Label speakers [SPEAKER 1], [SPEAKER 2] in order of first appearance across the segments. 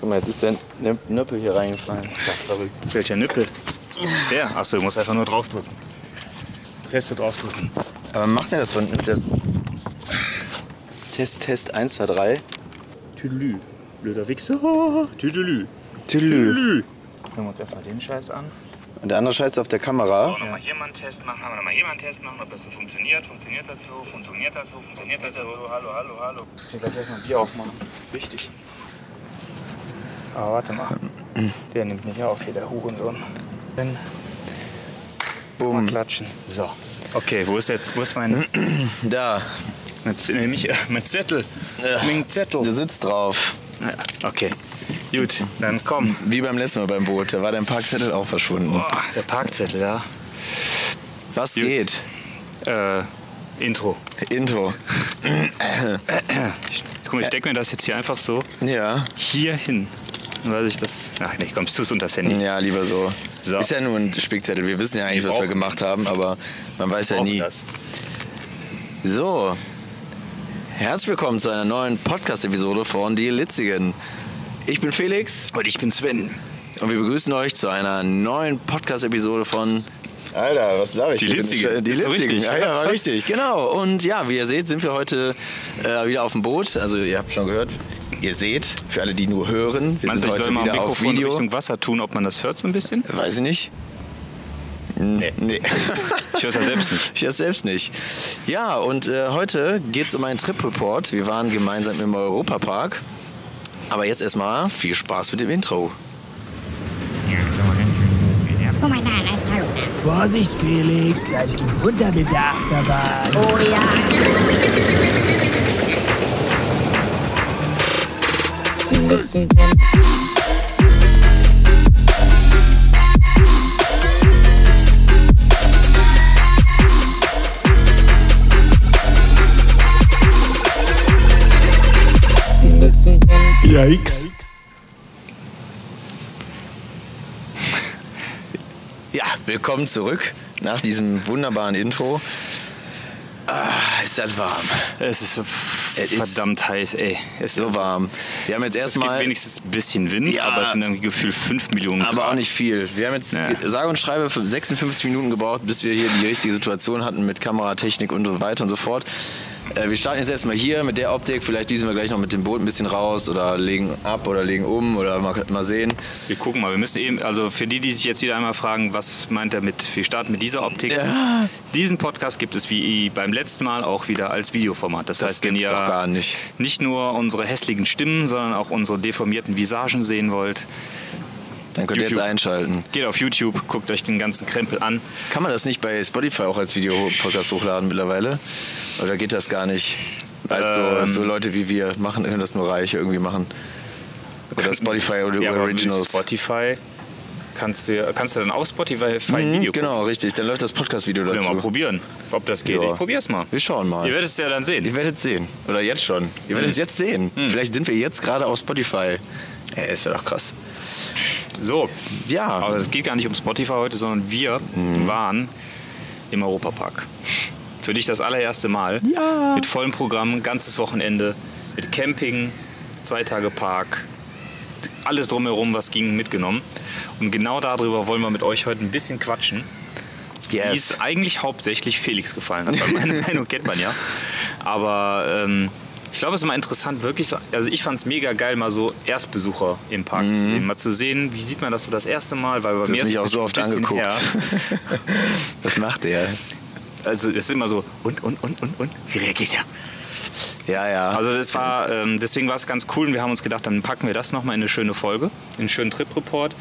[SPEAKER 1] Guck mal, jetzt ist der Nö- Nöppel hier reingefallen. Ist das verrückt.
[SPEAKER 2] Welcher Nippel? Der. Achso, muss einfach nur draufdrücken. Reste draufdrücken.
[SPEAKER 1] Aber macht er das von nimmt das Test, Test 1, 2, 3.
[SPEAKER 2] Tüdelü. Blöder Wichser. Tüdelü.
[SPEAKER 1] Tüdelü.
[SPEAKER 2] Tüdelü. Hören wir uns erstmal den Scheiß an.
[SPEAKER 1] Und der andere scheißt auf der Kamera.
[SPEAKER 3] Nochmal hier mal einen Test machen, haben wir nochmal hier mal einen Test machen, ob das so funktioniert. Funktioniert das so? Funktioniert das so? Funktioniert das so? Hallo, hallo, hallo.
[SPEAKER 2] Ich muss gleich erstmal ein Bier aufmachen. Das ist wichtig. Aber warte mal. Der nimmt nicht auf hier, der Hurensohn. Dann mal
[SPEAKER 1] Bumm.
[SPEAKER 2] klatschen. So. Okay, wo ist jetzt, wo ist mein,
[SPEAKER 1] Da.
[SPEAKER 2] mein, Z- nee, nicht, äh, mein Zettel? Mein
[SPEAKER 1] Der
[SPEAKER 2] Zettel.
[SPEAKER 1] sitzt drauf.
[SPEAKER 2] Ja, okay. Gut, dann komm.
[SPEAKER 1] Wie beim letzten Mal beim Boot. Da war dein Parkzettel auch verschwunden.
[SPEAKER 2] Boah, der Parkzettel, ja.
[SPEAKER 1] Was
[SPEAKER 2] Gut.
[SPEAKER 1] geht?
[SPEAKER 2] Äh, Intro.
[SPEAKER 1] Intro.
[SPEAKER 2] Ich, guck mal, ich decke mir das jetzt hier einfach so
[SPEAKER 1] Ja.
[SPEAKER 2] hier hin. Dann weiß ich das. Ach nee, komm, tu's unter das Handy.
[SPEAKER 1] Ja, lieber so.
[SPEAKER 2] So.
[SPEAKER 1] Ist ja nur ein Spickzettel. Wir wissen ja eigentlich,
[SPEAKER 2] Wir
[SPEAKER 1] was wir
[SPEAKER 2] brauchen-
[SPEAKER 1] gemacht haben, aber man weiß ja
[SPEAKER 2] Brauchen
[SPEAKER 1] nie.
[SPEAKER 2] das.
[SPEAKER 1] So. Herzlich willkommen zu einer neuen Podcast-Episode von Die Litzigen. Ich bin Felix
[SPEAKER 2] Und ich bin Sven.
[SPEAKER 1] und wir begrüßen euch zu einer neuen Podcast-Episode von. Alter, was laber ich?
[SPEAKER 2] Die
[SPEAKER 1] hier?
[SPEAKER 2] Litzigen.
[SPEAKER 1] Die
[SPEAKER 2] Ist doch
[SPEAKER 1] Litzigen.
[SPEAKER 2] richtig.
[SPEAKER 1] Ja, ja, war richtig, genau. Und ja, wie ihr seht, sind wir heute äh, wieder auf dem Boot. Also, ihr habt schon gehört. Ihr seht, für alle, die nur hören, wir
[SPEAKER 2] Meinst
[SPEAKER 1] sind
[SPEAKER 2] du, ich
[SPEAKER 1] heute
[SPEAKER 2] soll mal
[SPEAKER 1] wieder
[SPEAKER 2] am
[SPEAKER 1] auf
[SPEAKER 2] Mikrofon
[SPEAKER 1] Video.
[SPEAKER 2] Richtung Wasser tun, ob man das hört so ein bisschen?
[SPEAKER 1] Weiß ich nicht. Nee. nee.
[SPEAKER 2] Ich hör's ja selbst nicht.
[SPEAKER 1] Ich weiß selbst nicht. Ja, und äh, heute geht es um einen Trip-Report. Wir waren gemeinsam im Europapark. Aber jetzt erstmal viel Spaß mit dem Intro.
[SPEAKER 3] Ja, ist aber ganz schön hoch. Ja,
[SPEAKER 4] Guck mal da, da ist Taruna.
[SPEAKER 5] Vorsicht, Felix, gleich geht's runter mit der Achterbahn.
[SPEAKER 4] Oh ja. Die Litzigen. Die Litzigen.
[SPEAKER 5] Yikes.
[SPEAKER 1] Ja, willkommen zurück nach diesem wunderbaren Intro. Ah, ist das warm.
[SPEAKER 2] Es ist so
[SPEAKER 1] Es ist-
[SPEAKER 2] verdammt heiß, ey. Es
[SPEAKER 1] So
[SPEAKER 2] ist-
[SPEAKER 1] warm. Wir haben jetzt
[SPEAKER 2] Es gibt
[SPEAKER 1] erstmal,
[SPEAKER 2] wenigstens ein bisschen Wind,
[SPEAKER 1] Ja.
[SPEAKER 2] aber es sind irgendwie gefühlt 5 Millionen
[SPEAKER 1] aber
[SPEAKER 2] Grad.
[SPEAKER 1] auch nicht viel. Wir haben jetzt
[SPEAKER 2] Ja.
[SPEAKER 1] sage und schreibe 56 Minuten gebraucht, bis wir hier die richtige Situation hatten mit Kamera, Technik und so weiter und so fort. Äh, Wir starten jetzt erstmal hier mit der Optik. Vielleicht diesen wir gleich noch mit dem Boot ein bisschen raus oder legen ab oder legen um oder mal, mal sehen.
[SPEAKER 2] Wir gucken mal, wir müssen eben, also für die, die sich jetzt wieder einmal fragen, was meint er mit, wir starten mit dieser Optik. Diesen Podcast gibt es wie beim letzten Mal auch wieder als Videoformat. Das,
[SPEAKER 1] Das
[SPEAKER 2] heißt, wenn
[SPEAKER 1] gibt's
[SPEAKER 2] ihr
[SPEAKER 1] doch gar nicht.
[SPEAKER 2] nicht nur unsere hässlichen Stimmen, sondern auch unsere deformierten Visagen sehen wollt,
[SPEAKER 1] Dann könnt ihr jetzt
[SPEAKER 2] YouTube.
[SPEAKER 1] einschalten.
[SPEAKER 2] geht auf YouTube, guckt euch den ganzen Krempel an.
[SPEAKER 1] Kann man das nicht bei Spotify auch als Videopodcast hochladen mittlerweile? Oder geht das gar nicht? Als so,
[SPEAKER 2] Ähm.
[SPEAKER 1] so Leute wie wir machen, können das nur Reiche irgendwie machen. Oder Spotify oder
[SPEAKER 2] Ja, aber mit
[SPEAKER 1] Originals.
[SPEAKER 2] Spotify kannst du, ja- kannst du dann auf Spotify ein
[SPEAKER 1] Mhm,
[SPEAKER 2] Video gucken.
[SPEAKER 1] genau, richtig. Dann läuft das Podcast-Video
[SPEAKER 2] Können wir mal
[SPEAKER 1] dazu.
[SPEAKER 2] probieren, ob das geht.
[SPEAKER 1] Ja.
[SPEAKER 2] Ich probier's mal.
[SPEAKER 1] Wir schauen mal.
[SPEAKER 2] Ihr werdet Mhm. es ja dann sehen.
[SPEAKER 1] Ihr werdet sehen. Oder jetzt schon. Ihr werdet es jetzt sehen. Vielleicht sind wir jetzt gerade auf Spotify. Ja, ist ja doch krass.
[SPEAKER 2] So,
[SPEAKER 1] Ja.
[SPEAKER 2] Aber es geht gar nicht um Spotify heute, sondern wir waren im Europapark. Für dich das allererste Mal. Ja. Mit vollem Programm, ein ganzes Wochenende, mit Camping, zwei Tage Park, alles drumherum, was ging, mitgenommen. Und genau darüber wollen wir mit euch heute ein bisschen quatschen. Wie
[SPEAKER 1] Yes.
[SPEAKER 2] es eigentlich hauptsächlich Felix gefallen hat. Weil Meine Meinung kennt man ja. Aber ähm, ich glaube, es ist mal interessant, wirklich so. Also, ich fand es mega geil, mal so Erstbesucher im Park
[SPEAKER 1] Mhm.
[SPEAKER 2] zu sehen. Mal zu sehen, wie sieht man das so das erste Mal, weil bei
[SPEAKER 1] Du
[SPEAKER 2] mir
[SPEAKER 1] hast mich
[SPEAKER 2] es
[SPEAKER 1] auch so
[SPEAKER 2] schon
[SPEAKER 1] oft
[SPEAKER 2] ein bisschen
[SPEAKER 1] angeguckt.
[SPEAKER 2] her.
[SPEAKER 1] das macht er.
[SPEAKER 2] Also, es ist immer so und, und, und, und, und. Wie reagiert er?
[SPEAKER 1] Ja, ja.
[SPEAKER 2] Also das war, ähm, deswegen war es ganz cool und wir haben uns gedacht, dann packen wir das nochmal in eine schöne Folge, in einen schönen Trip-Report.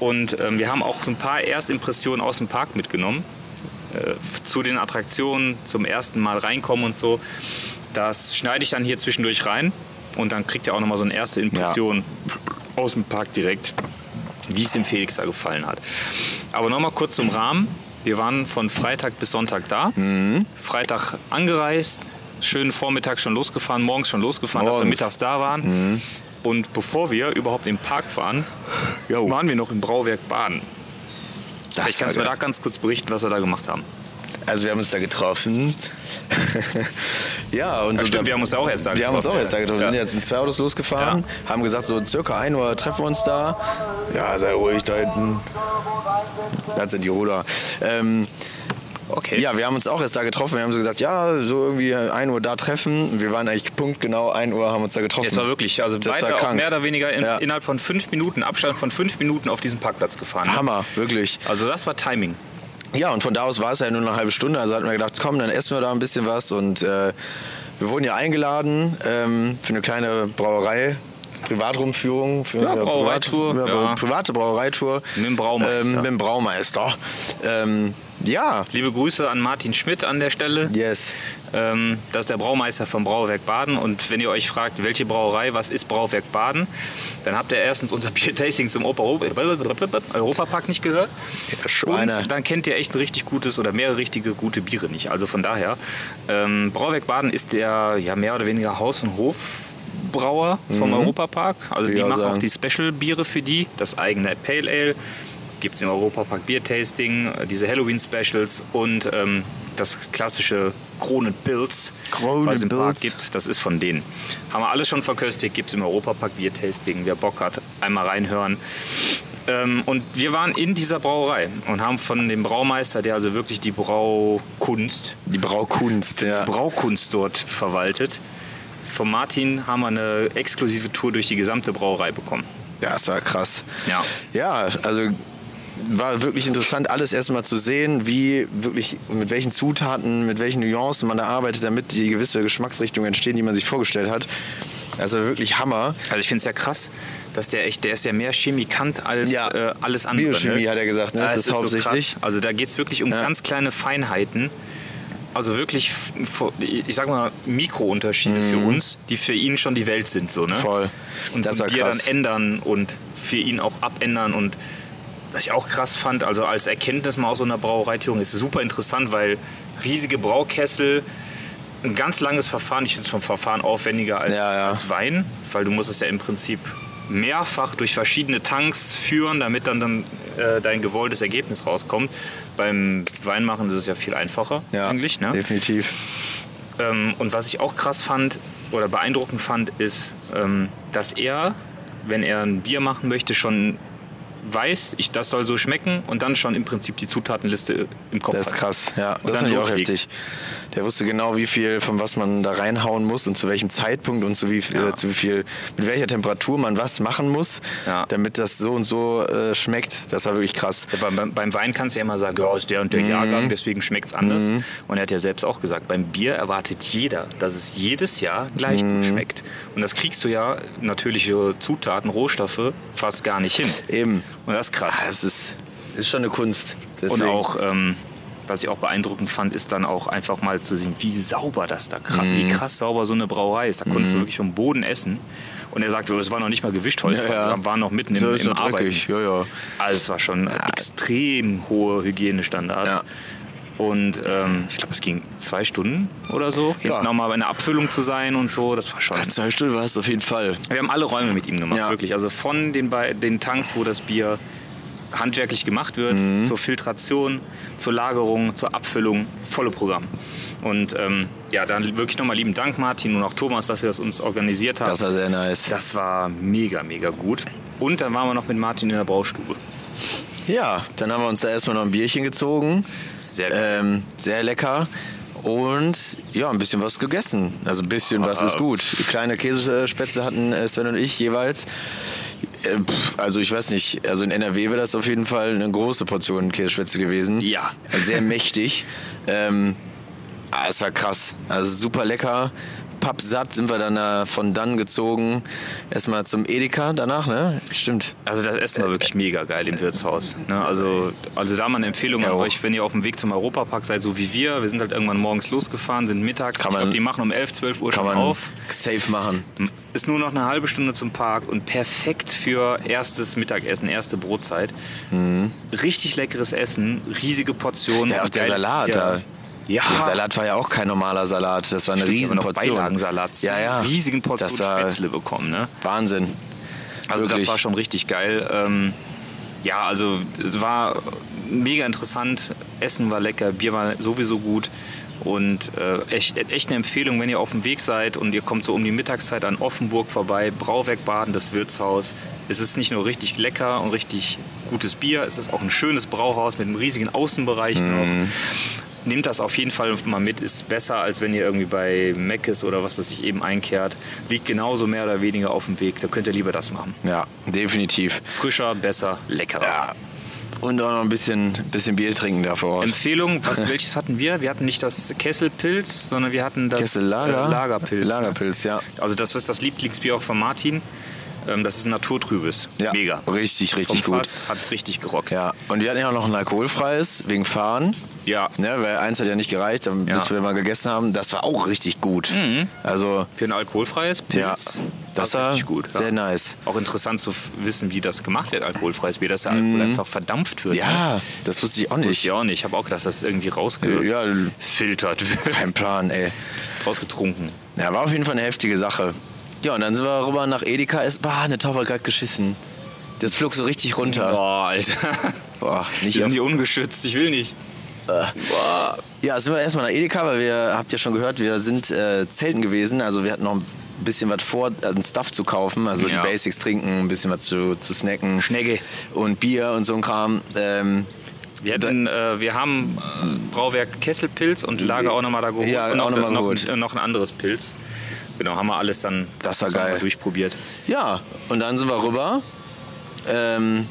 [SPEAKER 2] Und ähm, wir haben auch so ein paar Erstimpressionen aus dem Park mitgenommen, äh, zu den Attraktionen, zum ersten Mal reinkommen und so. Das schneide ich dann hier zwischendurch rein und dann kriegt ihr auch nochmal so eine erste Impression aus dem Park direkt, wie es dem Felix da gefallen hat. Aber nochmal kurz zum Rahmen. Wir waren von Freitag bis Sonntag da.
[SPEAKER 1] Mhm.
[SPEAKER 2] Freitag angereist, schönen Vormittag schon losgefahren, morgens schon losgefahren, dass wir
[SPEAKER 1] Morgens. Mhm.
[SPEAKER 2] mittags da waren. Und bevor wir überhaupt im Park waren,
[SPEAKER 1] Jo.
[SPEAKER 2] waren wir noch im Brauwerk Baden.
[SPEAKER 1] das
[SPEAKER 2] Vielleicht kannst
[SPEAKER 1] Oh.
[SPEAKER 2] du
[SPEAKER 1] war
[SPEAKER 2] mir da
[SPEAKER 1] geil.
[SPEAKER 2] ganz kurz berichten, was wir da gemacht haben.
[SPEAKER 1] Also wir haben uns da getroffen. ja, und
[SPEAKER 2] stimmt,
[SPEAKER 1] unser-
[SPEAKER 2] wir haben uns auch erst da
[SPEAKER 1] Wir haben uns auch
[SPEAKER 2] getroffen,
[SPEAKER 1] erst da
[SPEAKER 2] ja.
[SPEAKER 1] getroffen. Wir
[SPEAKER 2] Ja.
[SPEAKER 1] sind jetzt mit zwei Autos losgefahren, haben gesagt, so circa 1 Uhr treffen wir uns da. Ja, sei ruhig da hinten. Das sind die Ruder. Ähm,
[SPEAKER 2] Okay.
[SPEAKER 1] ja, wir haben uns auch erst da getroffen. Wir haben so gesagt, ja, so irgendwie 1 Uhr da treffen. Und Wir waren eigentlich punktgenau 1 Uhr haben uns da getroffen.
[SPEAKER 2] Es war wirklich, also
[SPEAKER 1] Das war
[SPEAKER 2] beide auch
[SPEAKER 1] krank.
[SPEAKER 2] mehr oder weniger in,
[SPEAKER 1] Ja.
[SPEAKER 2] innerhalb von fünf Minuten, Abstand von fünf Minuten auf diesen Parkplatz gefahren. ne?
[SPEAKER 1] Hammer, wirklich.
[SPEAKER 2] Also das war Timing.
[SPEAKER 1] Ja, und von da aus war es ja nur eine halbe Stunde. Also hatten wir gedacht, komm, dann essen wir da ein bisschen was. Und äh, wir wurden ja eingeladen ähm, für eine kleine Brauerei. Privatrumführung für
[SPEAKER 2] Ja,
[SPEAKER 1] eine
[SPEAKER 2] Brauereitour,
[SPEAKER 1] Privat-
[SPEAKER 2] ja.
[SPEAKER 1] Brau- private Brauereitour
[SPEAKER 2] Mit dem Braumeister.
[SPEAKER 1] Ähm, mit dem Braumeister. Ähm, ja,
[SPEAKER 2] Liebe Grüße an Martin Schmidt an der Stelle.
[SPEAKER 1] yes.
[SPEAKER 2] Ähm, das ist der Braumeister vom Brauwerk Baden. Und wenn ihr euch fragt, welche Brauerei, was ist Brauwerk Baden, dann habt ihr erstens unser Bier-Tasting zum Opa- Europapark nicht gehört.
[SPEAKER 1] Schweine.
[SPEAKER 2] Und dann kennt ihr echt ein richtig gutes oder mehrere richtige gute Biere nicht. Also von daher, ähm, Brauwerk Baden ist der ja, mehr oder weniger Haus- und Hofbrauer vom Europapark. Also
[SPEAKER 1] Würde
[SPEAKER 2] die
[SPEAKER 1] ich auch
[SPEAKER 2] machen auch
[SPEAKER 1] sagen.
[SPEAKER 2] die Special-Biere für die, das eigene Pale Ale. Gibt es im Europapark Biertasting, diese Halloween-Specials und ähm, das klassische Kronen Pilz,
[SPEAKER 1] Kronen
[SPEAKER 2] was im
[SPEAKER 1] Pilz.
[SPEAKER 2] Park gibt. Das ist von denen. Haben wir alles schon verköstigt, gibt es im Europapark Biertasting. Wer Bock hat, einmal reinhören. Ähm, und wir waren in dieser Brauerei und haben von dem Braumeister, der also wirklich die Braukunst,
[SPEAKER 1] Die Braukunst, ja.
[SPEAKER 2] Braukunst dort verwaltet, von Martin haben wir eine exklusive Tour durch die gesamte Brauerei bekommen.
[SPEAKER 1] Ja, das war krass.
[SPEAKER 2] Ja.
[SPEAKER 1] Ja, also war wirklich interessant, alles erstmal zu sehen, wie wirklich, mit welchen Zutaten, mit welchen Nuancen man da arbeitet, damit die gewisse Geschmacksrichtung entstehen, die man sich vorgestellt hat. Also wirklich Hammer.
[SPEAKER 2] Also ich finde es ja krass, dass der echt, der ist ja mehr Chemikant als
[SPEAKER 1] Ja.
[SPEAKER 2] äh, alles andere.
[SPEAKER 1] Biochemie
[SPEAKER 2] ne?
[SPEAKER 1] hat er gesagt, ne?
[SPEAKER 2] Ja,
[SPEAKER 1] Das
[SPEAKER 2] es
[SPEAKER 1] ist
[SPEAKER 2] so
[SPEAKER 1] hauptsächlich.
[SPEAKER 2] krass. Also da geht es wirklich um
[SPEAKER 1] Ja.
[SPEAKER 2] ganz kleine Feinheiten. Also wirklich, f- f- ich sag mal, Mikrounterschiede für uns, die für ihn schon die Welt sind. So, ne?
[SPEAKER 1] Mhm. Voll.
[SPEAKER 2] Und
[SPEAKER 1] Das
[SPEAKER 2] das
[SPEAKER 1] war
[SPEAKER 2] wir dann
[SPEAKER 1] krass.
[SPEAKER 2] ändern und für ihn auch abändern und was ich auch krass fand, also als Erkenntnis mal aus so einer Brauereitierung, ist super interessant, weil riesige Braukessel, ein ganz langes Verfahren, ich finde es vom Verfahren aufwendiger als,
[SPEAKER 1] Ja, ja.
[SPEAKER 2] als Wein, weil du musst es ja im Prinzip mehrfach durch verschiedene Tanks führen, damit dann, dann äh, dein gewolltes Ergebnis rauskommt. Beim Weinmachen ist es ja viel einfacher
[SPEAKER 1] Ja,
[SPEAKER 2] eigentlich. Ne?
[SPEAKER 1] definitiv.
[SPEAKER 2] Ähm, und was ich auch krass fand oder beeindruckend fand, ist, ähm, dass er, wenn er ein Bier machen möchte, schon weiß, ich, das soll so schmecken und dann schon im Prinzip die Zutatenliste im Kopf
[SPEAKER 1] Das ist
[SPEAKER 2] hat.
[SPEAKER 1] krass, ja.
[SPEAKER 2] Und
[SPEAKER 1] das
[SPEAKER 2] dann
[SPEAKER 1] fand ich auch
[SPEAKER 2] loslegt.
[SPEAKER 1] heftig. Der wusste genau, wie viel, von was man da reinhauen muss und zu welchem Zeitpunkt und zu wie, viel- äh, zu wie viel, mit welcher Temperatur man was machen muss,
[SPEAKER 2] Ja.
[SPEAKER 1] damit das so und so äh, schmeckt. Das war wirklich krass.
[SPEAKER 2] Ja, Beim, beim Wein kannst du ja immer sagen, ja, ist der und der
[SPEAKER 1] Mhm.
[SPEAKER 2] Jahrgang, deswegen schmeckt es anders. Und er hat ja selbst auch gesagt, beim Bier erwartet jeder, dass es jedes Jahr gleich
[SPEAKER 1] Mhm.
[SPEAKER 2] gut schmeckt. Und das kriegst du ja, natürliche Zutaten, Rohstoffe, fast gar nicht hin.
[SPEAKER 1] Eben.
[SPEAKER 2] Und das ist krass.
[SPEAKER 1] Ah, Das ist, ist schon eine Kunst.
[SPEAKER 2] Und
[SPEAKER 1] Deswegen-
[SPEAKER 2] auch, ähm, was ich auch beeindruckend fand, ist dann auch einfach mal zu sehen, wie sauber das da krass,
[SPEAKER 1] Mhm.
[SPEAKER 2] wie krass sauber so eine Brauerei ist. Da konntest du wirklich vom Boden essen. Und er sagt, oh, es war noch nicht mal gewischt heute,
[SPEAKER 1] Ja, ja.
[SPEAKER 2] wir waren noch mitten im,
[SPEAKER 1] Das ist
[SPEAKER 2] im
[SPEAKER 1] noch
[SPEAKER 2] Arbeiten.
[SPEAKER 1] dreckig, ja, ja.
[SPEAKER 2] Also es war schon extrem hohe Hygienestandards.
[SPEAKER 1] Ja.
[SPEAKER 2] Und ähm, ich glaube, es ging zwei Stunden oder so, hinten
[SPEAKER 1] Ja.
[SPEAKER 2] nochmal bei einer Abfüllung zu sein und so. Das war schon
[SPEAKER 1] Zwei Stunden war es auf jeden Fall.
[SPEAKER 2] wir haben alle Räume mit ihm gemacht,
[SPEAKER 1] Ja.
[SPEAKER 2] wirklich. Also von den, bei den Tanks, wo das Bier handwerklich gemacht wird,
[SPEAKER 1] Mhm.
[SPEAKER 2] zur Filtration, zur Lagerung, zur Abfüllung, volle Programm. Und ähm, ja, dann wirklich nochmal lieben Dank, Martin und auch Thomas, dass ihr das uns organisiert habt.
[SPEAKER 1] Das war sehr nice.
[SPEAKER 2] Das war mega, mega gut. Und dann waren wir noch mit Martin in der Braustube.
[SPEAKER 1] Ja, dann haben wir uns da erstmal noch ein Bierchen gezogen.
[SPEAKER 2] Sehr gut.
[SPEAKER 1] ähm, Sehr lecker. Und ja, ein bisschen was gegessen. Also ein bisschen was ist gut. Kleine Käsespätzle hatten äh, Sven und ich jeweils. Äh, pff, Also ich weiß nicht, also in NRW wäre das auf jeden Fall eine große Portion Käsespätzle gewesen.
[SPEAKER 2] Ja.
[SPEAKER 1] Sehr mächtig. Ähm, ah, es war krass. Also super lecker. Pappsatt sind wir dann äh, von dann gezogen. Erstmal zum Edeka danach, ne? Stimmt.
[SPEAKER 2] Also das Essen war wirklich mega geil im Wirtshaus. Ne? Also, also da mal eine Empfehlung an
[SPEAKER 1] Ja.
[SPEAKER 2] euch, wenn ihr auf dem Weg zum Europapark seid, so wie wir. Wir sind halt irgendwann morgens losgefahren, sind mittags.
[SPEAKER 1] Kann
[SPEAKER 2] ich glaube,
[SPEAKER 1] man-
[SPEAKER 2] die machen um 11, 12 Uhr
[SPEAKER 1] Kann
[SPEAKER 2] schon
[SPEAKER 1] man
[SPEAKER 2] auf.
[SPEAKER 1] safe machen.
[SPEAKER 2] Ist nur noch eine halbe Stunde zum Park und perfekt für erstes Mittagessen, erste Brotzeit. Richtig leckeres Essen, riesige Portionen.
[SPEAKER 1] Mhm. Ja, auch der
[SPEAKER 2] Geiles
[SPEAKER 1] Salat
[SPEAKER 2] Bier.
[SPEAKER 1] da.
[SPEAKER 2] Ja,
[SPEAKER 1] Der Salat war ja auch kein normaler Salat, das war eine
[SPEAKER 2] Stimmt,
[SPEAKER 1] riesen
[SPEAKER 2] wir haben noch
[SPEAKER 1] Portion.
[SPEAKER 2] Beilagensalat zu
[SPEAKER 1] Ja, ja.
[SPEAKER 2] einer riesigen Portion
[SPEAKER 1] Das war
[SPEAKER 2] Spätzle bekommen. Ne?
[SPEAKER 1] Wahnsinn.
[SPEAKER 2] Also
[SPEAKER 1] Wirklich.
[SPEAKER 2] das war schon richtig geil. Ähm, ja, also es war mega interessant. Essen war lecker, Bier war sowieso gut. Und äh, echt, echt eine Empfehlung, wenn ihr auf dem Weg seid und ihr kommt so um die Mittagszeit an Offenburg vorbei, Brauwerk Baden, das Wirtshaus. Es ist nicht nur richtig lecker und richtig gutes Bier, es ist auch ein schönes Brauhaus mit einem riesigen Außenbereich. Noch. Nehmt das auf jeden Fall mal mit, ist besser, als wenn ihr irgendwie bei Meckes oder was das sich eben einkehrt. Liegt genauso mehr oder weniger auf dem Weg, da könnt ihr lieber das machen.
[SPEAKER 1] Ja, definitiv.
[SPEAKER 2] Frischer, besser, leckerer.
[SPEAKER 1] Ja. Und auch noch ein bisschen, bisschen Bier trinken da vor Ort.
[SPEAKER 2] Empfehlung, was, welches hatten wir? Wir hatten nicht das Kesselpilz, sondern wir hatten das
[SPEAKER 1] Kessel Lager?
[SPEAKER 2] äh, Lagerpilz.
[SPEAKER 1] Lagerpilz, ja.
[SPEAKER 2] Also das ist das Lieblingsbier auch von Martin. Ähm, das ist ein naturtrübes.
[SPEAKER 1] Ja,
[SPEAKER 2] Mega.
[SPEAKER 1] richtig, richtig
[SPEAKER 2] Vom
[SPEAKER 1] gut.
[SPEAKER 2] Fass hat's richtig gerockt.
[SPEAKER 1] Ja, und wir hatten ja auch noch ein alkoholfreies wegen Fahren.
[SPEAKER 2] Ja.
[SPEAKER 1] Ne, weil eins hat ja nicht gereicht, dann-
[SPEAKER 2] Ja.
[SPEAKER 1] bis wir mal gegessen haben. Das war auch richtig gut. Also,
[SPEAKER 2] Für ein alkoholfreies Pilz.
[SPEAKER 1] ja, das
[SPEAKER 2] war's
[SPEAKER 1] war
[SPEAKER 2] richtig gut.
[SPEAKER 1] sehr
[SPEAKER 2] ja.
[SPEAKER 1] nice.
[SPEAKER 2] Auch interessant zu f- wissen, wie das gemacht wird, alkoholfreies Bier, dass der Alkohol einfach verdampft wird.
[SPEAKER 1] Mhm. Ja,
[SPEAKER 2] ne?
[SPEAKER 1] das wusste ich auch
[SPEAKER 2] Wusste
[SPEAKER 1] nicht.
[SPEAKER 2] ich auch nicht. Ich habe auch gedacht, dass das irgendwie rausgefiltert
[SPEAKER 1] Ja,
[SPEAKER 2] wird.
[SPEAKER 1] kein Plan, ey.
[SPEAKER 2] Rausgetrunken.
[SPEAKER 1] Ja, war auf jeden Fall eine heftige Sache. Ja, und dann sind wir rüber nach Edeka. Es war eine Taube hat gerade geschissen. Das flog so richtig runter.
[SPEAKER 2] Boah, Alter.
[SPEAKER 1] Boah, nicht
[SPEAKER 2] Die sind
[SPEAKER 1] auf- Äh,
[SPEAKER 2] hier ungeschützt, ich will nicht.
[SPEAKER 1] Ja, sind wir erstmal nach Edeka, weil wir, habt ihr schon gehört, wir sind äh, Zelten gewesen. Also wir hatten noch ein bisschen was vor, an Stuff zu kaufen. Also
[SPEAKER 2] Ja.
[SPEAKER 1] die Basics trinken, ein bisschen was zu, zu snacken.
[SPEAKER 2] Schnecke.
[SPEAKER 1] Und Bier und so ein Kram. Ähm,
[SPEAKER 2] Wir, hatten, äh, wir haben äh, Brauwerk Kesselpilz und Lager auch nochmal da geholt.
[SPEAKER 1] Äh, Ja,
[SPEAKER 2] und noch,
[SPEAKER 1] auch noch mal
[SPEAKER 2] noch,
[SPEAKER 1] geholt.
[SPEAKER 2] ein- noch ein anderes Pilz. Genau, haben wir alles dann
[SPEAKER 1] Das war
[SPEAKER 2] so mal
[SPEAKER 1] geil.
[SPEAKER 2] durchprobiert.
[SPEAKER 1] ja, und dann sind wir rüber. Ähm,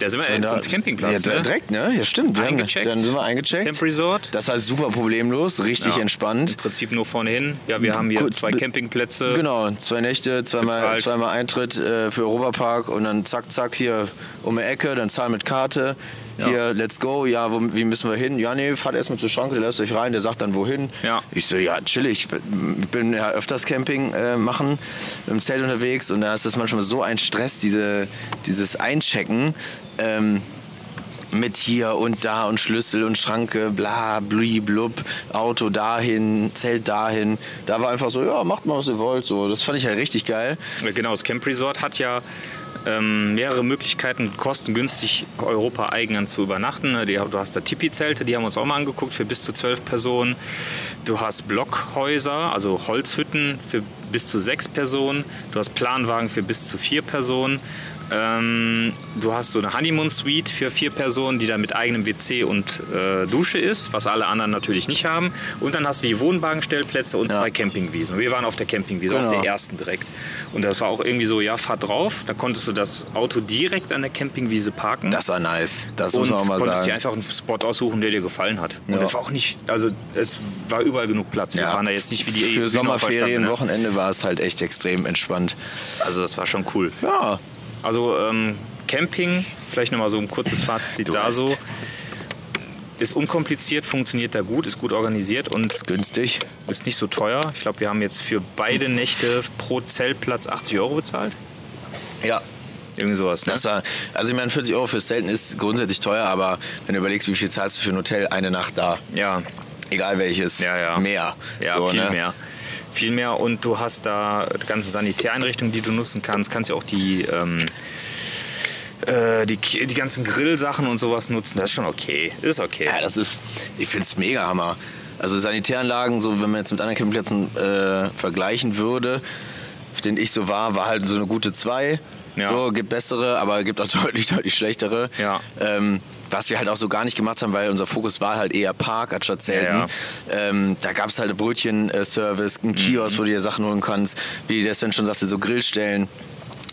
[SPEAKER 2] Da sind wir jetzt
[SPEAKER 1] da-
[SPEAKER 2] ins Äh, Campingplatz.
[SPEAKER 1] Ja,
[SPEAKER 2] ne?
[SPEAKER 1] direkt, ne? Ja, stimmt. Wir haben-
[SPEAKER 2] Eingecheckt.
[SPEAKER 1] Dann sind wir eingecheckt.
[SPEAKER 2] Camp Resort.
[SPEAKER 1] Das war super problemlos, richtig
[SPEAKER 2] Ja.
[SPEAKER 1] entspannt.
[SPEAKER 2] Im Prinzip nur vorne hin. Ja, wir haben hier
[SPEAKER 1] Kurz
[SPEAKER 2] zwei
[SPEAKER 1] be-
[SPEAKER 2] Campingplätze.
[SPEAKER 1] Genau, zwei Nächte, zweimal,
[SPEAKER 2] Bezahlt.
[SPEAKER 1] zweimal Eintritt äh, für Europapark und dann zack, zack, hier um die Ecke, dann zahlen mit Karte. Hier, let's go, ja, wo, wie müssen wir hin? Ja, nee, fahrt erstmal zur Schranke, der lässt euch rein, der sagt dann wohin.
[SPEAKER 2] Ja.
[SPEAKER 1] Ich so, ja, chillig. Ich bin ja öfters Camping äh, machen, im Zelt unterwegs und da ist das manchmal so ein Stress, diese, dieses Einchecken. Ähm, mit hier und da und Schlüssel und Schranke, bla, blui, blub, Auto dahin, Zelt dahin. Da war einfach so, ja, macht mal, was ihr wollt. So, das fand ich halt richtig geil.
[SPEAKER 2] Genau, das Camp Resort hat ja ähm, mehrere Möglichkeiten, kostengünstig Europa-Eigenen zu übernachten. Ne, Die, du hast da Tipi-Zelte, die haben wir uns auch mal angeguckt, für bis zu zwölf Personen. Du hast Blockhäuser, also Holzhütten für bis zu sechs Personen. Du hast Planwagen für bis zu vier Personen. Ähm, du hast so eine Honeymoon-Suite für vier Personen, die dann mit eigenem WC und äh, Dusche ist, was alle anderen natürlich nicht haben. Und dann hast du die Wohnwagenstellplätze und zwei Campingwiesen. Wir waren auf der Campingwiese, auf
[SPEAKER 1] Genau.
[SPEAKER 2] der ersten direkt. Und das war auch irgendwie so, ja, fahr drauf. Da konntest du das Auto direkt an der Campingwiese parken.
[SPEAKER 1] Das war nice. Das muss
[SPEAKER 2] und
[SPEAKER 1] man auch mal
[SPEAKER 2] konntest dir
[SPEAKER 1] sagen.
[SPEAKER 2] einfach einen Spot aussuchen, der dir gefallen hat. Und es war auch nicht, also es war überall genug Platz. Wir
[SPEAKER 1] Ja.
[SPEAKER 2] waren da jetzt nicht wie die ne?
[SPEAKER 1] Für
[SPEAKER 2] Wiener
[SPEAKER 1] Sommerferien,
[SPEAKER 2] Vorstadt,
[SPEAKER 1] Wochenende war es halt echt extrem entspannt.
[SPEAKER 2] ne? Also das war schon cool.
[SPEAKER 1] Ja,
[SPEAKER 2] Also ähm, Camping, vielleicht nochmal so ein kurzes Fazit
[SPEAKER 1] Du
[SPEAKER 2] da
[SPEAKER 1] weißt.
[SPEAKER 2] so. Ist unkompliziert, funktioniert da gut, ist gut organisiert und
[SPEAKER 1] günstig.
[SPEAKER 2] ist nicht so teuer. Ich glaube, wir haben jetzt für beide Nächte pro Zeltplatz 80 Euro bezahlt.
[SPEAKER 1] Ja.
[SPEAKER 2] Irgendwie sowas. Ne?
[SPEAKER 1] Das war, also ich meine, 40 Euro fürs Zelten ist grundsätzlich teuer, aber wenn du überlegst, wie viel zahlst du für ein Hotel eine Nacht da,
[SPEAKER 2] ja,
[SPEAKER 1] egal welches,
[SPEAKER 2] ja, ja.
[SPEAKER 1] mehr.
[SPEAKER 2] Ja,
[SPEAKER 1] So,
[SPEAKER 2] viel
[SPEAKER 1] ne?
[SPEAKER 2] mehr. Viel mehr und du hast da die ganzen Sanitäreinrichtungen, die du nutzen kannst. Kannst ja auch die, ähm, äh, die, Ki- die ganzen Grillsachen und sowas nutzen. Das ist schon okay. Ist okay.
[SPEAKER 1] Ja, das ist, ich finde es mega Hammer. Also Sanitäranlagen, so wenn man jetzt mit anderen Campingplätzen äh, vergleichen würde, auf denen ich so war, war halt so eine gute 2.
[SPEAKER 2] Ja.
[SPEAKER 1] So, gibt bessere, aber gibt auch deutlich, deutlich schlechtere.
[SPEAKER 2] Ja.
[SPEAKER 1] Ähm, was wir halt auch so gar nicht gemacht haben, weil unser Fokus war halt eher Park anstatt Zelten.
[SPEAKER 2] Ja, Mhm.
[SPEAKER 1] Ähm, da gab es halt Brötchen-Service, einen Kiosk, wo du dir Sachen holen kannst. Wie der Sven schon sagte, so Grillstellen.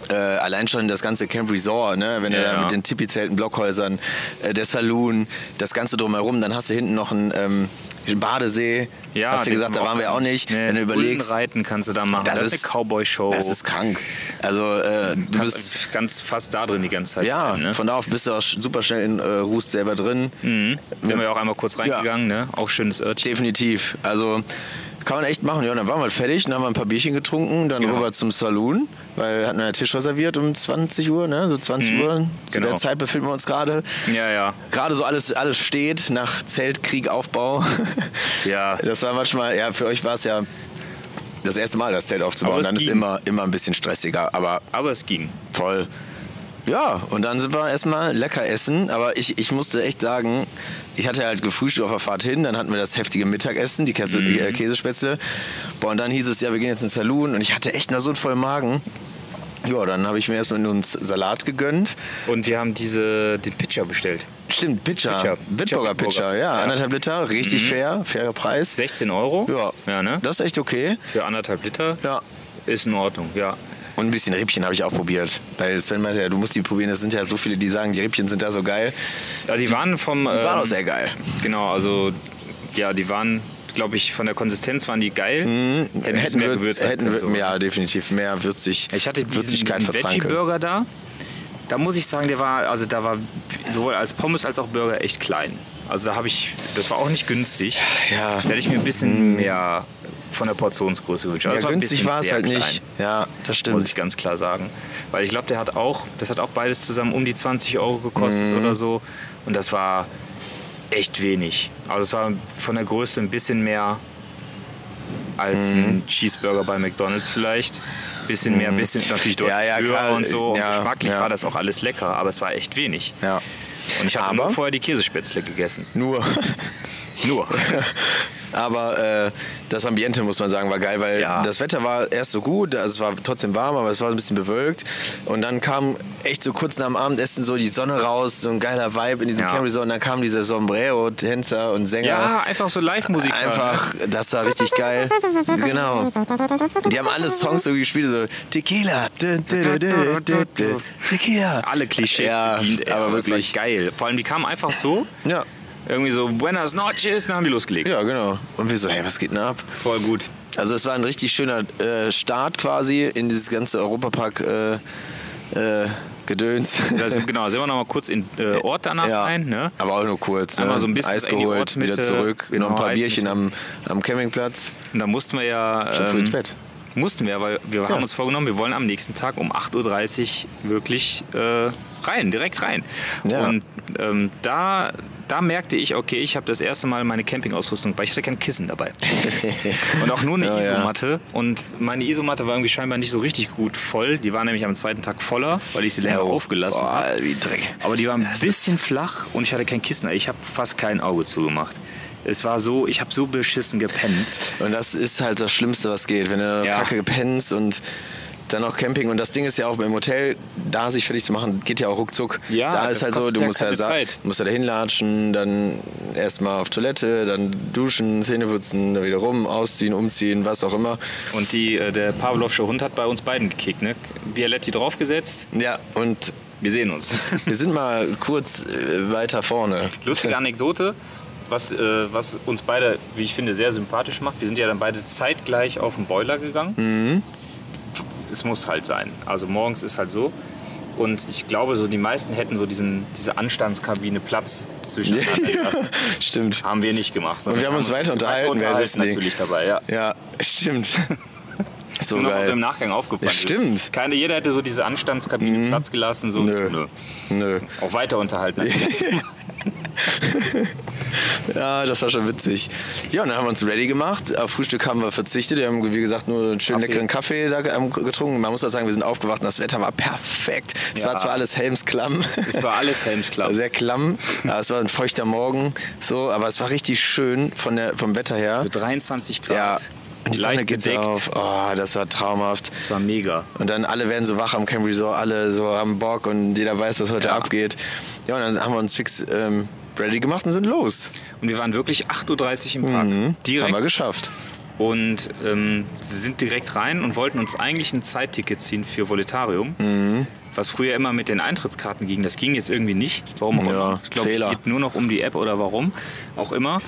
[SPEAKER 1] Äh, allein schon das ganze Camp Resort, ne? wenn du
[SPEAKER 2] Ja,
[SPEAKER 1] da
[SPEAKER 2] ja.
[SPEAKER 1] mit den Tipi-Zelten, Blockhäusern, äh, der Saloon, das Ganze drumherum, dann hast du hinten noch einen ähm, Badesee. hast du
[SPEAKER 2] den
[SPEAKER 1] gesagt, da
[SPEAKER 2] haben
[SPEAKER 1] waren wir auch nicht.
[SPEAKER 2] Nee,
[SPEAKER 1] wenn du überlegst,
[SPEAKER 2] Bullenreiten kannst du da machen. Das, ist eine Cowboy-Show.
[SPEAKER 1] Das ist krank. Also äh, du
[SPEAKER 2] Kannst
[SPEAKER 1] bist
[SPEAKER 2] eigentlich ganz fast da drin die ganze Zeit.
[SPEAKER 1] ja,
[SPEAKER 2] sein, ne? Mhm.
[SPEAKER 1] von da auf bist du auch sch- super schnell in äh, Rust selber drin.
[SPEAKER 2] sind wir ja auch einmal kurz reingegangen. Ne? Auch schönes Örtchen.
[SPEAKER 1] Definitiv. Also kann man echt machen. Ja, dann waren wir fertig, dann haben wir ein paar Bierchen getrunken, dann
[SPEAKER 2] Genau.
[SPEAKER 1] rüber zum Saloon, weil wir hatten einen Tisch reserviert um 20 Uhr, ne? So 20 Uhr. Zu
[SPEAKER 2] genau.
[SPEAKER 1] der Zeit befinden wir uns gerade.
[SPEAKER 2] Ja, ja.
[SPEAKER 1] Gerade so alles, alles steht nach Zeltkrieg, Aufbau.
[SPEAKER 2] Ja.
[SPEAKER 1] Das war manchmal, ja, für euch war es ja das erste Mal, das Zelt aufzubauen.
[SPEAKER 2] Aber es
[SPEAKER 1] Dann ist
[SPEAKER 2] ging.
[SPEAKER 1] immer, immer ein bisschen stressiger, aber
[SPEAKER 2] Aber es ging.
[SPEAKER 1] voll. Ja, und dann sind wir erstmal lecker essen. Aber ich, ich musste echt sagen, ich hatte halt gefrühstückt auf der Fahrt hin, dann hatten wir das heftige Mittagessen, die Käse,
[SPEAKER 2] Mhm.
[SPEAKER 1] äh, Käsespätzle. Boah, und dann hieß es, ja, wir gehen jetzt in den Saloon. Und ich hatte echt noch so einen vollen Magen. Ja, dann habe ich mir erstmal nur einen Salat gegönnt.
[SPEAKER 2] Und wir haben diese, den Pitcher bestellt.
[SPEAKER 1] Stimmt, Pitcher.
[SPEAKER 2] Pitcher.
[SPEAKER 1] Bitburger
[SPEAKER 2] Pitcher.
[SPEAKER 1] Pitcher, ja.
[SPEAKER 2] Ja.
[SPEAKER 1] Anderthalb Liter, richtig fair, fairer Preis.
[SPEAKER 2] 16 Euro?
[SPEAKER 1] Ja,
[SPEAKER 2] ja ne?
[SPEAKER 1] das ist echt okay.
[SPEAKER 2] Für anderthalb Liter?
[SPEAKER 1] Ja.
[SPEAKER 2] Ist in Ordnung, ja.
[SPEAKER 1] Und ein bisschen Rippchen habe ich auch probiert. Weil Sven meinte ja, du musst die probieren. Das sind ja so viele, die sagen, die Rippchen sind da so geil.
[SPEAKER 2] Also die waren vom.
[SPEAKER 1] Die waren
[SPEAKER 2] ähm,
[SPEAKER 1] auch sehr geil.
[SPEAKER 2] Genau, also ja, die waren, glaube ich, von der Konsistenz waren die geil. Hätten, es mehr
[SPEAKER 1] wir-
[SPEAKER 2] Gewürz sein
[SPEAKER 1] Mhm. hätten
[SPEAKER 2] können,
[SPEAKER 1] wir,
[SPEAKER 2] so.
[SPEAKER 1] Ja, definitiv. Mehr würzig.
[SPEAKER 2] Ich hatte diesen
[SPEAKER 1] Würzigkeit vertragen können.
[SPEAKER 2] Veggie-Burger da. Da muss ich sagen, der war, also da war sowohl als Pommes als auch Burger echt klein. Also da habe ich, das war auch nicht günstig.
[SPEAKER 1] Ja. Mhm.
[SPEAKER 2] Da hätte ich mir ein bisschen mehr von der Portionsgröße gewünscht. Also
[SPEAKER 1] Ja,
[SPEAKER 2] es war ein
[SPEAKER 1] günstig
[SPEAKER 2] bisschen
[SPEAKER 1] war es
[SPEAKER 2] sehr
[SPEAKER 1] halt
[SPEAKER 2] klein.
[SPEAKER 1] nicht. Ja, das stimmt.
[SPEAKER 2] Muss ich ganz klar sagen. Weil ich glaube, der hat auch, das hat auch beides zusammen um die 20 Euro gekostet
[SPEAKER 1] Mhm.
[SPEAKER 2] oder so. Und das war echt wenig. Also es war von der Größe ein bisschen mehr als
[SPEAKER 1] Mhm.
[SPEAKER 2] ein Cheeseburger bei McDonalds vielleicht. Bisschen mehr, bisschen natürlich deutlich
[SPEAKER 1] Ja, ja,
[SPEAKER 2] höher
[SPEAKER 1] klar.
[SPEAKER 2] und so. Und
[SPEAKER 1] Ja,
[SPEAKER 2] geschmacklich
[SPEAKER 1] ja.
[SPEAKER 2] war das auch alles lecker, aber es war echt wenig.
[SPEAKER 1] Ja.
[SPEAKER 2] Und ich habe
[SPEAKER 1] Aber-
[SPEAKER 2] nur vorher die Käsespätzle gegessen.
[SPEAKER 1] Nur.
[SPEAKER 2] Nur.
[SPEAKER 1] Aber äh, das Ambiente, muss man sagen, war geil, weil
[SPEAKER 2] Ja.
[SPEAKER 1] das Wetter war erst so gut, also es war trotzdem warm, aber es war ein bisschen bewölkt. Und dann kam echt so kurz nach dem Abendessen so die Sonne raus, so ein geiler Vibe in diesem
[SPEAKER 2] Ja.
[SPEAKER 1] Camp Resort. Und dann kamen diese Sombrero-Tänzer und Sänger.
[SPEAKER 2] ja, einfach so Live-Musik. hören.
[SPEAKER 1] Einfach, das war richtig geil. Genau. Die haben alle Songs so gespielt, so Tequila, dü, dü, dü, dü, dü, dü, Tequila.
[SPEAKER 2] Alle Klischees
[SPEAKER 1] Ja,
[SPEAKER 2] bedient, ey,
[SPEAKER 1] aber
[SPEAKER 2] das war
[SPEAKER 1] wirklich.
[SPEAKER 2] geil. Vor allem, die kamen einfach so.
[SPEAKER 1] Ja,
[SPEAKER 2] Irgendwie so, buenas noches, dann haben die losgelegt.
[SPEAKER 1] ja, genau. Und wir so, hey, was geht denn ab?
[SPEAKER 2] Voll gut.
[SPEAKER 1] Also es war ein richtig schöner äh, Start quasi in dieses ganze Europapark äh, äh, Gedöns.
[SPEAKER 2] Das, genau, sind wir noch mal kurz in äh, Ort danach rein. Ne?
[SPEAKER 1] aber auch nur kurz.
[SPEAKER 2] Einmal
[SPEAKER 1] ne?
[SPEAKER 2] so ein bisschen
[SPEAKER 1] Eis
[SPEAKER 2] in die
[SPEAKER 1] geholt,
[SPEAKER 2] Ortsmitte,
[SPEAKER 1] wieder zurück,
[SPEAKER 2] genau,
[SPEAKER 1] noch ein paar
[SPEAKER 2] Eis
[SPEAKER 1] Bierchen am, am Campingplatz.
[SPEAKER 2] Und da mussten wir ja... ähm,
[SPEAKER 1] Schon früh ins Bett.
[SPEAKER 2] Mussten wir, weil wir haben uns vorgenommen, wir wollen am nächsten Tag um 8.30 Uhr wirklich äh, rein, direkt rein.
[SPEAKER 1] Ja.
[SPEAKER 2] Und ähm, da, da merkte ich, okay, ich habe das erste Mal meine Campingausrüstung dabei. Ich hatte kein Kissen dabei. und auch nur eine
[SPEAKER 1] Oh, Ja, ja.
[SPEAKER 2] Isomatte. Und meine Isomatte war irgendwie scheinbar nicht so richtig gut voll. Die war nämlich am zweiten Tag voller, weil ich sie länger
[SPEAKER 1] Oh,
[SPEAKER 2] aufgelassen habe.
[SPEAKER 1] Boah, wie Dreck.
[SPEAKER 2] Aber die war ein bisschen flach und ich hatte kein Kissen. Ich habe fast kein Auge zugemacht. Es war so, ich habe so beschissen gepennt.
[SPEAKER 1] Und das ist halt das Schlimmste, was geht, wenn du
[SPEAKER 2] Ja.
[SPEAKER 1] Kacke pennst und dann noch Camping. Und das Ding ist ja auch im Hotel, da sich fertig zu machen, geht ja auch ruckzuck.
[SPEAKER 2] Ja,
[SPEAKER 1] da
[SPEAKER 2] das
[SPEAKER 1] ist halt so,
[SPEAKER 2] kostet
[SPEAKER 1] du
[SPEAKER 2] ja
[SPEAKER 1] musst ja,
[SPEAKER 2] keine
[SPEAKER 1] sa-
[SPEAKER 2] Zeit.
[SPEAKER 1] musst ja dahin latschen, dann erstmal auf Toilette, dann duschen, Zähne putzen, dann wieder rum, ausziehen, umziehen, was auch immer.
[SPEAKER 2] Und die, äh, der Pavlovsche Hund hat bei uns beiden gekickt. Ne? Bialetti draufgesetzt,
[SPEAKER 1] Ja, und
[SPEAKER 2] wir sehen uns.
[SPEAKER 1] wir sind mal kurz äh, weiter vorne.
[SPEAKER 2] Lustige Anekdote, was, äh, was uns beide, wie ich finde, sehr sympathisch macht. Wir sind ja dann beide zeitgleich auf den Boiler gegangen. Es muss halt sein. Also morgens ist halt so. Und ich glaube, so die meisten hätten so diesen, diese Anstandskabine Platz zwischen.
[SPEAKER 1] Stimmt.
[SPEAKER 2] Haben wir nicht gemacht. sondern
[SPEAKER 1] Und wir haben uns weiter unterhalten, währenddessen.
[SPEAKER 2] natürlich dabei, ja.
[SPEAKER 1] Ja, stimmt. so
[SPEAKER 2] Nur noch so
[SPEAKER 1] geil.
[SPEAKER 2] im Nachgang aufgefallen.
[SPEAKER 1] Ja, stimmt. Mhm.
[SPEAKER 2] Keine, jeder hätte so diese Anstandskabine Platz gelassen, so
[SPEAKER 1] Nö.
[SPEAKER 2] nö.
[SPEAKER 1] Nö.
[SPEAKER 2] Auch weiter unterhalten.
[SPEAKER 1] Ja, das war schon witzig. Ja, und dann haben wir uns ready gemacht. Auf Frühstück haben wir verzichtet. Wir haben, wie gesagt, nur einen schönen
[SPEAKER 2] Kaffee.
[SPEAKER 1] leckeren Kaffee da ähm, getrunken. Man muss auch sagen, wir sind aufgewacht und das Wetter war perfekt. Es
[SPEAKER 2] Ja.
[SPEAKER 1] war zwar alles helmsklamm.
[SPEAKER 2] Es war alles helmsklamm.
[SPEAKER 1] Sehr klamm. Aber es war ein feuchter Morgen. So, aber es war richtig schön von der, vom Wetter her.
[SPEAKER 2] So 23
[SPEAKER 1] ja.
[SPEAKER 2] Also Grad.
[SPEAKER 1] Und die Sonne
[SPEAKER 2] Leicht
[SPEAKER 1] geht
[SPEAKER 2] gedeckt.
[SPEAKER 1] auf. Oh, das war traumhaft.
[SPEAKER 2] Das war mega.
[SPEAKER 1] Und dann alle werden so wach am Camp Resort, alle so haben Bock und jeder weiß, was heute
[SPEAKER 2] Ja.
[SPEAKER 1] abgeht. Ja, und dann haben wir uns fix ähm, ready gemacht und sind los.
[SPEAKER 2] Und wir waren wirklich 8.30 Uhr im Park. Direkt.
[SPEAKER 1] Mhm. Haben wir geschafft.
[SPEAKER 2] und ähm, sind direkt rein und wollten uns eigentlich ein Zeitticket ziehen für Voletarium.
[SPEAKER 1] Mhm.
[SPEAKER 2] Was früher immer mit den Eintrittskarten ging, das ging jetzt irgendwie nicht. Warum auch
[SPEAKER 1] Ja,
[SPEAKER 2] immer. Ich glaube,
[SPEAKER 1] Fehler.
[SPEAKER 2] es geht nur noch um die App oder warum auch immer.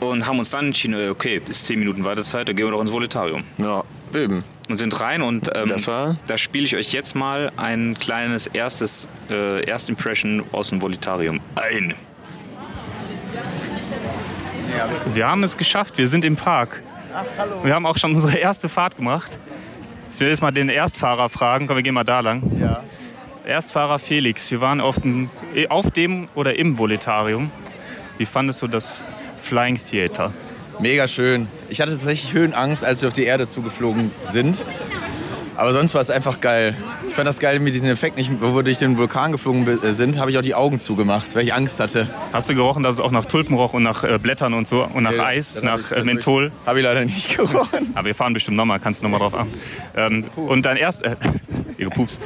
[SPEAKER 2] Und haben uns dann entschieden, äh, okay, ist 10 Minuten Wartezeit, dann gehen wir doch ins Voletarium.
[SPEAKER 1] Ja, eben.
[SPEAKER 2] Und sind rein und ähm,
[SPEAKER 1] Das war?
[SPEAKER 2] da spiele ich euch jetzt mal ein kleines erstes äh, Erst Impression aus dem Volitarium ein.
[SPEAKER 6] Wir haben es geschafft, wir sind im Park. Wir haben auch schon unsere erste Fahrt gemacht. Ich will jetzt mal den Erstfahrer fragen. Komm, wir gehen mal da lang. Erstfahrer Felix, wir waren auf dem, eh, auf dem oder im Volitarium. Wie fandest du das Flying Theater?
[SPEAKER 7] Mega schön. Ich hatte tatsächlich Höhenangst, als wir auf die Erde zugeflogen sind.
[SPEAKER 8] Aber sonst war es einfach geil. Ich fand das geil mit diesem Effekt. Ich, wo wir durch den Vulkan geflogen bi- äh, sind, habe ich auch die Augen zugemacht, weil ich Angst hatte.
[SPEAKER 9] Hast du gerochen, dass es auch nach Tulpen roch und nach äh, Blättern und so und nach
[SPEAKER 8] Nee,
[SPEAKER 9] Eis,
[SPEAKER 8] dann hab
[SPEAKER 9] nach
[SPEAKER 8] ich-
[SPEAKER 1] also
[SPEAKER 9] äh, Menthol?
[SPEAKER 8] Habe ich leider nicht gerochen.
[SPEAKER 9] Aber wir fahren bestimmt nochmal, kannst du nochmal drauf an. Ähm, und dein erster, äh, ihr Gepups.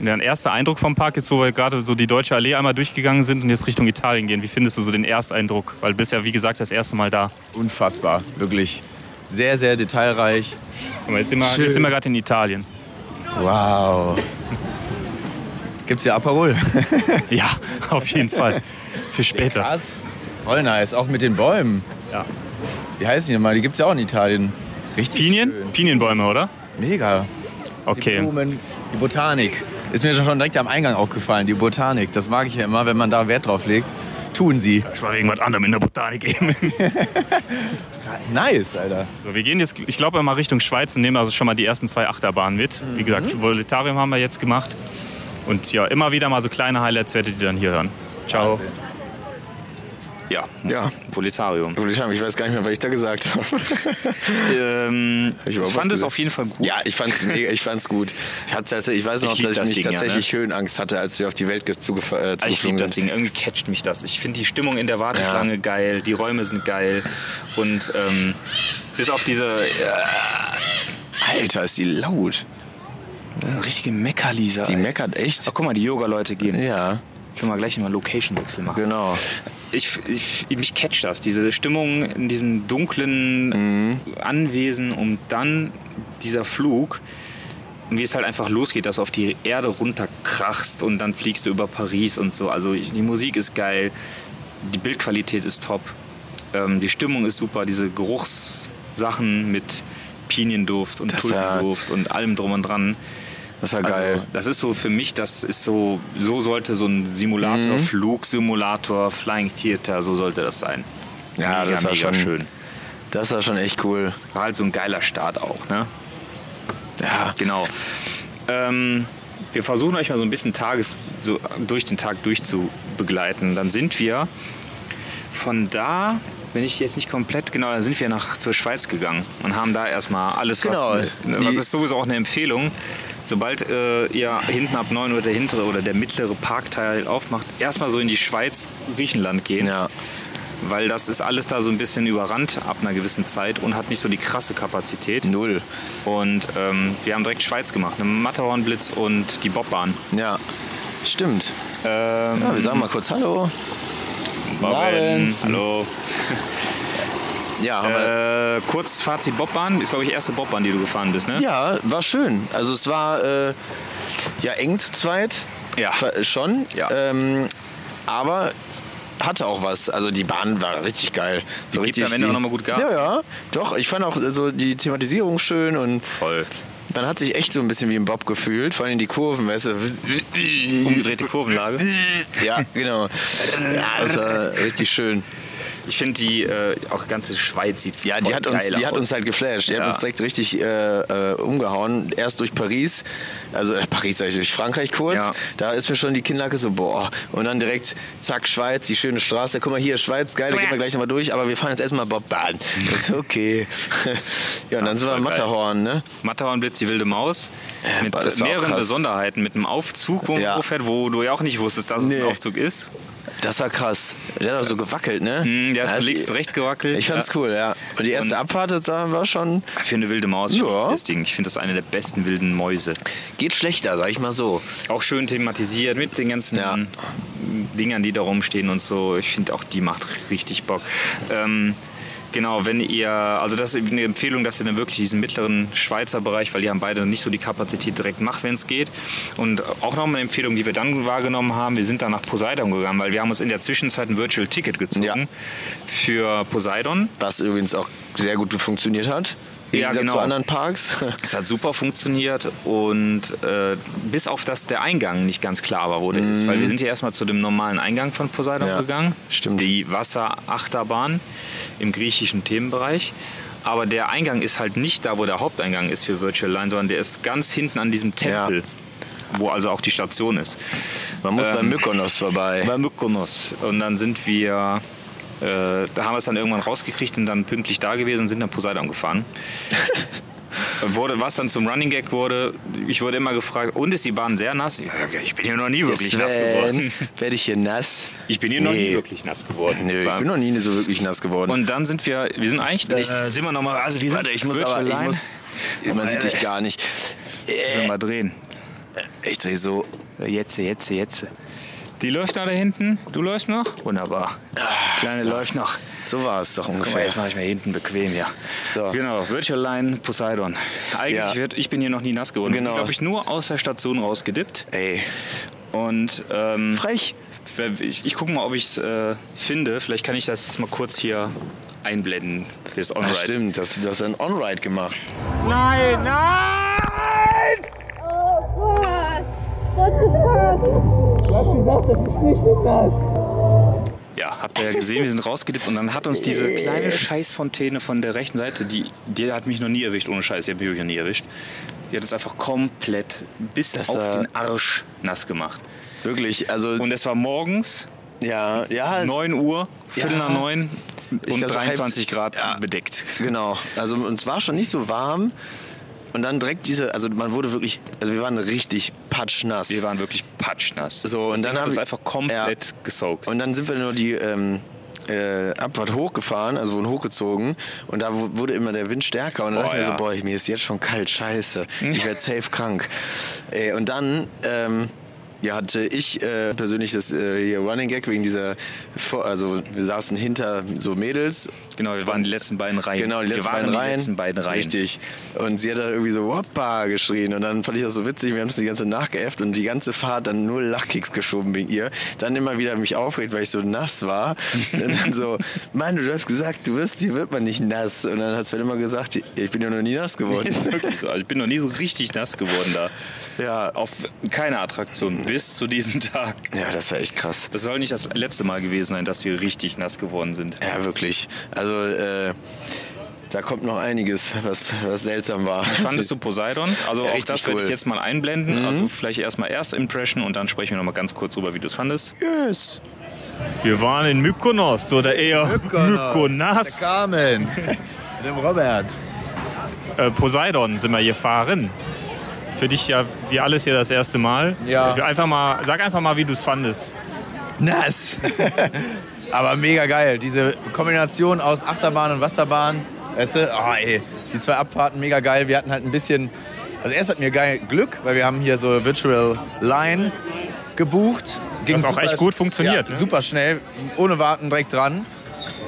[SPEAKER 9] Und dein erster Eindruck vom Park, jetzt wo wir gerade so die Deutsche Allee einmal durchgegangen sind und jetzt Richtung Italien gehen, wie findest du so den Ersteindruck? Weil du bist ja, wie gesagt, das erste Mal da.
[SPEAKER 8] Unfassbar, wirklich. Sehr, sehr detailreich.
[SPEAKER 9] Guck mal, jetzt sind wir,
[SPEAKER 8] Schön.
[SPEAKER 9] jetzt sind wir gerade in Italien.
[SPEAKER 8] Wow. Gibt's hier Aperol?
[SPEAKER 9] Ja, auf jeden Fall. Für später.
[SPEAKER 8] Krass. Voll nice, auch mit den Bäumen.
[SPEAKER 9] Ja.
[SPEAKER 8] Wie heißen die mal? Die gibt's ja auch in Italien. Richtig
[SPEAKER 9] Pinien?
[SPEAKER 8] schön.
[SPEAKER 9] Pinienbäume, oder?
[SPEAKER 8] Mega. Die
[SPEAKER 9] Okay.
[SPEAKER 8] Blumen, die Botanik. Ist mir schon direkt am Eingang aufgefallen, die Botanik. Das mag ich ja immer, wenn man da Wert drauf legt. Tun sie.
[SPEAKER 9] Ich war wegen was anderem in der Botanik eben.
[SPEAKER 8] Nice, Alter.
[SPEAKER 9] So, wir gehen jetzt, ich glaube, mal Richtung Schweiz und nehmen also schon mal die ersten zwei Achterbahnen mit. Wie
[SPEAKER 1] Mhm.
[SPEAKER 9] gesagt, Volitarium haben wir jetzt gemacht. Und ja, immer wieder mal so kleine Highlights werdet ihr dann hier hören. Ciao.
[SPEAKER 8] Wahnsinn.
[SPEAKER 2] Ja,
[SPEAKER 1] Ja.
[SPEAKER 2] Politarium.
[SPEAKER 1] Ich weiß gar nicht mehr, was ich da gesagt habe.
[SPEAKER 2] Ähm,
[SPEAKER 1] Ich
[SPEAKER 2] ich
[SPEAKER 1] überhaupt was
[SPEAKER 2] fand es
[SPEAKER 1] gesagt.
[SPEAKER 2] auf jeden Fall gut.
[SPEAKER 1] Ja, ich fand's mega, ich fand's gut. Ich, hatte tatsächlich, ich weiß noch,
[SPEAKER 2] Ich lieb
[SPEAKER 1] dass ich
[SPEAKER 2] das
[SPEAKER 1] mich
[SPEAKER 8] ne?
[SPEAKER 2] Ding ja,
[SPEAKER 1] tatsächlich Höhenangst hatte, als wir auf die Welt ge- zugefa- äh,
[SPEAKER 9] Ah,
[SPEAKER 2] Also Ich
[SPEAKER 1] zugeflogen
[SPEAKER 2] liebe das
[SPEAKER 1] sind.
[SPEAKER 2] Ding, irgendwie catcht mich das. Ich finde die Stimmung in der Warteschlange geil, die Räume sind geil und ähm, bis auf diese äh,
[SPEAKER 1] Alter, ist die laut.
[SPEAKER 2] richtige Mecker-Lisa.
[SPEAKER 1] Die
[SPEAKER 2] ey.
[SPEAKER 1] meckert echt.
[SPEAKER 2] Ach, guck mal, die Yoga-Leute gehen.
[SPEAKER 1] Ja,
[SPEAKER 2] Können wir gleich mal Location-Wechsel machen.
[SPEAKER 1] genau.
[SPEAKER 2] Ich, ich, mich catcht das, diese Stimmung in diesem dunklen
[SPEAKER 1] Mhm.
[SPEAKER 2] Anwesen und dann dieser Flug. Und wie es halt einfach losgeht, dass du auf die Erde runterkrachst und dann fliegst du über Paris und so. Also ich, die Musik ist geil, die Bildqualität ist top, ähm, die Stimmung ist super, diese Geruchssachen mit Pinienduft und
[SPEAKER 1] Das ist ja-
[SPEAKER 2] Tulpenduft und allem drum und dran.
[SPEAKER 1] Das war
[SPEAKER 2] Also,
[SPEAKER 1] geil.
[SPEAKER 2] das ist so für mich, das ist so, so sollte so ein Simulator,
[SPEAKER 1] Mhm.
[SPEAKER 2] Flugsimulator, Flying Theater, so sollte das sein.
[SPEAKER 1] Ja, das war schon-
[SPEAKER 2] schön.
[SPEAKER 1] Das war schon echt cool.
[SPEAKER 2] War halt so ein geiler Start auch, ne?
[SPEAKER 1] Ja.
[SPEAKER 2] Genau. Ähm, wir versuchen euch mal so ein bisschen Tages, so durch den Tag durchzubegleiten. Dann sind wir von da, wenn ich jetzt nicht komplett genau, dann sind wir nach zur Schweiz gegangen und haben da erstmal alles,
[SPEAKER 1] Genau.
[SPEAKER 2] was, ne,
[SPEAKER 1] Die-
[SPEAKER 2] was ist sowieso auch eine Empfehlung. Sobald äh, ihr hinten ab 9 Uhr der hintere oder der mittlere Parkteil aufmacht, erstmal so in die Schweiz, Griechenland gehen
[SPEAKER 1] Ja.
[SPEAKER 2] weil das ist alles da so ein bisschen überrannt ab einer gewissen Zeit und hat nicht so die krasse Kapazität.
[SPEAKER 1] Null.
[SPEAKER 2] Und ähm, wir haben direkt Schweiz gemacht, einen Matterhornblitz und die Bobbahn.
[SPEAKER 1] Ja. Stimmt.
[SPEAKER 2] Ähm,
[SPEAKER 1] Ja, wir sagen mal kurz Hallo. Morgen.
[SPEAKER 2] Hallo.
[SPEAKER 1] Ja, haben wir.
[SPEAKER 2] Äh, kurz Fazit Bobbahn, ist glaube ich erste Bobbahn, die du gefahren bist, ne?
[SPEAKER 1] Äh, Ja, war schön. Also es war äh, ja eng zu zweit.
[SPEAKER 2] Ja.
[SPEAKER 1] Ver- Schon.
[SPEAKER 2] Ja.
[SPEAKER 1] Ähm, aber hatte auch was. Also die Bahn war richtig geil. So
[SPEAKER 2] gibt
[SPEAKER 1] richtig.
[SPEAKER 2] am Ende
[SPEAKER 1] die-
[SPEAKER 2] auch noch mal gut Gas.
[SPEAKER 1] Ja, ja. Doch, ich fand auch äh, so die Thematisierung schön und
[SPEAKER 2] Voll.
[SPEAKER 1] man hat sich echt so ein bisschen wie im Bob gefühlt. Vor allem die Kurven, weißt du.
[SPEAKER 2] Umgedrehte Kurvenlage.
[SPEAKER 1] Ja, genau. Ja, das war richtig schön.
[SPEAKER 2] Ich finde die äh, auch ganze Schweiz sieht
[SPEAKER 1] Ja,
[SPEAKER 2] voll
[SPEAKER 1] die hat, uns,
[SPEAKER 2] geil
[SPEAKER 1] die hat
[SPEAKER 2] aus.
[SPEAKER 1] uns halt geflasht. Die
[SPEAKER 2] Ja.
[SPEAKER 1] hat uns direkt richtig äh, äh, umgehauen. Erst durch Paris, also äh, Paris sag ich, durch Frankreich kurz.
[SPEAKER 2] Ja.
[SPEAKER 1] Da ist mir schon die Kinnlacke so, boah. Und dann direkt, zack, Schweiz, die schöne Straße. Guck mal hier, Schweiz, geil, da gehen wir gleich nochmal durch. Aber wir fahren jetzt erstmal Bobbahn. Ist okay. ja, und dann sind wir
[SPEAKER 2] voll
[SPEAKER 1] am
[SPEAKER 2] geil.
[SPEAKER 1] Matterhorn, ne?
[SPEAKER 2] Matterhornblitz, die wilde Maus. Mit
[SPEAKER 1] boah, das war auch
[SPEAKER 2] mehreren
[SPEAKER 1] krass.
[SPEAKER 2] Besonderheiten. Mit einem Aufzug, wo man
[SPEAKER 1] Ja.
[SPEAKER 2] hochfährt, wo du ja auch nicht wusstest, dass es
[SPEAKER 1] Nee.
[SPEAKER 2] ein Aufzug ist.
[SPEAKER 1] Das war krass. Der hat auch so gewackelt, ne?
[SPEAKER 2] Mhm, Der ist
[SPEAKER 1] Also,
[SPEAKER 2] links und rechts gewackelt.
[SPEAKER 1] Ich fand's cool, ja. Und die erste Abfahrt, das war war schon,
[SPEAKER 2] Ja, Für eine wilde Maus.
[SPEAKER 1] Ja.
[SPEAKER 2] schon Das Ding. Ich finde das eine der besten wilden Mäuse.
[SPEAKER 1] geht schlechter, sag ich mal so.
[SPEAKER 2] Auch schön thematisiert mit den ganzen
[SPEAKER 1] Ja.
[SPEAKER 2] Dingern, die da rumstehen und so. Ich finde auch die macht richtig Bock. Ähm, genau, wenn ihr, also das ist eine Empfehlung, dass ihr dann wirklich diesen mittleren Schweizer Bereich, weil die haben beide nicht so die Kapazität direkt macht, wenn es geht. Und auch noch eine Empfehlung, die wir dann wahrgenommen haben, wir sind dann nach Poseidon gegangen, weil wir haben uns in der Zwischenzeit ein Virtual Ticket gezogen
[SPEAKER 1] Ja.
[SPEAKER 2] für Poseidon.
[SPEAKER 1] Was übrigens auch sehr gut funktioniert hat. Im
[SPEAKER 2] Ja,
[SPEAKER 1] Gegensatz zu
[SPEAKER 2] genau.
[SPEAKER 1] anderen Parks.
[SPEAKER 2] Es hat super funktioniert und äh, bis auf dass der Eingang nicht ganz klar war, wo der ist. Weil wir sind ja erstmal zu dem normalen Eingang von Poseidon
[SPEAKER 1] Mhm. Ja,
[SPEAKER 2] gegangen.
[SPEAKER 1] stimmt.
[SPEAKER 2] Die Wasserachterbahn im griechischen Themenbereich. Aber der Eingang ist halt nicht da, wo der Haupteingang ist für Virtual Line, sondern der ist ganz hinten an diesem Tempel, wo also auch die Station ist.
[SPEAKER 1] Man
[SPEAKER 2] Ähm.
[SPEAKER 1] muss bei Mykonos vorbei.
[SPEAKER 2] Bei Mykonos. Und dann sind wir, äh, da haben wir es dann irgendwann rausgekriegt und dann pünktlich da gewesen und sind nach Poseidon gefahren. wurde, was dann zum Running Gag wurde, ich wurde immer gefragt, und ist die Bahn sehr nass? Ich sag, ja, Ich bin hier noch nie wirklich nass geworden.
[SPEAKER 1] Werde ich hier nass?
[SPEAKER 2] Ich bin hier noch nie
[SPEAKER 1] Nee.
[SPEAKER 2] wirklich nass geworden.
[SPEAKER 1] Nö, ich
[SPEAKER 2] War-
[SPEAKER 1] bin noch nie so wirklich nass geworden.
[SPEAKER 2] und dann sind wir, wir sind eigentlich nicht, äh, sind wir nochmal, also wir sind
[SPEAKER 1] Warte, ich muss
[SPEAKER 2] Virtual
[SPEAKER 1] aber, ich
[SPEAKER 2] Line. Oh,
[SPEAKER 1] muss, äh. man sieht dich gar nicht.
[SPEAKER 2] Müssen wir mal drehen. Äh,
[SPEAKER 1] Ich drehe so,
[SPEAKER 2] Jetzt, jetzt, jetzt. Die läuft noch da hinten, du läufst noch? Wunderbar. Kleine läuft noch.
[SPEAKER 1] Ah, so war es doch
[SPEAKER 2] Guck mal,
[SPEAKER 1] ungefähr.
[SPEAKER 2] jetzt mache ich mir hinten bequem, ja.
[SPEAKER 1] So.
[SPEAKER 2] Genau, Virtual Line Poseidon. Eigentlich
[SPEAKER 1] Ja.
[SPEAKER 2] wird, ich bin hier noch nie nass geworden.
[SPEAKER 1] Genau.
[SPEAKER 2] Ich glaube, ich nur aus der Station rausgedippt.
[SPEAKER 1] Ey,
[SPEAKER 2] Und ähm,
[SPEAKER 1] frech.
[SPEAKER 2] ich, ich gucke mal, ob ich es äh, finde. Vielleicht kann ich das jetzt mal kurz hier einblenden. Das ist on
[SPEAKER 1] Ach,
[SPEAKER 2] right.
[SPEAKER 1] stimmt, das, das ist ein On-Ride gemacht.
[SPEAKER 2] Ja, habt ihr ja gesehen, wir sind rausgedippt und dann hat uns diese kleine Scheißfontäne von der rechten Seite, die, die hat mich noch nie erwischt, ohne Scheiß, die hat mich wirklich noch nie erwischt. Die hat es einfach komplett bis auf
[SPEAKER 1] war-
[SPEAKER 2] den Arsch nass gemacht.
[SPEAKER 1] Wirklich, also,
[SPEAKER 2] Und es war morgens
[SPEAKER 1] ja, ja,
[SPEAKER 2] 9 Uhr, Viertel
[SPEAKER 1] Ja.
[SPEAKER 2] nach 9 und
[SPEAKER 1] glaub, so halb-
[SPEAKER 2] 23 Grad
[SPEAKER 1] Ja.
[SPEAKER 2] bedeckt.
[SPEAKER 1] genau. Also, uns war schon nicht so warm. Und dann direkt diese, also man wurde wirklich, also wir waren richtig patschnass.
[SPEAKER 2] Wir waren wirklich patschnass.
[SPEAKER 1] So, und
[SPEAKER 2] das
[SPEAKER 1] dann
[SPEAKER 2] Ding hat
[SPEAKER 1] haben
[SPEAKER 2] es
[SPEAKER 1] wir-
[SPEAKER 2] einfach komplett gesaugt.
[SPEAKER 1] Und dann sind wir nur die ähm, äh, Abfahrt hochgefahren, also wurden hochgezogen und da wu- wurde immer der Wind stärker und dann
[SPEAKER 2] Oh,
[SPEAKER 1] dachte ich mir
[SPEAKER 2] ja.
[SPEAKER 1] so, boah, ich- mir ist jetzt schon kalt, scheiße, ich werde safe krank. Ey, und dann ähm, ja, hatte ich äh, persönlich das äh, hier Running Gag wegen dieser, Vor also wir saßen hinter so Mädels
[SPEAKER 2] genau, wir waren die letzten beiden Reihen.
[SPEAKER 1] Genau, die letzten
[SPEAKER 2] wir waren
[SPEAKER 1] beiden
[SPEAKER 2] die
[SPEAKER 1] Reihen.
[SPEAKER 2] letzten beiden Reihen.
[SPEAKER 1] Richtig. Und sie hat dann irgendwie so Woppa geschrien. Und dann fand ich das so witzig. Wir haben es die ganze Nacht geäfft und die ganze Fahrt dann nur Lachkicks geschoben wegen ihr. Dann immer wieder mich aufgeregt, weil ich so nass war. Und dann so, Mann, du hast gesagt, du wirst, hier wird man nicht nass. Und dann hat Sven immer gesagt, ich bin ja noch nie nass geworden.
[SPEAKER 2] Ist wirklich so. Also ich bin noch nie so richtig nass geworden da.
[SPEAKER 1] ja.
[SPEAKER 2] Auf keine Attraktion bis zu diesem Tag.
[SPEAKER 1] ja, das war echt krass.
[SPEAKER 2] Das soll nicht das letzte Mal gewesen sein, dass wir richtig nass geworden sind.
[SPEAKER 1] Ja, wirklich. Also, äh, da kommt noch einiges, was, was seltsam war.
[SPEAKER 2] Fandest du Poseidon? Also
[SPEAKER 1] Ja,
[SPEAKER 2] auch
[SPEAKER 1] richtig
[SPEAKER 2] das werde
[SPEAKER 1] cool. Mhm.
[SPEAKER 2] ich jetzt mal einblenden. Also vielleicht erstmal erste Impression und dann sprechen wir nochmal ganz kurz drüber, wie du es fandest.
[SPEAKER 1] Yes.
[SPEAKER 10] Wir waren in Mykonos oder eher Mykonas.
[SPEAKER 8] Der Carmen. Dem Robert.
[SPEAKER 10] äh, Poseidon sind wir gefahren. Für dich ja wie alles hier das erste Mal.
[SPEAKER 8] Ja.
[SPEAKER 10] Ich will einfach mal, sag einfach mal, wie du es fandest.
[SPEAKER 8] Nass. Aber mega geil. Diese Kombination aus Achterbahn und Wasserbahn. Weißt du, oh, ey, die zwei Abfahrten mega geil. Wir hatten halt ein bisschen. Also erst hatten wir geil Glück, weil wir haben hier so Virtual Line gebucht. Ging
[SPEAKER 10] Was auch echt gut funktioniert,
[SPEAKER 8] Ja,
[SPEAKER 10] ne?
[SPEAKER 8] Super schnell, ohne Warten direkt dran.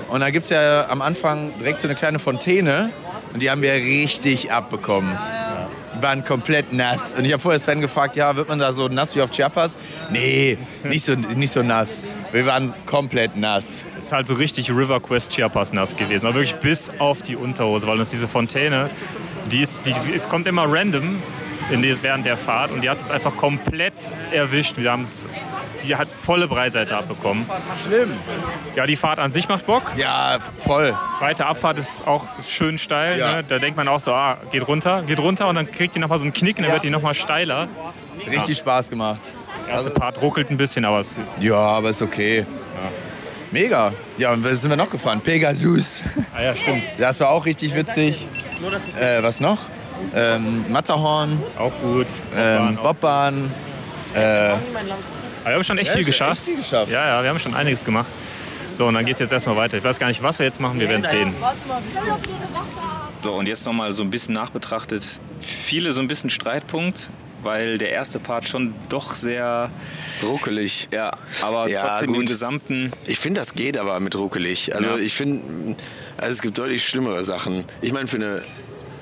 [SPEAKER 8] Und da gibt es ja am Anfang direkt so eine kleine Fontäne. Und die haben wir richtig abbekommen. waren komplett nass. Und ich habe vorher Sven gefragt, ja, wird man da so nass wie auf Chiapas? Nee, nicht so, nicht so nass. Wir waren komplett nass.
[SPEAKER 10] Es ist halt so richtig River Quest Chiapas nass gewesen. Aber wirklich bis auf die Unterhose, weil uns diese Fontäne, die ist, die, es kommt immer random in die, während der Fahrt und die hat uns einfach komplett erwischt. Wir haben es, die hat volle Breitseite abbekommen.
[SPEAKER 8] Schlimm.
[SPEAKER 10] Ja, die Fahrt an sich macht Bock.
[SPEAKER 8] Ja, voll.
[SPEAKER 10] Zweite Abfahrt ist auch schön steil.
[SPEAKER 8] Ja.
[SPEAKER 10] Ne? Da denkt man auch so, ah, geht runter, geht runter und dann kriegt die nochmal so einen Knick und dann wird die nochmal steiler.
[SPEAKER 8] Richtig Spaß gemacht.
[SPEAKER 10] erste
[SPEAKER 8] Also
[SPEAKER 10] Part ruckelt ein bisschen, aber es ist.
[SPEAKER 8] Ja, aber ist okay. Mega. Ja, und was sind wir noch gefahren? Pegasus.
[SPEAKER 10] Ah ja, stimmt.
[SPEAKER 8] Das war auch richtig witzig. Äh, was noch? Ähm, Matterhorn,
[SPEAKER 10] Auch gut.
[SPEAKER 8] ähm,
[SPEAKER 10] Bobbahn auch.
[SPEAKER 8] Bobbahn.
[SPEAKER 10] Aber wir haben schon echt viel
[SPEAKER 8] ist ja
[SPEAKER 10] geschafft.
[SPEAKER 8] echt viel geschafft.
[SPEAKER 10] Ja, ja, wir haben schon einiges gemacht. So, und dann geht's jetzt erstmal weiter. Ich weiß gar nicht, was wir jetzt machen, wir werden sehen.
[SPEAKER 2] So, und jetzt nochmal so ein bisschen nachbetrachtet. Viele so ein bisschen Streitpunkt, weil der erste Part schon doch sehr,
[SPEAKER 1] Ruckelig.
[SPEAKER 2] ja, aber
[SPEAKER 1] Ja,
[SPEAKER 2] trotzdem im
[SPEAKER 1] gut.
[SPEAKER 2] Gesamten
[SPEAKER 1] Ich finde, das geht aber mit ruckelig. Also
[SPEAKER 2] Ja.
[SPEAKER 1] ich finde, also es gibt deutlich schlimmere Sachen. Ich meine, für eine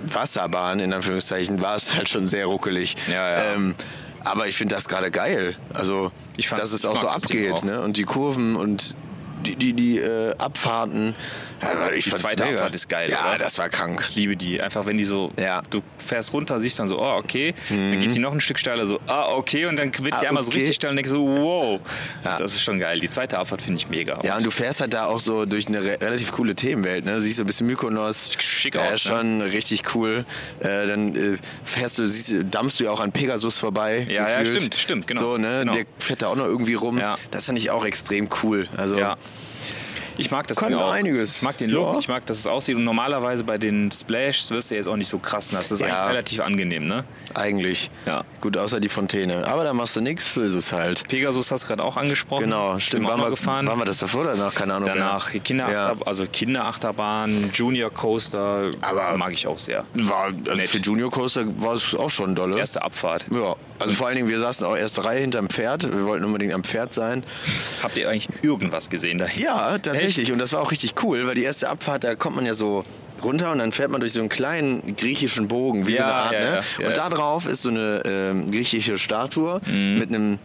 [SPEAKER 1] Wasserbahn, in Anführungszeichen, war es halt schon sehr ruckelig.
[SPEAKER 2] Ja, ja.
[SPEAKER 1] Ähm, aber ich finde das gerade geil. Also,
[SPEAKER 2] Ich fand's-
[SPEAKER 1] dass es
[SPEAKER 2] ich
[SPEAKER 1] auch so
[SPEAKER 2] mag das Ding
[SPEAKER 1] abgeht.
[SPEAKER 2] auch.
[SPEAKER 1] Ne? Und die Kurven und die, die, die äh, Abfahrten. Ja, ich
[SPEAKER 2] Die
[SPEAKER 1] fand's
[SPEAKER 2] zweite
[SPEAKER 1] mega.
[SPEAKER 2] Abfahrt ist geil,
[SPEAKER 1] Ja,
[SPEAKER 2] oder?
[SPEAKER 1] das war krank.
[SPEAKER 2] Ich liebe die. Einfach wenn die so,
[SPEAKER 1] Ja. Mhm.
[SPEAKER 2] du fährst runter, siehst dann so, oh okay, dann geht die noch ein Stück steiler, so, ah okay, und dann wird
[SPEAKER 1] Ah,
[SPEAKER 2] die einmal so
[SPEAKER 1] okay.
[SPEAKER 2] richtig steil und denkst so, wow,
[SPEAKER 1] Ja.
[SPEAKER 2] das ist schon geil. Die zweite Abfahrt finde ich mega.
[SPEAKER 1] Ja, und du fährst halt da auch so durch eine re relativ coole Themenwelt. Ne? Siehst so ein bisschen Mykonos.
[SPEAKER 2] Schick
[SPEAKER 1] ja,
[SPEAKER 2] aus,
[SPEAKER 1] Ist
[SPEAKER 2] ne?
[SPEAKER 1] schon richtig cool. Äh, dann äh, fährst du, siehst, du- dampfst du ja auch an Pegasus vorbei.
[SPEAKER 2] Ja, ja,
[SPEAKER 1] gefühlt.
[SPEAKER 2] stimmt, stimmt, genau,
[SPEAKER 1] So, ne?
[SPEAKER 2] genau.
[SPEAKER 1] Der fährt da auch noch irgendwie rum.
[SPEAKER 2] Ja.
[SPEAKER 1] Das fand ich auch extrem cool. Also,
[SPEAKER 2] Ja.
[SPEAKER 11] Ich mag das
[SPEAKER 1] Kann
[SPEAKER 11] Ding auch.
[SPEAKER 1] einiges.
[SPEAKER 11] Ich mag den Look,
[SPEAKER 1] Ja.
[SPEAKER 11] ich mag, dass es aussieht. Und normalerweise bei den Splashs wirst du jetzt auch nicht so krass nass. Das ist
[SPEAKER 1] Ja.
[SPEAKER 11] eigentlich relativ angenehm, ne?
[SPEAKER 1] Eigentlich.
[SPEAKER 11] Ja.
[SPEAKER 1] Gut, außer die Fontäne. Aber da machst du nichts, so ist es halt.
[SPEAKER 11] Pegasus hast du gerade auch angesprochen.
[SPEAKER 1] Genau,
[SPEAKER 11] Sind
[SPEAKER 1] stimmt.
[SPEAKER 11] wir auch
[SPEAKER 1] Waren
[SPEAKER 11] noch
[SPEAKER 1] wir,
[SPEAKER 11] gefahren.
[SPEAKER 1] waren wir das davor oder danach? Keine Ahnung.
[SPEAKER 11] Danach
[SPEAKER 1] mehr.
[SPEAKER 11] Kinderachterbahn,
[SPEAKER 1] Ja.
[SPEAKER 11] also Kinderachterbahn, Junior Coaster
[SPEAKER 1] Aber-
[SPEAKER 11] mag ich auch sehr.
[SPEAKER 1] War, also für Junior Coaster war es auch schon dolle.
[SPEAKER 11] Erste Abfahrt.
[SPEAKER 1] Ja, also vor allen Dingen, wir saßen auch erste Reihe hinterm Pferd. Wir wollten unbedingt am Pferd sein.
[SPEAKER 11] Habt ihr eigentlich irgendwas gesehen dahin?
[SPEAKER 1] Ja, tatsächlich. Und das war auch richtig cool, weil die erste Abfahrt, da kommt man ja so runter und dann fährt man durch so einen kleinen griechischen Bogen, wie so
[SPEAKER 11] Ja,
[SPEAKER 1] eine Art,
[SPEAKER 11] ja,
[SPEAKER 1] ne?
[SPEAKER 11] ja, Mhm. ja.
[SPEAKER 1] Und da drauf ist so eine ähm, griechische Statue mit einem,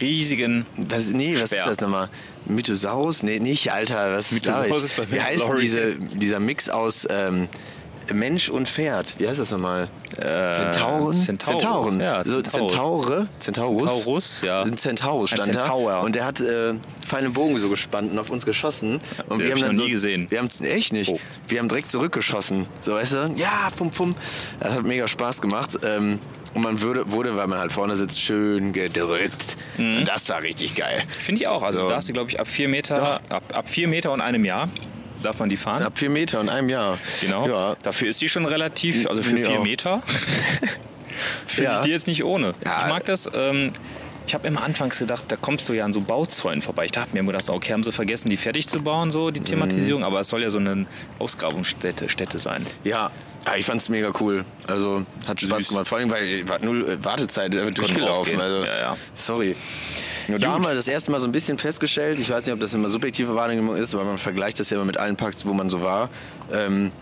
[SPEAKER 11] Riesigen.
[SPEAKER 1] das, nee, was
[SPEAKER 11] Speer.
[SPEAKER 1] ist das nochmal? Mythosaurus? Nee, nicht, Alter, was
[SPEAKER 11] Mythosaurus
[SPEAKER 1] sag ich?
[SPEAKER 11] ist bei
[SPEAKER 1] Wie heißt
[SPEAKER 11] Mandalorian.
[SPEAKER 1] diese, dieser Mix aus ähm, Mensch und Pferd? Wie heißt das nochmal? Äh, Zentauren?
[SPEAKER 11] Zentaurus,
[SPEAKER 1] Zentauren.
[SPEAKER 11] ja,
[SPEAKER 1] so
[SPEAKER 11] Zentaur.
[SPEAKER 1] Zentaure? Zentaurus?
[SPEAKER 11] Zentaurus, ja.
[SPEAKER 1] Ein Zentaurus
[SPEAKER 11] Ein
[SPEAKER 1] stand da.
[SPEAKER 11] Zentaur.
[SPEAKER 1] Und der hat äh, feinen Bogen so gespannt und auf uns geschossen. Und
[SPEAKER 11] Den hab ich noch nie gesehen.
[SPEAKER 1] Wir haben echt nicht.
[SPEAKER 11] Oh.
[SPEAKER 1] Wir haben direkt zurückgeschossen. So, weißt du? Ja, pum, pum. Das hat mega Spaß gemacht. Ähm, und man würde, wurde, weil man halt vorne sitzt, schön gedrückt. Und Das war richtig geil.
[SPEAKER 11] Finde Mhm. ich auch. Also
[SPEAKER 1] So.
[SPEAKER 11] da darfst du, glaube ich, ab vier Meter,
[SPEAKER 1] Doch.
[SPEAKER 11] ab, ab vier Meter und einem Jahr darf man die fahren.
[SPEAKER 1] Ab vier Meter in einem Jahr.
[SPEAKER 11] Genau.
[SPEAKER 1] Ja.
[SPEAKER 11] Dafür ist die schon relativ, also für
[SPEAKER 1] Nee,
[SPEAKER 11] vier
[SPEAKER 1] auch.
[SPEAKER 11] Meter finde
[SPEAKER 1] ja.
[SPEAKER 11] ich die jetzt nicht ohne.
[SPEAKER 1] Ja.
[SPEAKER 11] Ich mag das. Ähm, ich habe immer anfangs gedacht, da kommst du ja an so Bauzäunen vorbei. Ich dachte mir immer gedacht, okay, haben sie vergessen, die fertig zu bauen, so
[SPEAKER 1] Mhm.
[SPEAKER 11] die Thematisierung. Aber es soll ja so eine Ausgrabungsstätte Stätte sein.
[SPEAKER 1] Ja, ja ich fand's mega cool. Also hat Spaß
[SPEAKER 11] Süß.
[SPEAKER 1] gemacht. Vor allem, weil äh, war null äh, Wartezeit äh, durchgelaufen.
[SPEAKER 11] draufgehen.
[SPEAKER 1] Also,
[SPEAKER 11] Ja, ja.
[SPEAKER 1] Sorry. Nur da
[SPEAKER 11] Gut.
[SPEAKER 1] haben wir das erste Mal so ein bisschen festgestellt, ich weiß nicht, ob das immer subjektive Wahrnehmung ist, weil man vergleicht das ja immer mit allen Parks, wo man so war. Ähm,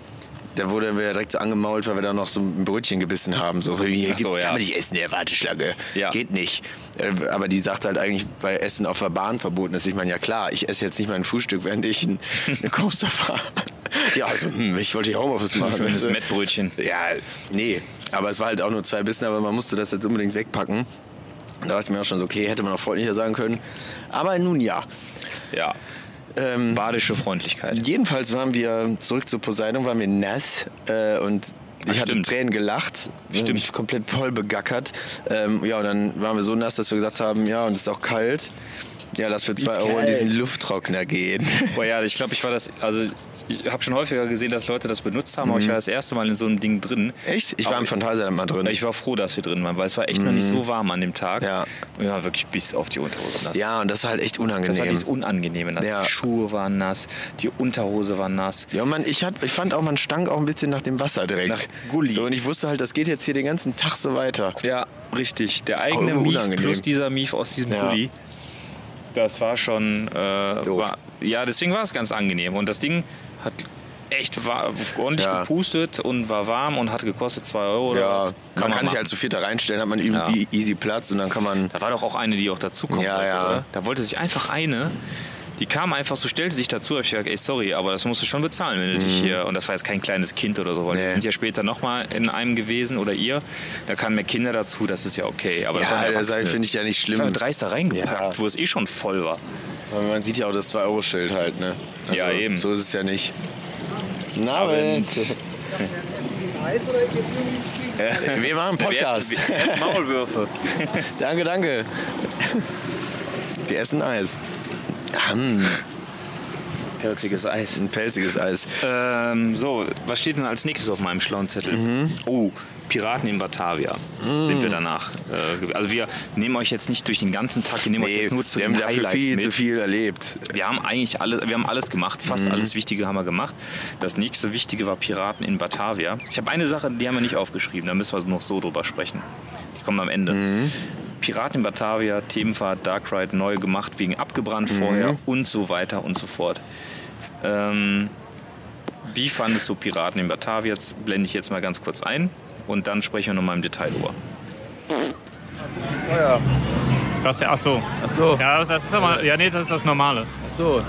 [SPEAKER 1] da wurde wir direkt so angemault, weil wir da noch so ein Brötchen gebissen haben. So, hier
[SPEAKER 11] Ach so,
[SPEAKER 1] gibt-
[SPEAKER 11] ja.
[SPEAKER 1] kann man nicht essen, der Warteschlange.
[SPEAKER 11] Ja.
[SPEAKER 1] Geht nicht. Äh, Aber die sagt halt eigentlich, bei Essen auf der Bahn verboten ist. Ich meine, ja klar, ich esse jetzt nicht mein Frühstück, während ich ein- eine Coaster fahre. Ja, also, hm, ich wollte ja Homeoffice machen.
[SPEAKER 11] Ein schönes
[SPEAKER 1] Weißt du?
[SPEAKER 11] Mettbrötchen.
[SPEAKER 1] Ja, nee. Aber es war halt auch nur zwei Bissen, aber man musste das jetzt unbedingt wegpacken. Da dachte ich mir auch schon so, okay, hätte man auch freundlicher sagen können. Aber nun ja.
[SPEAKER 11] Ja.
[SPEAKER 1] Ähm.
[SPEAKER 11] Badische Freundlichkeit.
[SPEAKER 1] Jedenfalls waren wir zurück zur Poseidon, waren wir nass äh, und ich
[SPEAKER 11] Ach,
[SPEAKER 1] hatte
[SPEAKER 11] stimmt.
[SPEAKER 1] Tränen gelacht, Äh,
[SPEAKER 11] Stimmt.
[SPEAKER 1] mich komplett voll begackert. Ähm, ja, und dann waren wir so nass, dass wir gesagt haben, ja, und es ist auch kalt. Ja, lass für zwei Euro in diesen Lufttrockner gehen.
[SPEAKER 11] Boah, ja, ich glaube, ich war das. Also, ich habe schon häufiger gesehen, dass Leute das benutzt haben, aber
[SPEAKER 1] Mhm.
[SPEAKER 11] ich war das erste Mal in so einem Ding drin.
[SPEAKER 1] Echt? Ich war im Phantasialand mal drin.
[SPEAKER 11] Ich war froh, dass wir drin waren, weil es war echt noch nicht so warm an dem Tag.
[SPEAKER 1] Mhm. Ja.
[SPEAKER 11] Und wir waren wirklich bis auf die Unterhose nass.
[SPEAKER 1] Ja, und das war halt echt
[SPEAKER 11] Das war
[SPEAKER 1] unangenehm.
[SPEAKER 11] dieses Unangenehme. Nass.
[SPEAKER 1] Ja.
[SPEAKER 11] Die Schuhe waren nass, die Unterhose war nass.
[SPEAKER 1] Ja, man, ich, hat, ich fand auch, man stank auch ein bisschen nach dem Wasser direkt.
[SPEAKER 11] Nach Gully.
[SPEAKER 1] So, und ich wusste halt, das geht jetzt hier den ganzen Tag so weiter.
[SPEAKER 11] Ja, richtig. Der eigene
[SPEAKER 1] Aber
[SPEAKER 11] Mief
[SPEAKER 1] unangenehm.
[SPEAKER 11] plus dieser Mief aus diesem
[SPEAKER 1] Ja.
[SPEAKER 11] Pulli. Das war schon. Äh,
[SPEAKER 1] Doof.
[SPEAKER 11] war, ja, deswegen war es ganz angenehm. Und das Ding hat echt war, ordentlich
[SPEAKER 1] Ja.
[SPEAKER 11] gepustet und war warm und hat gekostet 2 Euro. oder
[SPEAKER 1] Ja,
[SPEAKER 11] was.
[SPEAKER 1] man kann sich
[SPEAKER 11] machen.
[SPEAKER 1] halt zu viert da reinstellen, hat man
[SPEAKER 11] Ja.
[SPEAKER 1] e- easy Platz und dann kann man.
[SPEAKER 11] Da war doch auch eine, die auch dazukommen
[SPEAKER 1] Ja,
[SPEAKER 11] wollte,
[SPEAKER 1] ja.
[SPEAKER 11] oder? Da wollte sich einfach eine, die kam einfach so, stellte sich dazu, hab ich gesagt, ey, sorry, aber das musst du schon bezahlen, wenn du dich hier, und das war jetzt kein kleines Kind oder so, weil wir
[SPEAKER 1] Mhm. Nee.
[SPEAKER 11] sind ja später nochmal in einem gewesen oder ihr, da kamen mehr Kinder dazu, das ist ja okay, aber das war
[SPEAKER 1] Ja, das finde ich ja nicht schlimm.
[SPEAKER 11] mit Dreis da reingepackt,
[SPEAKER 1] Ja.
[SPEAKER 11] wo es eh schon voll war.
[SPEAKER 1] Aber man sieht ja auch das 2-Euro-Schild halt, ne?
[SPEAKER 11] Ja, eben.
[SPEAKER 1] So ist es ja nicht. Na, Abend. Wir machen Podcast.
[SPEAKER 11] Wir essen- wir essen Maulwürfe.
[SPEAKER 1] Danke, danke. Wir essen Eis. Hm,
[SPEAKER 11] Herziges Eis.
[SPEAKER 1] ein pelziges Eis.
[SPEAKER 11] Ähm, so, was steht denn als nächstes auf meinem schlauen Zettel?
[SPEAKER 1] Mhm.
[SPEAKER 11] Oh, Piraten in Batavia sind wir danach. Äh, ge- also wir nehmen euch jetzt nicht durch den ganzen Tag, wir nehmen euch
[SPEAKER 1] Nee,
[SPEAKER 11] jetzt nur zu
[SPEAKER 1] wir
[SPEAKER 11] den
[SPEAKER 1] haben dafür
[SPEAKER 11] Highlights
[SPEAKER 1] viel
[SPEAKER 11] mit.
[SPEAKER 1] zu viel erlebt.
[SPEAKER 11] Wir haben eigentlich alles, wir haben alles gemacht, fast alles Wichtige haben wir gemacht. Das nächste Wichtige war Piraten in Batavia. Ich habe eine Sache, die haben wir nicht aufgeschrieben, da müssen wir noch so drüber sprechen. Die kommen am Ende. Piraten in Batavia, Themenfahrt, Dark Ride neu gemacht, wegen abgebrannt vorher und so weiter und so fort. Ähm, wie fandest du Piraten in Batavia? Jetzt blende ich jetzt mal ganz kurz ein und dann sprechen wir nochmal im Detail drüber.
[SPEAKER 2] Das, ach so.
[SPEAKER 8] Ach so,
[SPEAKER 2] Ja, das, das ist aber, ja, nee, das ist das Normale.
[SPEAKER 8] ach so.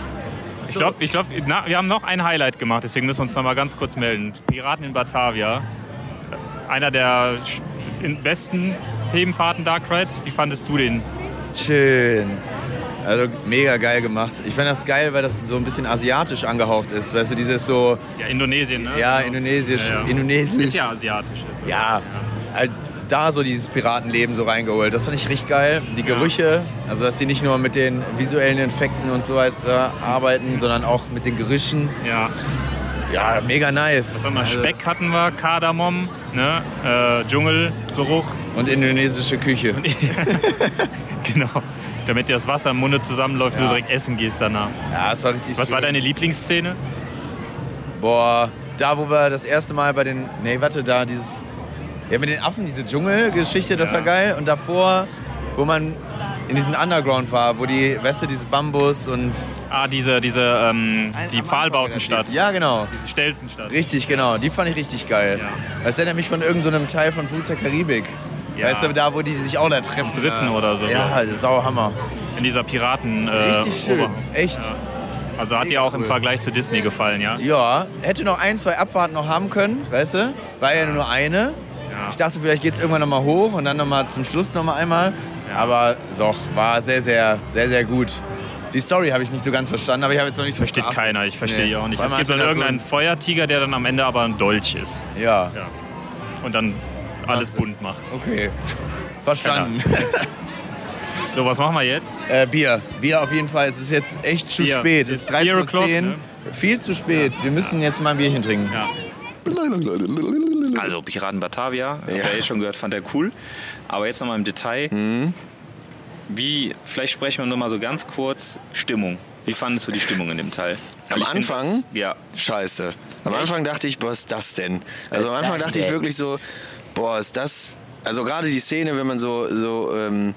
[SPEAKER 2] Ich glaube, ich glaub, na, wir haben noch ein Highlight gemacht, deswegen müssen wir uns noch mal ganz kurz melden. Piraten in Batavia. Einer der sch- in- besten Themenfahrten Dark Rides. Wie fandest du den?
[SPEAKER 8] Schön. Also mega geil gemacht. Ich fand das geil, weil das so ein bisschen asiatisch angehaucht ist. Weißt du, dieses so,
[SPEAKER 2] Ja, Indonesien, ne?
[SPEAKER 8] ja,
[SPEAKER 2] Genau.
[SPEAKER 8] indonesisch,
[SPEAKER 2] Ja, ja.
[SPEAKER 8] indonesisch.
[SPEAKER 2] Ist ja asiatisch. Ist
[SPEAKER 8] Ja, also, da so dieses Piratenleben so reingeholt. Das fand ich richtig geil. Die Gerüche, also dass die nicht nur mit den visuellen Effekten und so weiter arbeiten, sondern auch mit den Gerüchen.
[SPEAKER 2] Ja.
[SPEAKER 8] Ja, mega nice.
[SPEAKER 2] Sag mal,
[SPEAKER 8] Also-
[SPEAKER 2] Speck hatten wir, Kardamom, ne? äh, Dschungelgeruch.
[SPEAKER 8] Und indonesische Küche.
[SPEAKER 2] Genau. Damit dir das Wasser im Munde zusammenläuft und du direkt essen gehst danach.
[SPEAKER 8] Ja, das war richtig
[SPEAKER 2] Was war
[SPEAKER 8] schön.
[SPEAKER 2] deine Lieblingsszene?
[SPEAKER 8] Boah, da wo wir das erste Mal bei den. Nee, warte, da dieses. Ja, mit den Affen, diese Dschungelgeschichte, das war geil. Und davor, wo man in diesem Underground war, wo die, weißt du, dieses Bambus und.
[SPEAKER 2] Ah, diese, diese ähm, die
[SPEAKER 8] Am Anfang
[SPEAKER 2] Pfahlbautenstadt.
[SPEAKER 8] relativ. Ja, genau.
[SPEAKER 2] Diese Stelzenstadt.
[SPEAKER 8] Richtig, genau. Die fand ich richtig geil.
[SPEAKER 2] Ja.
[SPEAKER 8] Das erinnert mich von irgendeinem so einem Teil von Flucht der Karibik.
[SPEAKER 2] Ja.
[SPEAKER 8] Weißt du, da, wo die sich auch da treffen.
[SPEAKER 2] dritten
[SPEAKER 8] da.
[SPEAKER 2] oder so.
[SPEAKER 8] Ja, Sauhammer.
[SPEAKER 2] In dieser Piraten. Äh,
[SPEAKER 8] Richtig schön.
[SPEAKER 2] Ober-
[SPEAKER 8] Echt.
[SPEAKER 2] Also hat dir auch im
[SPEAKER 8] cool.
[SPEAKER 2] Vergleich zu Disney gefallen, ja?
[SPEAKER 8] Ja, hätte noch ein, zwei Abfahrten noch haben können, weißt du? War ja nur eine. Ich dachte, vielleicht geht es irgendwann nochmal hoch und dann nochmal zum Schluss nochmal einmal. Aber doch, war sehr, sehr, sehr, sehr gut. Die Story habe ich nicht so ganz verstanden, aber ich habe jetzt noch nicht
[SPEAKER 2] Versteht
[SPEAKER 8] verstanden.
[SPEAKER 2] keiner, ich verstehe
[SPEAKER 8] Nee.
[SPEAKER 2] die auch nicht.
[SPEAKER 8] Weil
[SPEAKER 2] Es
[SPEAKER 8] man
[SPEAKER 2] gibt
[SPEAKER 8] hat
[SPEAKER 2] dann
[SPEAKER 8] das
[SPEAKER 2] irgendeinen Feuertiger, der dann am Ende aber ein Dolch ist
[SPEAKER 8] So ein, ja,
[SPEAKER 2] und dann alles
[SPEAKER 8] ist.
[SPEAKER 2] bunt macht.
[SPEAKER 8] okay. Verstanden.
[SPEAKER 2] So, was machen wir jetzt?
[SPEAKER 8] Äh, Bier. Bier auf jeden Fall. Es ist jetzt echt zu
[SPEAKER 2] Bier.
[SPEAKER 8] spät.
[SPEAKER 2] Ist
[SPEAKER 8] Es ist
[SPEAKER 2] Bier
[SPEAKER 8] 13.10 Uhr.
[SPEAKER 2] o'clock, ne?
[SPEAKER 8] Viel zu spät. Wir müssen jetzt mal ein Bierchen trinken.
[SPEAKER 2] Ja.
[SPEAKER 11] Also Piraten Batavia, habt ihr jetzt schon gehört, fand er cool. Aber jetzt nochmal im Detail.
[SPEAKER 1] Mhm.
[SPEAKER 11] Wie, vielleicht sprechen wir nochmal so ganz kurz, Stimmung. Wie fandest du die Stimmung in dem Teil?
[SPEAKER 1] Am
[SPEAKER 11] Weil ich find,
[SPEAKER 1] Anfang?
[SPEAKER 11] das- ja.
[SPEAKER 1] Scheiße. Am Anfang dachte ich, boah, ist das denn? Also am Anfang dachte ich wirklich so, boah, ist das. Also gerade die Szene, wenn man so, so ähm,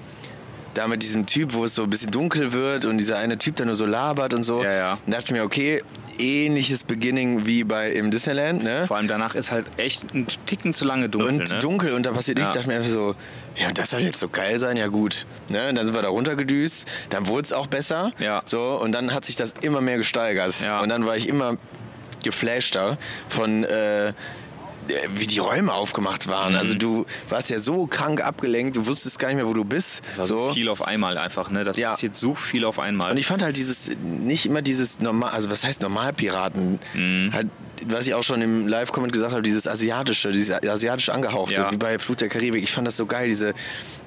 [SPEAKER 1] da mit diesem Typ, wo es so ein bisschen dunkel wird und dieser eine Typ, der nur so labert und so,
[SPEAKER 11] Ja, ja.
[SPEAKER 1] dann dachte ich mir, okay, ähnliches Beginning wie bei im Disneyland, ne?
[SPEAKER 11] Vor allem danach ist halt echt ein Ticken zu lange dunkel.
[SPEAKER 1] Und
[SPEAKER 11] ne?
[SPEAKER 1] dunkel und da passiert nichts.
[SPEAKER 11] Ja.
[SPEAKER 1] Dachte mir einfach so, ja, und das soll jetzt so geil sein, ja gut. Ne? Und dann sind wir da runtergedüst, dann wurde es auch besser.
[SPEAKER 11] Ja.
[SPEAKER 1] So, und dann hat sich das immer mehr gesteigert.
[SPEAKER 11] Ja.
[SPEAKER 1] Und dann war ich immer geflashter von. Äh, wie die Räume aufgemacht
[SPEAKER 11] Mhm.
[SPEAKER 1] waren. Also du warst ja so krank abgelenkt, du wusstest gar nicht mehr, wo du bist.
[SPEAKER 11] Das war so viel auf einmal einfach, ne? Das
[SPEAKER 1] Ja.
[SPEAKER 11] passiert so viel auf einmal.
[SPEAKER 1] Und ich fand halt dieses, nicht immer dieses normal, also was heißt Normalpiraten?
[SPEAKER 11] Mhm.
[SPEAKER 1] Halt, was ich auch schon im Live-Comment gesagt habe, dieses asiatische, dieses asiatisch angehauchte,
[SPEAKER 11] Ja.
[SPEAKER 1] wie bei Flut der Karibik. Ich fand das so geil, diese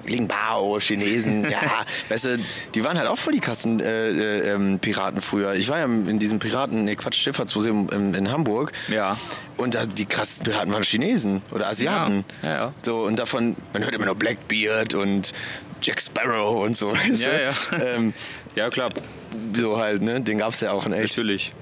[SPEAKER 1] Lingbao, Chinesen, ja, weißt du, die waren halt auch voll die krassen äh, äh, ähm, Piraten früher. Ich war ja in diesem Piraten, nee, Quatsch, Schifffahrtsmuseum in, in Hamburg.
[SPEAKER 11] Ja.
[SPEAKER 1] Und da, die krassen Piraten waren Chinesen oder Asiaten.
[SPEAKER 11] Ja, ja, ja.
[SPEAKER 1] So, und davon, man hört immer nur Blackbeard und Jack Sparrow und so, weißt
[SPEAKER 11] Ja,
[SPEAKER 1] du?
[SPEAKER 11] ja.
[SPEAKER 1] Ähm,
[SPEAKER 11] ja, klar,
[SPEAKER 1] so halt, ne? Den gab's ja auch in echt.
[SPEAKER 11] natürlich.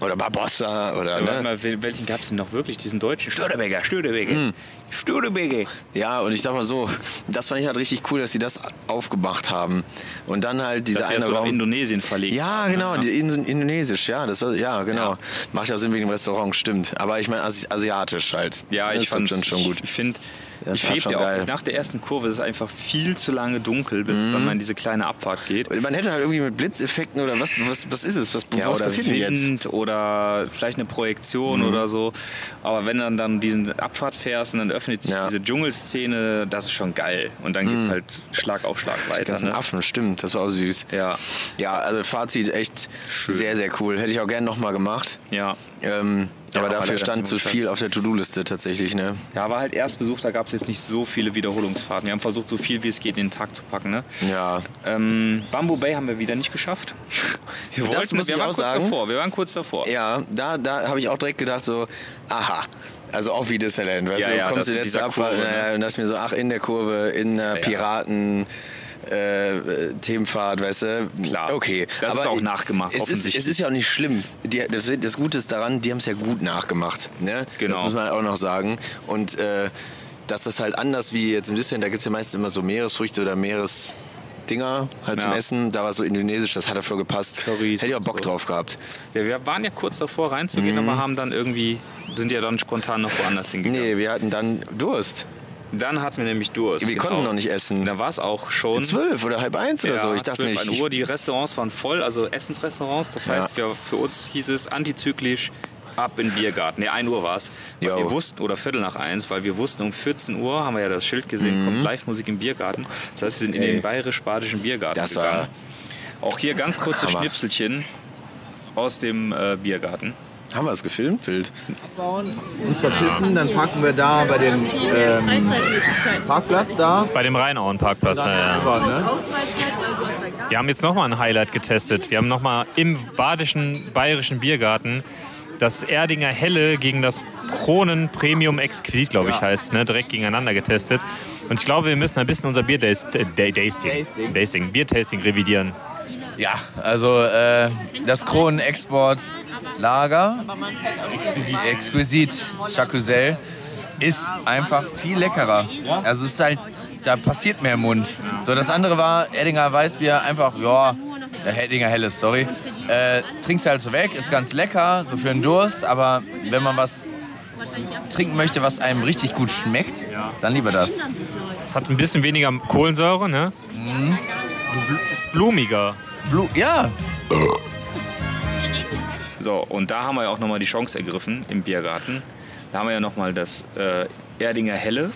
[SPEAKER 1] Oder Barbossa oder
[SPEAKER 11] Warte
[SPEAKER 1] ne?
[SPEAKER 11] mal, wel- welchen gab es denn noch wirklich? Diesen deutschen Stödebeger, Stödebeger.
[SPEAKER 1] Hm.
[SPEAKER 11] Stödebeger.
[SPEAKER 1] Ja, und ich sag mal so, das fand ich halt richtig cool, dass sie das aufgemacht haben. Und dann halt dieser
[SPEAKER 11] Das ist ja
[SPEAKER 1] eine
[SPEAKER 11] so nach
[SPEAKER 1] Raum.
[SPEAKER 11] Indonesien verlegt.
[SPEAKER 1] Ja,
[SPEAKER 11] haben, ne?
[SPEAKER 1] genau, die Indo- Indonesisch, ja, das war, ja, genau.
[SPEAKER 11] Ja.
[SPEAKER 1] Macht ja auch Sinn wegen dem Restaurant, stimmt. Aber ich meine Asi asiatisch halt.
[SPEAKER 11] Ja,
[SPEAKER 1] das
[SPEAKER 11] ich fand
[SPEAKER 1] schon, schon gut.
[SPEAKER 11] Ich finde,
[SPEAKER 1] Das
[SPEAKER 11] ich
[SPEAKER 1] war
[SPEAKER 11] fehlt
[SPEAKER 1] schon
[SPEAKER 11] ja auch.
[SPEAKER 1] geil. Mhm.
[SPEAKER 11] Nach der ersten Kurve ist es einfach viel zu lange dunkel, bis es dann mal in diese kleine Abfahrt geht.
[SPEAKER 1] Man hätte halt irgendwie mit Blitzeffekten oder was, was, was ist es? Was,
[SPEAKER 11] Ja,
[SPEAKER 1] was
[SPEAKER 11] oder
[SPEAKER 1] passiert denn jetzt?
[SPEAKER 11] Wind oder vielleicht eine
[SPEAKER 1] Mhm.
[SPEAKER 11] Projektion oder so. Aber wenn dann dann diesen Abfahrt fährst und dann öffnet sich
[SPEAKER 1] Ja. Mhm.
[SPEAKER 11] diese Dschungelszene, das ist schon geil. Und dann geht's halt Schlag auf Schlag weiter.
[SPEAKER 1] ganzen
[SPEAKER 11] Ne?
[SPEAKER 1] Affen, stimmt, das war auch süß.
[SPEAKER 11] Ja.
[SPEAKER 1] Ja, also Fazit echt sehr, sehr cool. Hätte ich auch gern nochmal gemacht.
[SPEAKER 11] Ja.
[SPEAKER 1] Ähm,
[SPEAKER 11] Ja,
[SPEAKER 1] aber
[SPEAKER 11] aber
[SPEAKER 1] dafür
[SPEAKER 11] leider
[SPEAKER 1] stand zu
[SPEAKER 11] nicht.
[SPEAKER 1] viel auf der To-Do-Liste tatsächlich, ne?
[SPEAKER 11] Ja, war halt Erstbesuch, da gab es jetzt nicht so viele Wiederholungsfahrten. Wir haben versucht, so viel wie es geht in den Tag zu packen. Ne?
[SPEAKER 1] Ja.
[SPEAKER 11] Ähm, Bamboo Bay haben wir wieder nicht geschafft. Wir,
[SPEAKER 1] Das muss
[SPEAKER 11] wir
[SPEAKER 1] ich
[SPEAKER 11] waren
[SPEAKER 1] auch
[SPEAKER 11] kurz
[SPEAKER 1] sagen.
[SPEAKER 11] davor. Wir waren kurz davor.
[SPEAKER 1] Ja, da, da habe ich auch direkt gedacht so, aha. Also auch wie Disneyland, weißt
[SPEAKER 11] Ja,
[SPEAKER 1] du, du
[SPEAKER 11] ja,
[SPEAKER 1] kommst
[SPEAKER 11] das
[SPEAKER 1] in
[SPEAKER 11] mit
[SPEAKER 1] letzte
[SPEAKER 11] dieser
[SPEAKER 1] Abfahrt
[SPEAKER 11] Kurve, ne?
[SPEAKER 1] naja, und dachte mir so, ach, in der Kurve, in der Piraten... Äh, äh, Themenfahrt, weißt du?
[SPEAKER 11] Klar.
[SPEAKER 1] Okay.
[SPEAKER 11] Das ist auch nachgemacht,
[SPEAKER 1] es ist,
[SPEAKER 11] offensichtlich.
[SPEAKER 1] es ist ja auch nicht schlimm. Die, das, das Gute ist daran, die haben es ja gut nachgemacht. Ne?
[SPEAKER 11] Genau.
[SPEAKER 1] Das muss man halt auch noch sagen. Und äh, dass das halt anders wie jetzt im Disneyland, da gibt es ja meistens immer so Meeresfrüchte oder Meeresdinger halt zum
[SPEAKER 11] Ja.
[SPEAKER 1] Essen. Da war es so indonesisch, das hat da voll gepasst.
[SPEAKER 11] Currys
[SPEAKER 1] Hätte ich auch
[SPEAKER 11] und
[SPEAKER 1] Bock
[SPEAKER 11] so.
[SPEAKER 1] drauf gehabt.
[SPEAKER 11] Ja, wir waren ja kurz davor reinzugehen, aber haben dann irgendwie, sind ja dann spontan noch woanders hingegangen.
[SPEAKER 1] Mhm. Nee, wir hatten dann Durst.
[SPEAKER 11] Dann hatten wir nämlich Durst.
[SPEAKER 1] Wir konnten noch nicht essen.
[SPEAKER 11] Da war es auch schon.
[SPEAKER 1] Zwölf oder halb eins oder
[SPEAKER 11] Hm? ja,
[SPEAKER 1] so. Ich dachte mir,
[SPEAKER 11] 12,
[SPEAKER 1] ich,
[SPEAKER 11] 1 Uhr, die Restaurants waren voll, also Essensrestaurants. Das heißt, wir, für uns hieß es antizyklisch ab in den Biergarten. Ne, 1 Uhr war es.
[SPEAKER 1] Jo.
[SPEAKER 11] Wir wussten, oder Viertel nach eins, weil wir wussten, um 14 Uhr haben wir ja das Schild
[SPEAKER 1] Mhm.
[SPEAKER 11] gesehen, kommt Live-Musik im Biergarten. Das heißt, wir sind in den bayerisch-badischen Biergarten
[SPEAKER 1] Das war-
[SPEAKER 11] gegangen. Auch hier ganz kurze
[SPEAKER 1] Hammer.
[SPEAKER 11] Schnipselchen aus dem äh, Biergarten.
[SPEAKER 1] Haben wir es gefilmt? Wild.
[SPEAKER 8] Uns verpissen, dann parken wir da bei dem ähm, Parkplatz da.
[SPEAKER 2] Bei dem Rheinauen-Parkplatz. Ja, ja.
[SPEAKER 8] Aber, ne?
[SPEAKER 2] Wir haben jetzt nochmal ein Highlight getestet. Wir haben nochmal im badischen, bayerischen Biergarten das Erdinger Helle gegen das Kronen Premium Exquisit, glaube ich, heißt ne? direkt gegeneinander getestet. Und ich glaube, wir müssen ein bisschen unser Bier-Tasting
[SPEAKER 8] Tasting.
[SPEAKER 2] Tasting, Bier-Tasting revidieren.
[SPEAKER 8] Ja, also äh, das Kronenexport-Lager, exquisit Chacusel, ist einfach viel leckerer. Also es ist halt, da passiert mehr im Mund. So, das andere war Eddinger Weißbier, einfach, ja, der Eddinger Helles, sorry. Äh, trinkst halt so weg, ist ganz lecker, so für einen Durst, aber wenn man was trinken möchte, was einem richtig gut schmeckt, dann lieber das.
[SPEAKER 2] Es hat ein bisschen weniger Kohlensäure, ne? Es ist blumiger.
[SPEAKER 8] Blu ja,
[SPEAKER 11] So, und da haben wir ja auch nochmal die Chance ergriffen im Biergarten. Da haben wir ja nochmal das äh, Erdinger Helle,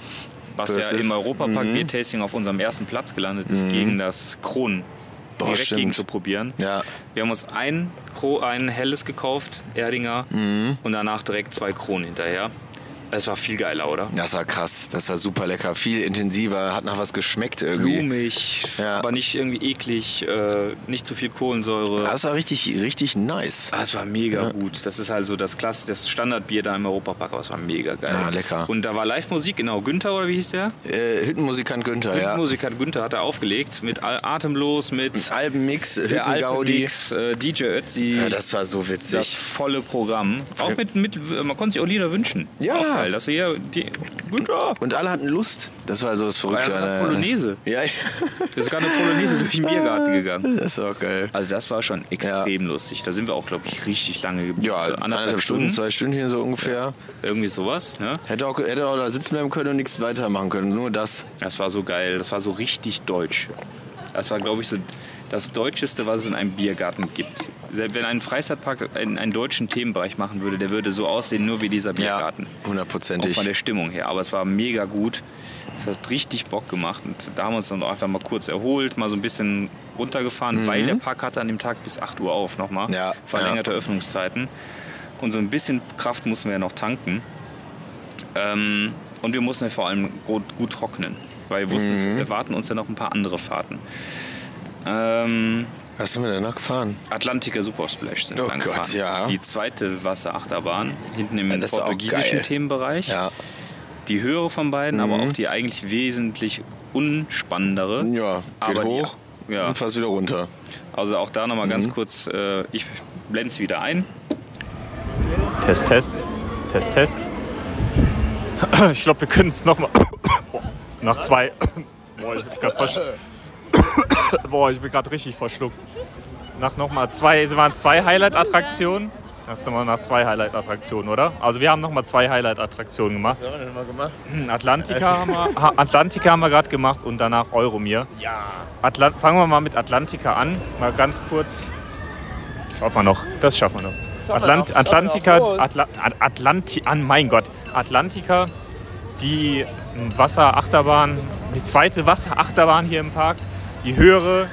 [SPEAKER 11] was ja
[SPEAKER 1] Versus-
[SPEAKER 11] im
[SPEAKER 1] Mhm.
[SPEAKER 11] Europapark Biertasting auf unserem ersten Platz gelandet ist, gegen das Kronen.
[SPEAKER 1] Boah,
[SPEAKER 11] direkt
[SPEAKER 1] stimmt.
[SPEAKER 11] gegen zu probieren.
[SPEAKER 1] Ja.
[SPEAKER 11] Wir haben uns ein, Kro ein helles gekauft, Erdinger,
[SPEAKER 1] Mhm.
[SPEAKER 11] und danach direkt zwei Kronen hinterher. Es war viel geiler, oder?
[SPEAKER 1] Das war krass. Das war super lecker. Viel intensiver. Hat nach was geschmeckt irgendwie.
[SPEAKER 11] Blumig,
[SPEAKER 1] Ja.
[SPEAKER 11] aber nicht irgendwie eklig, äh, nicht zu viel Kohlensäure.
[SPEAKER 1] Das war richtig, richtig nice.
[SPEAKER 11] Ah, es war mega gut. Das ist halt so das, Klasse, das Standardbier da im Europapark, aber es war mega geil.
[SPEAKER 1] Ah, lecker.
[SPEAKER 11] Und da war Live-Musik, genau. Günther oder wie hieß der?
[SPEAKER 1] Äh, Hüttenmusikant Günther, ja.
[SPEAKER 11] Musiker Günther hat er aufgelegt mit A- Atemlos, mit
[SPEAKER 1] Albenmix,
[SPEAKER 11] der
[SPEAKER 1] Hüttengaudi.
[SPEAKER 11] Alpenmix, äh, DJ Ötzi.
[SPEAKER 1] Ja, das war so
[SPEAKER 11] das
[SPEAKER 1] witzig.
[SPEAKER 11] volle Programm. Auch mit, mit, man konnte sich auch Lieder wünschen.
[SPEAKER 1] Ja.
[SPEAKER 11] Auch geil, dass ihr hier, die, Günther,
[SPEAKER 1] Und alle hatten Lust. Das war so das Verrückte.
[SPEAKER 11] Ja,
[SPEAKER 1] an der-
[SPEAKER 11] Polonaise.
[SPEAKER 1] Ja, ja.
[SPEAKER 11] wir sind gerade eine Polonaise durch den Biergarten gegangen.
[SPEAKER 1] Das war auch geil.
[SPEAKER 11] Also das war schon extrem lustig. Da sind wir auch, glaube ich, richtig lange geblieben.
[SPEAKER 1] Ja,
[SPEAKER 11] So
[SPEAKER 1] anderthalb Stunden, zwei Stündchen so ungefähr.
[SPEAKER 11] Irgendwie sowas. Ne?
[SPEAKER 1] Hätte auch, hätte auch da sitzen bleiben können und nichts weitermachen können. Nur das.
[SPEAKER 11] Das war so geil. Das war so richtig deutsch. Das war, glaube ich, so das Deutscheste, was es in einem Biergarten gibt. Selbst wenn ein Freizeitpark einen, einen deutschen Themenbereich machen würde, der würde so aussehen, nur wie dieser
[SPEAKER 1] Ja,
[SPEAKER 11] Biergarten. Auch
[SPEAKER 1] hundertprozentig.
[SPEAKER 11] von der Stimmung her. Aber es war mega gut. Es hat richtig Bock gemacht. Und da haben wir uns dann auch einfach mal kurz erholt, mal so ein bisschen runtergefahren, weil der Park hatte an dem Tag bis 8 Uhr auf nochmal.
[SPEAKER 1] Mhm. Ja,
[SPEAKER 11] Verlängerte Öffnungszeiten. Und so ein bisschen Kraft mussten wir ja noch tanken. Ähm, und wir mussten ja vor allem gut, gut trocknen. Weil wir wussten, es
[SPEAKER 1] Mhm.
[SPEAKER 11] erwarten uns ja noch ein paar andere Fahrten. Ähm,
[SPEAKER 1] Was sind wir danach gefahren?
[SPEAKER 11] Atlantiker Supersplash sind wir
[SPEAKER 1] Oh
[SPEAKER 11] dann
[SPEAKER 1] Gott, ja.
[SPEAKER 11] gefahren. Die zweite Wasserachterbahn, hinten im
[SPEAKER 1] Ja, das ist auch
[SPEAKER 11] portugiesischen
[SPEAKER 1] geil.
[SPEAKER 11] Themenbereich
[SPEAKER 1] Ja.
[SPEAKER 11] die höhere von beiden, aber
[SPEAKER 1] Mhm.
[SPEAKER 11] auch die eigentlich wesentlich unspannendere.
[SPEAKER 1] Ja, geht
[SPEAKER 11] Aber die-
[SPEAKER 1] hoch Mhm.
[SPEAKER 11] ja.
[SPEAKER 1] und fast wieder runter.
[SPEAKER 11] Also auch da nochmal mal ganz kurz, äh, ich blende es wieder ein.
[SPEAKER 2] Test, Test. Test, Test. Ich glaube, wir können es nochmal. Nach zwei. Boah, ich bin gerade versch Boah, ich bin grad richtig verschluckt. Nach nochmal zwei. waren es zwei Highlight-Attraktionen. Nach, sind wir nach zwei Highlight-Attraktionen, oder? Also, wir haben nochmal zwei Highlight-Attraktionen gemacht.
[SPEAKER 8] Was haben wir denn mal gemacht?
[SPEAKER 2] Hm, Atlantika haben wir, ha- Atlantika haben wir gerade gemacht und danach Euromir. Ja. Atlan fangen wir mal mit Atlantika an. Mal ganz kurz. Schaffen wir noch. Das schaffen wir noch. Atlant Atlantika, Atla At- Atlanti an, mein Gott. Atlantika, die hm, Wasserachterbahn, die zweite Wasserachterbahn hier im Park. Die höhere,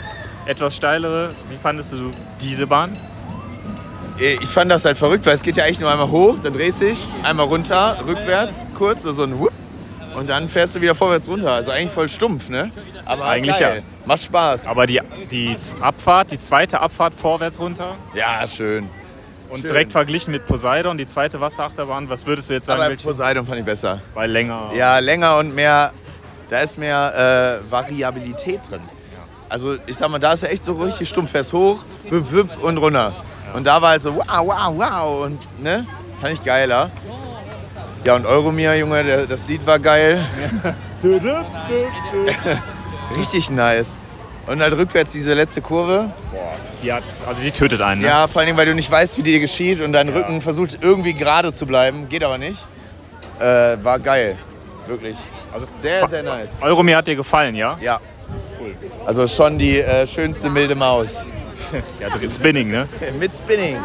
[SPEAKER 2] etwas steilere. Wie fandest du diese Bahn?
[SPEAKER 8] Äh, Ich fand das halt verrückt, weil es geht ja eigentlich nur einmal hoch, dann drehst du dich, einmal runter, rückwärts, kurz, so so ein Whoop, und dann fährst du wieder vorwärts runter. Also eigentlich voll stumpf, ne? Aber
[SPEAKER 2] Eigentlich
[SPEAKER 8] geil. Macht Spaß.
[SPEAKER 2] Aber die, die Abfahrt, die zweite Abfahrt vorwärts runter.
[SPEAKER 8] Ja, schön.
[SPEAKER 2] Und
[SPEAKER 8] Schön.
[SPEAKER 2] direkt verglichen mit Poseidon, die zweite Wasserachterbahn, was würdest du jetzt sagen,
[SPEAKER 8] Aber
[SPEAKER 2] welche
[SPEAKER 8] Poseidon fand ich besser.
[SPEAKER 2] war länger?
[SPEAKER 8] Ja, länger und mehr, da ist mehr äh, Variabilität drin. Also ich sag mal, da ist er echt so richtig stumpf, fährst hoch, wip, wip und runter. Und da war halt so wow, wow, wow und ne, fand ich geiler. Ja und Euromir, Junge, der, das Lied war geil. richtig nice. Und halt rückwärts diese letzte Kurve.
[SPEAKER 2] Die hat, also die tötet einen, ne?
[SPEAKER 8] Ja, vor allem, weil du nicht weißt, wie dir geschieht und dein Rücken versucht irgendwie gerade zu bleiben, geht aber nicht. Äh, war geil, wirklich. Also sehr, sehr nice.
[SPEAKER 2] Euromir hat dir gefallen, ja?
[SPEAKER 8] Ja. Also schon die äh, schönste milde Maus.
[SPEAKER 2] Ja, das ist Spinning, ne?
[SPEAKER 8] Mit Spinning.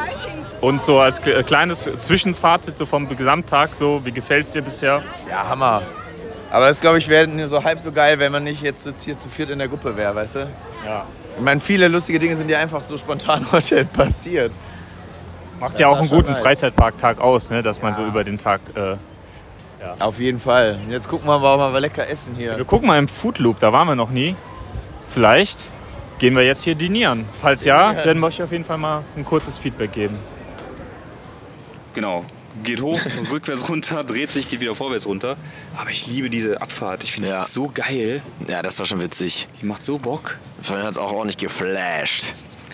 [SPEAKER 2] Und so als kle- äh, kleines Zwischenfazit so vom Gesamttag, so, wie gefällt es dir bisher?
[SPEAKER 8] Ja, Hammer. Aber das, glaube ich, wäre nur so halb so geil, wenn man nicht jetzt, jetzt hier zu viert in der Gruppe wäre, weißt du?
[SPEAKER 2] Ja.
[SPEAKER 8] Ich meine, viele lustige Dinge sind ja einfach so spontan heute passiert.
[SPEAKER 2] Macht ja auch einen guten Freizeitparktag aus, ne? dass man so über den Tag. Äh
[SPEAKER 8] Auf jeden Fall. Und Jetzt gucken wir mal, ob wir lecker essen hier.
[SPEAKER 2] wir gucken mal im Food Loop, da waren wir noch nie. Vielleicht gehen wir jetzt hier dinieren. Falls ja, werden wir euch auf jeden Fall mal ein kurzes Feedback geben.
[SPEAKER 11] Genau. Geht hoch, rückwärts runter, dreht sich, geht wieder vorwärts runter. Aber ich liebe diese Abfahrt. Ich finde
[SPEAKER 1] Ja.
[SPEAKER 11] die so geil.
[SPEAKER 1] Ja, das war schon witzig.
[SPEAKER 11] Die macht so Bock.
[SPEAKER 1] Vorhin hat es auch ordentlich geflasht.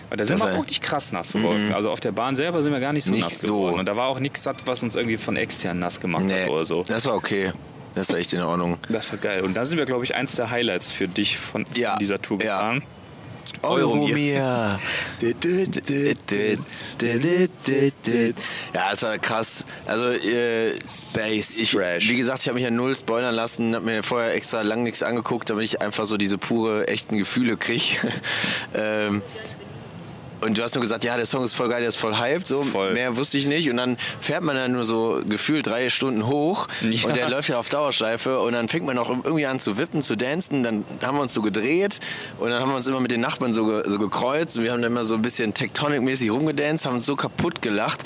[SPEAKER 11] Und da
[SPEAKER 1] Das
[SPEAKER 11] sind wir
[SPEAKER 1] sei-
[SPEAKER 11] auch wirklich krass nass geworden. Also auf der Bahn selber sind wir gar nicht so
[SPEAKER 1] Nicht
[SPEAKER 11] nass
[SPEAKER 1] so.
[SPEAKER 11] geworden. Und da war auch nichts satt, was uns irgendwie von extern nass gemacht
[SPEAKER 1] Nee,
[SPEAKER 11] hat oder so.
[SPEAKER 1] das war okay. Das war echt in Ordnung.
[SPEAKER 11] Das war geil. Und da sind wir, glaube ich, eins der Highlights für dich von
[SPEAKER 1] Ja.
[SPEAKER 11] dieser Tour
[SPEAKER 1] Ja.
[SPEAKER 11] gefahren.
[SPEAKER 1] Euromir. Ja, ist ja krass. Also, äh,
[SPEAKER 11] Space
[SPEAKER 1] ich,
[SPEAKER 11] Trash.
[SPEAKER 1] wie gesagt, ich habe mich ja null spoilern lassen, habe mir vorher extra lang nichts angeguckt, damit ich einfach so diese pure, echten Gefühle kriege. ähm, und du hast nur gesagt, ja, der Song ist voll geil, der ist voll hyped, so
[SPEAKER 11] Voll.
[SPEAKER 1] mehr wusste ich nicht. Und dann fährt man dann nur so gefühlt drei Stunden hoch
[SPEAKER 11] Ja.
[SPEAKER 1] und der läuft ja auf Dauerschleife und dann fängt man auch irgendwie an zu wippen, zu dancen. Dann haben wir uns so gedreht und dann haben wir uns immer mit den Nachbarn so, ge so gekreuzt und wir haben dann immer so ein bisschen Tectonic-mäßig rumgedanced, haben uns so kaputt gelacht.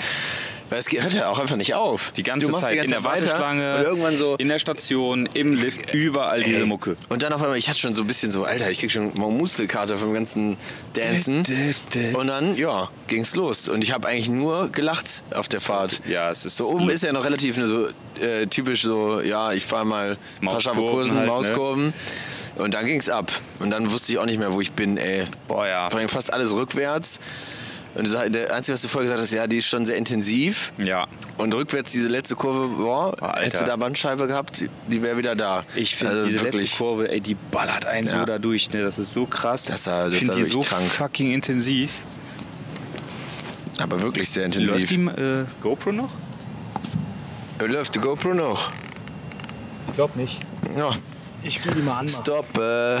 [SPEAKER 1] Weil es geht- hört ja auch einfach nicht auf.
[SPEAKER 11] Die ganze
[SPEAKER 1] du machst
[SPEAKER 11] Zeit
[SPEAKER 1] die ganze
[SPEAKER 11] in der
[SPEAKER 1] Zeit
[SPEAKER 11] Warteschlange,
[SPEAKER 1] weiter und irgendwann so
[SPEAKER 11] in der Station, im Lift, überall diese Mucke.
[SPEAKER 1] und dann auf einmal, ich hatte schon so ein bisschen so, Alter, ich krieg schon mal Muskelkater vom ganzen Dancen. Und dann, ja, ging's los. Und ich habe eigentlich nur gelacht auf der Fahrt.
[SPEAKER 11] Ja, es ist-
[SPEAKER 1] So oben ist ja noch relativ so äh, typisch so, ja, ich fahre mal
[SPEAKER 11] Mauskurven
[SPEAKER 1] Pascha-Kursen,
[SPEAKER 11] halt, ne?
[SPEAKER 1] Mauskurven. Und dann ging's ab. Und dann wusste ich auch nicht mehr, wo ich bin, ey.
[SPEAKER 11] Boah, ja.
[SPEAKER 1] Vor allem fast alles rückwärts. Und du sag- der Einzige, was du vorher gesagt hast, ja, die ist schon sehr intensiv.
[SPEAKER 11] Ja.
[SPEAKER 1] Und rückwärts diese letzte Kurve, boah,
[SPEAKER 11] Alter.
[SPEAKER 1] hättest du da Bandscheibe gehabt, die wäre wieder da.
[SPEAKER 11] Ich finde
[SPEAKER 1] Also
[SPEAKER 11] diese
[SPEAKER 1] wirklich.
[SPEAKER 11] letzte Kurve, ey, die ballert einen so
[SPEAKER 1] Ja.
[SPEAKER 11] da durch, ne? Das ist so krass.
[SPEAKER 1] Das war- das
[SPEAKER 11] ich finde
[SPEAKER 1] war
[SPEAKER 11] die so
[SPEAKER 1] wirklich krank.
[SPEAKER 11] fucking intensiv.
[SPEAKER 1] Aber wirklich sehr
[SPEAKER 11] Läuft
[SPEAKER 1] intensiv.
[SPEAKER 11] die äh, GoPro noch?
[SPEAKER 1] Läuft die GoPro noch?
[SPEAKER 2] Ich glaube nicht.
[SPEAKER 1] Ja,
[SPEAKER 5] Ich guck die mal an.
[SPEAKER 1] stopp. Äh,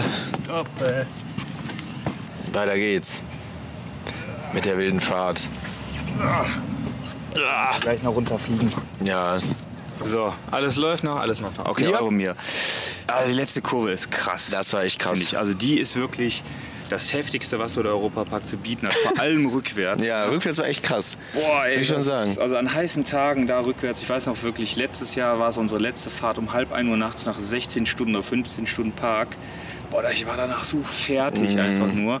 [SPEAKER 1] weiter geht's. Mit der wilden Fahrt.
[SPEAKER 2] Gleich noch runterfliegen.
[SPEAKER 1] Ja,
[SPEAKER 11] So, alles läuft noch, alles macht noch. Okay,
[SPEAKER 1] Ja.
[SPEAKER 11] Euro mir. Aber die letzte Kurve ist krass.
[SPEAKER 1] das war echt
[SPEAKER 11] finde
[SPEAKER 1] krass.
[SPEAKER 11] ich. Also die ist wirklich das heftigste, was so der Europapark zu bieten hat. Vor allem rückwärts.
[SPEAKER 1] Ja, rückwärts war echt krass.
[SPEAKER 11] Boah, ey,
[SPEAKER 1] Will ich schon
[SPEAKER 11] das
[SPEAKER 1] sagen.
[SPEAKER 11] Ist, also an heißen Tagen da rückwärts, ich weiß noch wirklich, letztes Jahr war es unsere letzte Fahrt um halb 1 Uhr nachts nach 16 Stunden oder 15 Stunden Park. Boah, da- ich war danach so fertig
[SPEAKER 1] Mhm.
[SPEAKER 11] einfach nur.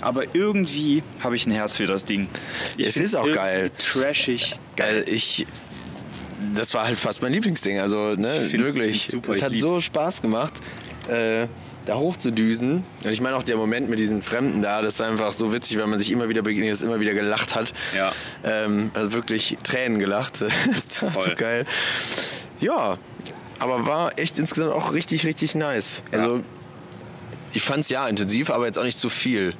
[SPEAKER 11] Aber irgendwie habe ich ein Herz für das Ding. Ich
[SPEAKER 1] Es
[SPEAKER 11] find's
[SPEAKER 1] ist auch
[SPEAKER 11] irgendwie
[SPEAKER 1] geil.
[SPEAKER 11] Trashig.
[SPEAKER 1] Geil, ich. Das war halt fast mein Lieblingsding. Also, ne,
[SPEAKER 11] find's- ich
[SPEAKER 1] wirklich.
[SPEAKER 11] find's super,
[SPEAKER 1] es
[SPEAKER 11] ich
[SPEAKER 1] hat
[SPEAKER 11] lieb's.
[SPEAKER 1] so Spaß gemacht, äh, da hochzudüsen. Und ich meine auch der Moment mit diesen Fremden da, das war einfach so witzig, weil man sich immer wieder begegnet ist, immer wieder gelacht hat.
[SPEAKER 11] Ja.
[SPEAKER 1] Ähm, also wirklich Tränen gelacht. das war so
[SPEAKER 11] Voll.
[SPEAKER 1] geil. Ja, aber war echt insgesamt auch richtig, richtig nice. Also, ich fand's ja intensiv, aber jetzt auch nicht zu viel.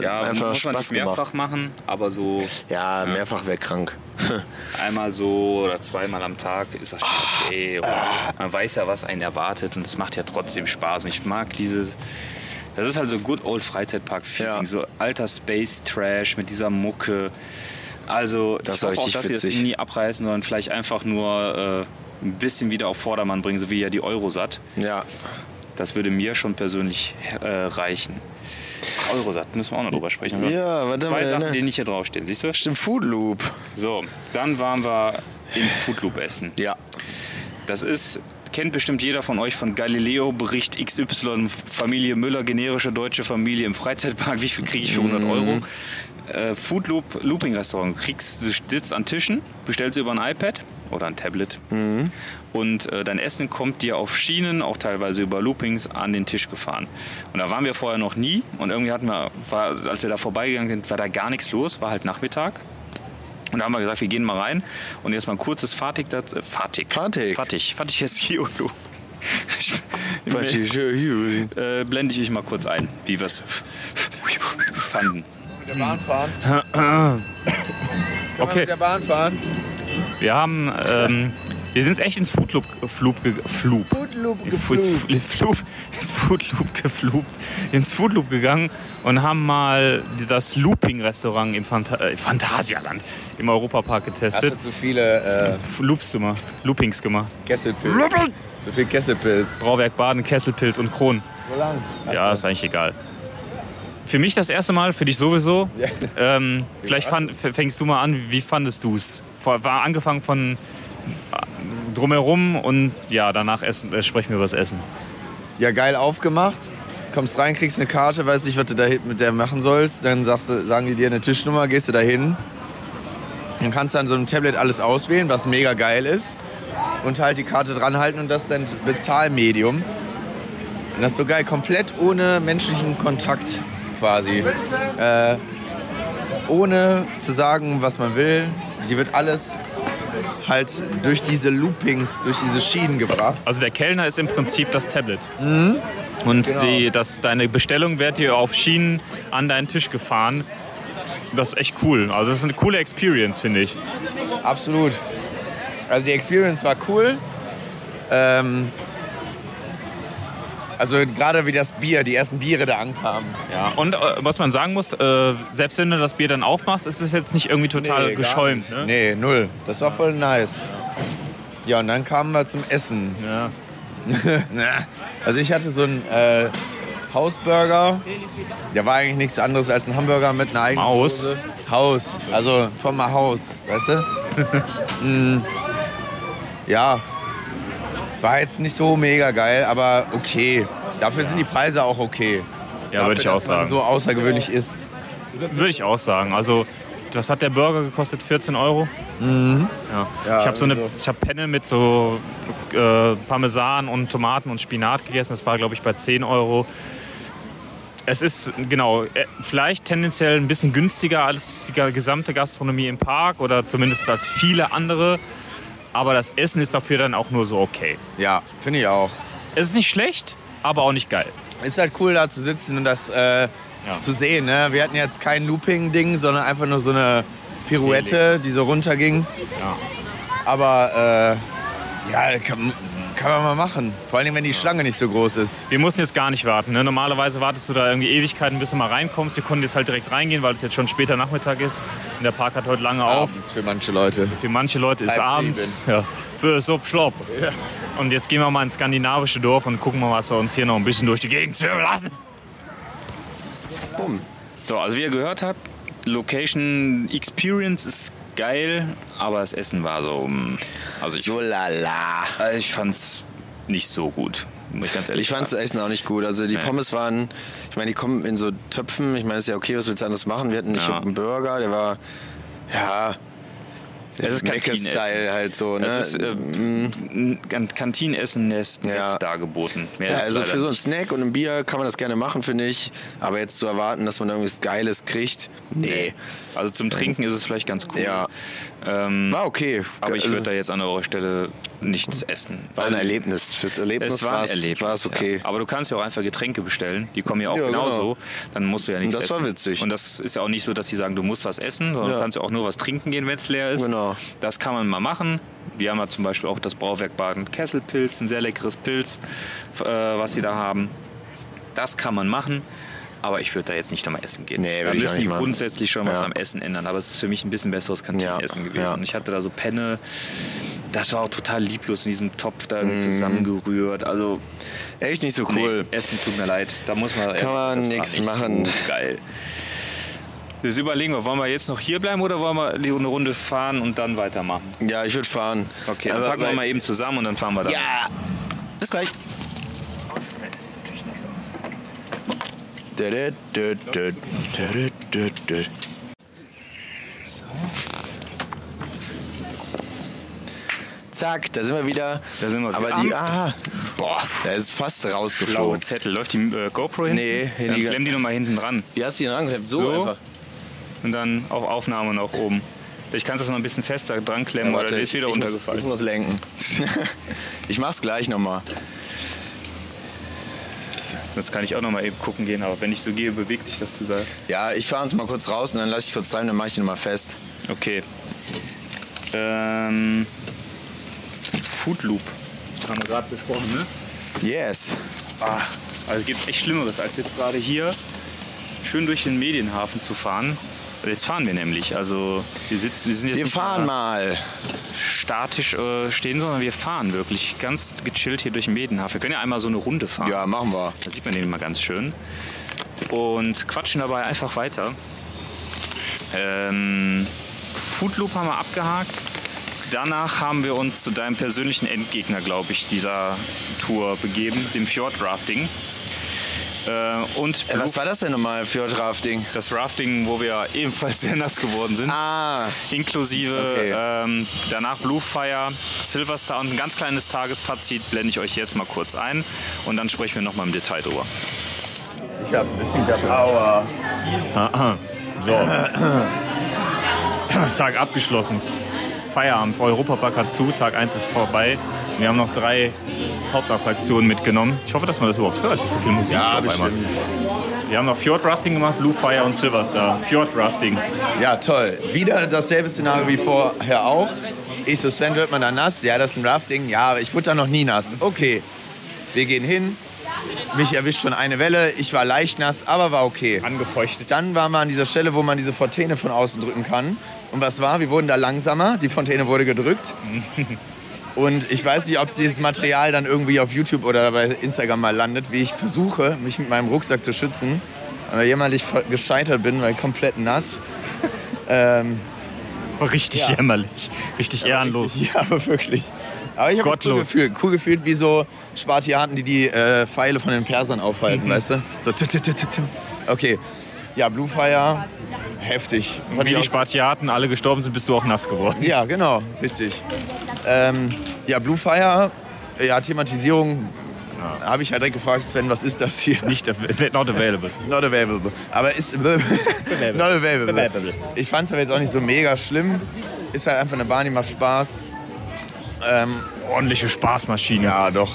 [SPEAKER 11] Ja,
[SPEAKER 1] einfach
[SPEAKER 11] muss man
[SPEAKER 1] Spaß
[SPEAKER 11] nicht
[SPEAKER 1] gemacht.
[SPEAKER 11] mehrfach machen, aber so
[SPEAKER 1] Ja, mehrfach wäre krank.
[SPEAKER 11] einmal so oder zweimal am Tag ist das
[SPEAKER 1] Ah.
[SPEAKER 11] schon okay. Und man weiß ja, was einen erwartet und es macht ja trotzdem Spaß. Und ich mag diese. Das ist halt so good old Freizeitpark-Feeling.
[SPEAKER 1] Ja.
[SPEAKER 11] So alter Space-Trash mit dieser Mucke. Also,
[SPEAKER 1] Das
[SPEAKER 11] ich
[SPEAKER 1] war
[SPEAKER 11] hoffe auch,
[SPEAKER 1] richtig
[SPEAKER 11] dass sie das
[SPEAKER 1] witzig.
[SPEAKER 11] Ding nie abreißen, sondern vielleicht einfach nur äh, ein bisschen wieder auf Vordermann bringen, so wie ja die Eurosat.
[SPEAKER 1] Ja,
[SPEAKER 11] Das würde mir schon persönlich äh, reichen. Eurosat, müssen wir auch noch drüber sprechen. oder?
[SPEAKER 1] Ja, warte
[SPEAKER 11] Zwei
[SPEAKER 1] mal,
[SPEAKER 11] Sachen,
[SPEAKER 1] ne?
[SPEAKER 11] die nicht hier draufstehen, siehst du?
[SPEAKER 1] stimmt, Food Loop.
[SPEAKER 11] So, dann waren wir im Foodloop essen.
[SPEAKER 1] Ja,
[SPEAKER 11] Das ist, kennt bestimmt jeder von euch von Galileo, Bericht XY, Familie Müller, generische deutsche Familie im Freizeitpark, wie viel kriege ich für 100 Euro? Äh, Foodloop, Looping Restaurant, du kriegst, du sitzt an Tischen, bestellst über ein iPad oder ein Tablet und äh, dein Essen kommt dir auf Schienen, auch teilweise über Loopings, an den Tisch gefahren. Und da waren wir vorher noch nie und irgendwie hatten wir, war, als wir da vorbeigegangen sind, war da gar nichts los, war halt Nachmittag. Und da haben wir gesagt, wir gehen mal rein und jetzt mal ein kurzes Fahrtig dazu. Fahrtig.
[SPEAKER 1] Fahrtig.
[SPEAKER 11] Fahrtig. Fahrtig jetzt hier und du. Ich- Äh, blende ich euch mal kurz ein, wie wir es fanden.
[SPEAKER 8] Mit der Bahn fahren. Mal
[SPEAKER 2] Okay,
[SPEAKER 8] Mit der Bahn fahren.
[SPEAKER 2] wir haben. Ähm, wir sind echt ins Food Loop. Flub, ge- Flub.
[SPEAKER 5] Foodloop
[SPEAKER 2] Ins Fu-
[SPEAKER 5] geflucht.
[SPEAKER 2] ins Flub, ins Foodloop geflupt, ins Foodloop gegangen und haben mal das Looping-Restaurant im Phanta äh, Phantasialand im Europapark
[SPEAKER 8] Hast
[SPEAKER 2] getestet.
[SPEAKER 8] du zu viele
[SPEAKER 2] F- Loops gemacht, Loopings gemacht.
[SPEAKER 8] äh, Kesselpilz? Zu viel Kesselpilz.
[SPEAKER 2] Brauwerk Baden, Kesselpilz und Kron.
[SPEAKER 8] Wo lang?
[SPEAKER 2] Ja, ist eigentlich egal. Auf Für mich das erste Mal, für dich sowieso. Ähm, vielleicht fand, f- fängst du mal an, wie fandest du es? War angefangen von äh, drumherum und ja, danach essen, äh, sprechen wir über das Essen.
[SPEAKER 8] Ja, geil aufgemacht. Kommst rein, kriegst eine Karte, weißt nicht, was du da mit der machen sollst. Dann sagst du, sagen die dir eine Tischnummer, gehst du da hin. Dann kannst du an so einem Tablet alles auswählen, was mega geil ist. Und halt die Karte dran halten und das ist dein Bezahlmedium. Und das ist so geil, komplett ohne menschlichen Kontakt quasi. Äh, ohne zu sagen, was man will. Die wird alles halt durch diese Loopings, durch diese Schienen gebracht.
[SPEAKER 2] Also der Kellner ist im Prinzip das Tablet.
[SPEAKER 8] Mhm.
[SPEAKER 2] Und
[SPEAKER 8] Genau.
[SPEAKER 2] die, das, deine Bestellung wird dir auf Schienen an deinen Tisch gefahren. Das ist echt cool. Also das ist eine coole Experience, finde ich.
[SPEAKER 8] Absolut. Also die Experience war cool. Ähm, also gerade wie das Bier, die ersten Biere da ankamen.
[SPEAKER 2] Ja. Und äh, was man sagen muss, äh, selbst wenn du das Bier dann aufmachst, ist es jetzt nicht irgendwie total
[SPEAKER 8] gar
[SPEAKER 2] geschäumt.
[SPEAKER 8] nicht.
[SPEAKER 2] Ne?
[SPEAKER 8] Nee, null. Das war voll nice. Ja, und dann kamen wir zum Essen.
[SPEAKER 2] Ja.
[SPEAKER 8] Na, also ich hatte so einen äh, Hausburger. Der war eigentlich nichts anderes als ein Hamburger mit einer eigenen
[SPEAKER 2] Maus?
[SPEAKER 8] Soße. Haus. Also vom Haus, weißt du? Mm, ja. War jetzt nicht so mega geil, aber okay. Dafür sind die Preise auch okay.
[SPEAKER 2] Ja, würde ich auch
[SPEAKER 8] dass man
[SPEAKER 2] sagen.
[SPEAKER 8] So außergewöhnlich ist.
[SPEAKER 2] Würde ich auch sagen. Also, was hat der Burger gekostet? 14 Euro? Ja.
[SPEAKER 8] Ja,
[SPEAKER 2] ich habe so eine
[SPEAKER 8] irgendwie
[SPEAKER 2] ich hab Penne mit so äh, Parmesan und Tomaten und Spinat gegessen. Das war, glaube ich, bei 10 Euro. Es ist, genau, äh, vielleicht tendenziell ein bisschen günstiger als die ga- gesamte Gastronomie im Park oder zumindest als viele andere. Aber das Essen ist dafür dann auch nur so okay.
[SPEAKER 8] Ja, finde ich auch.
[SPEAKER 2] Es ist nicht schlecht, aber auch nicht geil.
[SPEAKER 8] Ist halt cool da zu sitzen und das äh, zu sehen. Ne? Wir hatten jetzt kein Looping-Ding, sondern einfach nur so eine Pirouette, die so runterging. Aber äh, ja, kann, kann man mal machen. Vor allem, wenn die Schlange nicht so groß ist.
[SPEAKER 2] Wir mussten jetzt gar nicht warten. Ne? Normalerweise wartest du da irgendwie Ewigkeiten, bis du mal reinkommst. Wir konnten jetzt halt direkt reingehen, weil es jetzt schon später Nachmittag ist. Und der Park hat heute lange auf.
[SPEAKER 8] Abends für manche Leute.
[SPEAKER 2] Für manche Leute ist
[SPEAKER 8] Halb
[SPEAKER 2] abends.
[SPEAKER 8] sieben.
[SPEAKER 2] Ja, für Sub Schlop. Und jetzt gehen wir mal ins skandinavische Dorf und gucken mal, was wir uns hier noch ein bisschen durch die Gegend zwirbeln lassen.
[SPEAKER 11] So, also wie ihr gehört habt, Location Experience ist geil, aber das Essen war so. mm, Also ich,
[SPEAKER 1] So lala.
[SPEAKER 11] also ich fand's nicht so gut. Muss ich ganz ehrlich
[SPEAKER 1] Ich fand das
[SPEAKER 11] sagen.
[SPEAKER 1] Essen auch nicht gut. Also die
[SPEAKER 11] Nee.
[SPEAKER 1] Pommes waren, ich meine, die kommen in so Töpfen. Ich meine, ist ja okay, was willst du anderes machen? Wir hatten nicht
[SPEAKER 11] Ja.
[SPEAKER 1] einen Burger, der war, ja,
[SPEAKER 11] Das ist Kantinenessen.
[SPEAKER 1] Meckes-Style halt so. Ne?
[SPEAKER 11] Das ist äh, ein Kan- Kantinenessen ist
[SPEAKER 1] mm. Ja.
[SPEAKER 11] jetzt dargeboten. Mehr
[SPEAKER 1] ja,
[SPEAKER 11] ist es
[SPEAKER 1] also
[SPEAKER 11] leider
[SPEAKER 1] für so einen
[SPEAKER 11] nicht.
[SPEAKER 1] Snack und ein Bier kann man das gerne machen, finde ich. Aber jetzt zu erwarten, dass man da irgendwas Geiles kriegt, nee.
[SPEAKER 11] Also zum Trinken ist es vielleicht ganz cool.
[SPEAKER 1] Ja.
[SPEAKER 11] Ähm,
[SPEAKER 1] War okay.
[SPEAKER 11] aber ich
[SPEAKER 1] Also,
[SPEAKER 11] würde da jetzt an eurer Stelle nichts essen.
[SPEAKER 1] war ein Erlebnis. Fürs Erlebnis
[SPEAKER 11] Es war ein Erlebnis.
[SPEAKER 1] war es okay.
[SPEAKER 11] Ja. Aber du kannst ja auch einfach Getränke bestellen. Die kommen ja auch
[SPEAKER 1] Ja, genau.
[SPEAKER 11] genauso. Dann musst du ja nichts
[SPEAKER 1] Und das
[SPEAKER 11] essen.
[SPEAKER 1] war witzig.
[SPEAKER 11] Und das ist ja auch nicht so, dass sie sagen, du musst was essen, sondern
[SPEAKER 1] Ja.
[SPEAKER 11] du kannst ja auch nur was trinken gehen, wenn es leer ist.
[SPEAKER 1] Genau.
[SPEAKER 11] Das kann man mal machen. Wir haben ja zum Beispiel auch das Brauwerk Baden Kesselpilz, ein sehr leckeres Pilz, äh, was sie da haben. Das kann man machen. Aber ich würde da jetzt nicht nochmal essen gehen.
[SPEAKER 1] Nee,
[SPEAKER 11] da
[SPEAKER 1] würd ich auch
[SPEAKER 11] müssen
[SPEAKER 1] nicht
[SPEAKER 11] die
[SPEAKER 1] machen.
[SPEAKER 11] grundsätzlich schon was
[SPEAKER 1] Ja.
[SPEAKER 11] am Essen ändern. Aber es ist für mich ein bisschen besseres Kantinenessen
[SPEAKER 1] Ja,
[SPEAKER 11] gewesen.
[SPEAKER 1] ja.
[SPEAKER 11] Und ich hatte da so Penne. Das war auch total lieblos in diesem Topf da irgendwie zusammengerührt. Also
[SPEAKER 1] Echt nicht so Mm. cool.
[SPEAKER 11] Nee, Essen tut mir leid. Da muss man.
[SPEAKER 1] Kann man
[SPEAKER 11] das war
[SPEAKER 1] nichts
[SPEAKER 11] nicht
[SPEAKER 1] machen.
[SPEAKER 11] So geil. Jetzt überlegen wir, wollen wir jetzt noch hier bleiben oder wollen wir eine Runde fahren und dann weitermachen?
[SPEAKER 1] Ja, ich würde fahren.
[SPEAKER 11] Okay, dann
[SPEAKER 1] Aber
[SPEAKER 11] packen wir
[SPEAKER 1] weil-
[SPEAKER 11] mal eben zusammen und dann fahren wir da.
[SPEAKER 1] Ja! Bis gleich. Dö, dö, dö, dö, dö, dö. Zack, da sind wir wieder.
[SPEAKER 11] Da sind wir
[SPEAKER 1] Aber
[SPEAKER 11] wieder.
[SPEAKER 1] die. Ah, boah, da ist fast
[SPEAKER 11] Blaue
[SPEAKER 1] rausgeflogen.
[SPEAKER 11] Zettel. Läuft die äh, GoPro hin?
[SPEAKER 1] Nee,
[SPEAKER 11] Dann
[SPEAKER 8] äh,
[SPEAKER 1] Handy-
[SPEAKER 11] klemm die nochmal hinten dran.
[SPEAKER 1] Wie hast du ihn angeklemmt? So,
[SPEAKER 11] So?
[SPEAKER 1] einfach.
[SPEAKER 11] Und dann auf Aufnahme noch oben. Ich kann das noch ein bisschen fester dran klemmen, weil
[SPEAKER 1] Warte,
[SPEAKER 11] der ist wieder
[SPEAKER 1] ich
[SPEAKER 11] untergefallen.
[SPEAKER 1] Muss, ich muss lenken. ich mach's gleich nochmal.
[SPEAKER 11] Jetzt kann ich auch nochmal eben gucken gehen, aber wenn ich so gehe, bewegt sich das zu sein.
[SPEAKER 1] Ja, ich fahr uns mal kurz raus und dann lass ich kurz treiben, dann mach ich ihn mal fest.
[SPEAKER 11] Okay. Ähm, Food Loop. Haben wir gerade besprochen, ne?
[SPEAKER 1] Yes.
[SPEAKER 11] Ah, also es gibt echt Schlimmeres, als jetzt gerade hier schön durch den Medienhafen zu fahren. Jetzt fahren wir nämlich. Also wir sitzen, wir sind jetzt
[SPEAKER 1] Wir
[SPEAKER 11] nicht
[SPEAKER 1] fahren mal.
[SPEAKER 11] statisch äh, stehen, sondern wir fahren wirklich ganz gechillt hier durch den Medienhafen. Wir können ja einmal so eine Runde fahren.
[SPEAKER 1] Ja, machen wir.
[SPEAKER 11] Da sieht man den immer ganz schön. und quatschen dabei einfach weiter. Ähm, Foodloop haben wir abgehakt. Danach haben wir uns zu deinem persönlichen Endgegner, glaube ich, dieser Tour begeben, dem Fjordrafting. Äh, und
[SPEAKER 1] Äh, was
[SPEAKER 11] Blue-
[SPEAKER 1] war das denn nochmal für ein Rafting?
[SPEAKER 11] das Rafting, wo wir ebenfalls sehr nass geworden sind
[SPEAKER 1] Ah,
[SPEAKER 11] inklusive
[SPEAKER 1] Okay.
[SPEAKER 11] ähm, danach Blue Fire, Silverstar und ein ganz kleines Tagesfazit blende ich euch jetzt mal kurz ein und dann sprechen wir nochmal im Detail drüber.
[SPEAKER 8] Ich hab ein bisschen Power.
[SPEAKER 2] So. Tag abgeschlossen. Feierabend. Europapark hat zu. Tag 1 ist vorbei. Wir haben noch drei Hauptattraktionen mitgenommen. Ich hoffe, dass man das überhaupt hört. Das ist so viel Musik
[SPEAKER 8] Ja,
[SPEAKER 2] auf einmal. Wir haben noch Fjordrafting gemacht, Blue Fire und Silverstar. Fjordrafting.
[SPEAKER 8] Ja, toll. Wieder dasselbe Szenario wie vorher auch. Ich so, Sven, wird man da nass? Ja, das ist ein Rafting. Ja, aber ich wurde da noch nie nass. Okay, wir gehen hin. Mich erwischt schon eine Welle. Ich war leicht nass, aber war okay.
[SPEAKER 2] Angefeuchtet.
[SPEAKER 8] Dann waren wir an dieser Stelle, wo man diese Fontäne von außen drücken kann. Und was war? Wir wurden da langsamer. Die Fontäne wurde gedrückt. Und ich weiß nicht, ob dieses Material dann irgendwie auf YouTube oder bei Instagram mal landet, wie ich versuche, mich mit meinem Rucksack zu schützen. Aber jemals ich ver- gescheitert bin, weil komplett nass.
[SPEAKER 2] War Oh, richtig
[SPEAKER 8] Ja.
[SPEAKER 2] jämmerlich. Richtig ehrenlos.
[SPEAKER 8] Ja, aber wirklich. Aber ich habe mich cool
[SPEAKER 2] Gottlos.
[SPEAKER 8] gefühlt, cool gefühlt, wie so Spartiaten, die die äh, Pfeile von den Persern aufhalten, weißt du? So. tü- tü- tü- tü- tü. Okay. Ja, Blue Fire, heftig.
[SPEAKER 2] Wie die
[SPEAKER 8] aus-
[SPEAKER 2] Spartiaten alle gestorben sind, bist du auch nass geworden.
[SPEAKER 8] Ja, genau, richtig. Ähm, ja, Blue Fire, äh, ja, Thematisierung, habe ich ja direkt gefragt, Sven, was ist das hier?
[SPEAKER 2] Nicht not available.
[SPEAKER 8] Not available. Aber ist. not available.
[SPEAKER 2] Available.
[SPEAKER 8] Ich fand es aber jetzt auch nicht so mega schlimm. Ist halt einfach eine Bahn, die macht Spaß.
[SPEAKER 2] Ordentliche Spaßmaschine.
[SPEAKER 8] Ja, doch.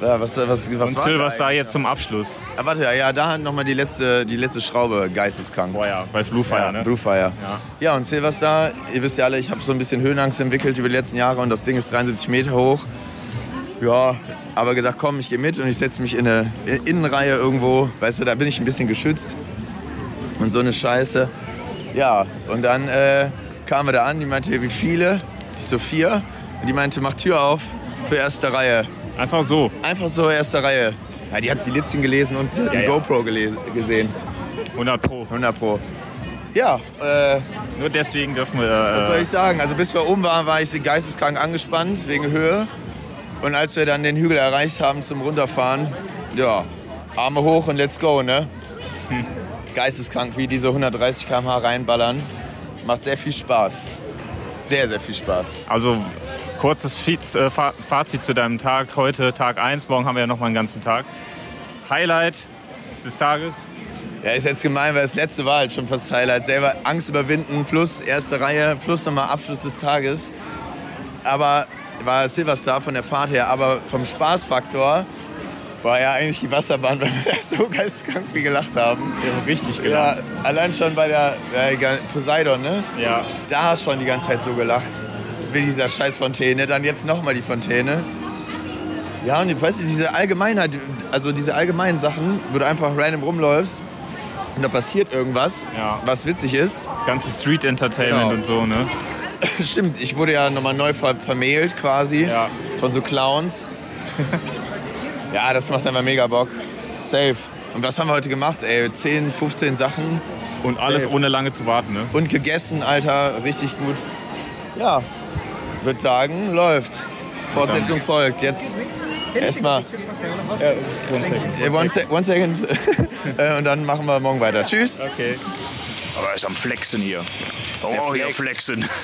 [SPEAKER 8] Ja, was, was, was
[SPEAKER 2] Und
[SPEAKER 8] war
[SPEAKER 2] Silverstar
[SPEAKER 8] da
[SPEAKER 2] jetzt zum Abschluss.
[SPEAKER 8] eigentlich? Ah, warte, ja, da nochmal die letzte, die letzte Schraube, geisteskrank.
[SPEAKER 2] Boah ja, bei Blue Fire,
[SPEAKER 8] ja,
[SPEAKER 2] ne?
[SPEAKER 8] Blue Fire.
[SPEAKER 2] Ja.
[SPEAKER 8] Ja. und Silverstar, ihr wisst ja alle, ich habe so ein bisschen Höhenangst entwickelt über die letzten Jahre und das Ding ist 73 Meter hoch. Ja, aber gesagt, komm, ich gehe mit und ich setze mich in eine Innenreihe irgendwo. Weißt du, da bin ich ein bisschen geschützt und so eine Scheiße. Ja, und dann äh, kamen wir da an, die meinte, wie viele? Ich so, vier. Und die meinte, mach Tür auf für erste Reihe.
[SPEAKER 2] Einfach so.
[SPEAKER 8] Einfach so erste Reihe. Ja, die hat die Litzchen gelesen und die
[SPEAKER 2] ja.
[SPEAKER 8] GoPro gelesen, gesehen.
[SPEAKER 2] 100 pro.
[SPEAKER 8] 100 Pro. Ja, äh,
[SPEAKER 2] Nur deswegen dürfen wir.
[SPEAKER 8] was soll
[SPEAKER 2] Äh,
[SPEAKER 8] ich sagen? Also bis wir oben waren, war ich geisteskrank angespannt wegen Höhe. Und als wir dann den Hügel erreicht haben zum Runterfahren, ja, Arme hoch und let's go, ne? Geisteskrank, wie diese 130 km/h reinballern. Macht sehr viel Spaß. Sehr, sehr viel Spaß.
[SPEAKER 2] also kurzes Fiz, äh, Fa- Fazit zu deinem Tag heute, Tag 1. Morgen haben wir ja noch mal einen ganzen Tag. Highlight des Tages.
[SPEAKER 8] Ja, ist jetzt gemein, weil das letzte war halt schon fast das Highlight. Selber Angst überwinden plus erste Reihe plus nochmal Abschluss des Tages. Aber war Silverstar von der Fahrt her, aber vom Spaßfaktor war ja eigentlich die Wasserbahn, weil wir da so geisteskrank viel gelacht haben.
[SPEAKER 2] Richtig
[SPEAKER 8] Ja,
[SPEAKER 2] gelacht.
[SPEAKER 8] allein schon bei der ja, egal, Poseidon, ne?
[SPEAKER 2] Ja.
[SPEAKER 8] Da hast schon die ganze Zeit so gelacht. Mit dieser scheiß Fontäne, dann jetzt nochmal die Fontäne. Ja, und weißt du, diese Allgemeinheit, also diese allgemeinen Sachen, wo du einfach random rumläufst und da passiert irgendwas,
[SPEAKER 2] Ja.
[SPEAKER 8] was witzig ist.
[SPEAKER 2] Ganze Street Entertainment
[SPEAKER 8] Genau.
[SPEAKER 2] und so, ne?
[SPEAKER 8] Stimmt, ich wurde ja nochmal neu ver vermählt quasi
[SPEAKER 2] Ja.
[SPEAKER 8] von so Clowns. ja, das macht einfach mega Bock. Safe. Und was haben wir heute gemacht? Ey, 10, 15 Sachen.
[SPEAKER 2] Und alles
[SPEAKER 8] Safe.
[SPEAKER 2] ohne lange zu warten, ne?
[SPEAKER 8] und gegessen, Alter, richtig gut. Ja, würde sagen, läuft. Fortsetzung folgt. Jetzt erstmal äh, one, sec one second Äh, und dann machen wir morgen weiter. Tschüss.
[SPEAKER 2] Okay.
[SPEAKER 11] Aber er ist am Flexen hier. Oh, hier Flexen.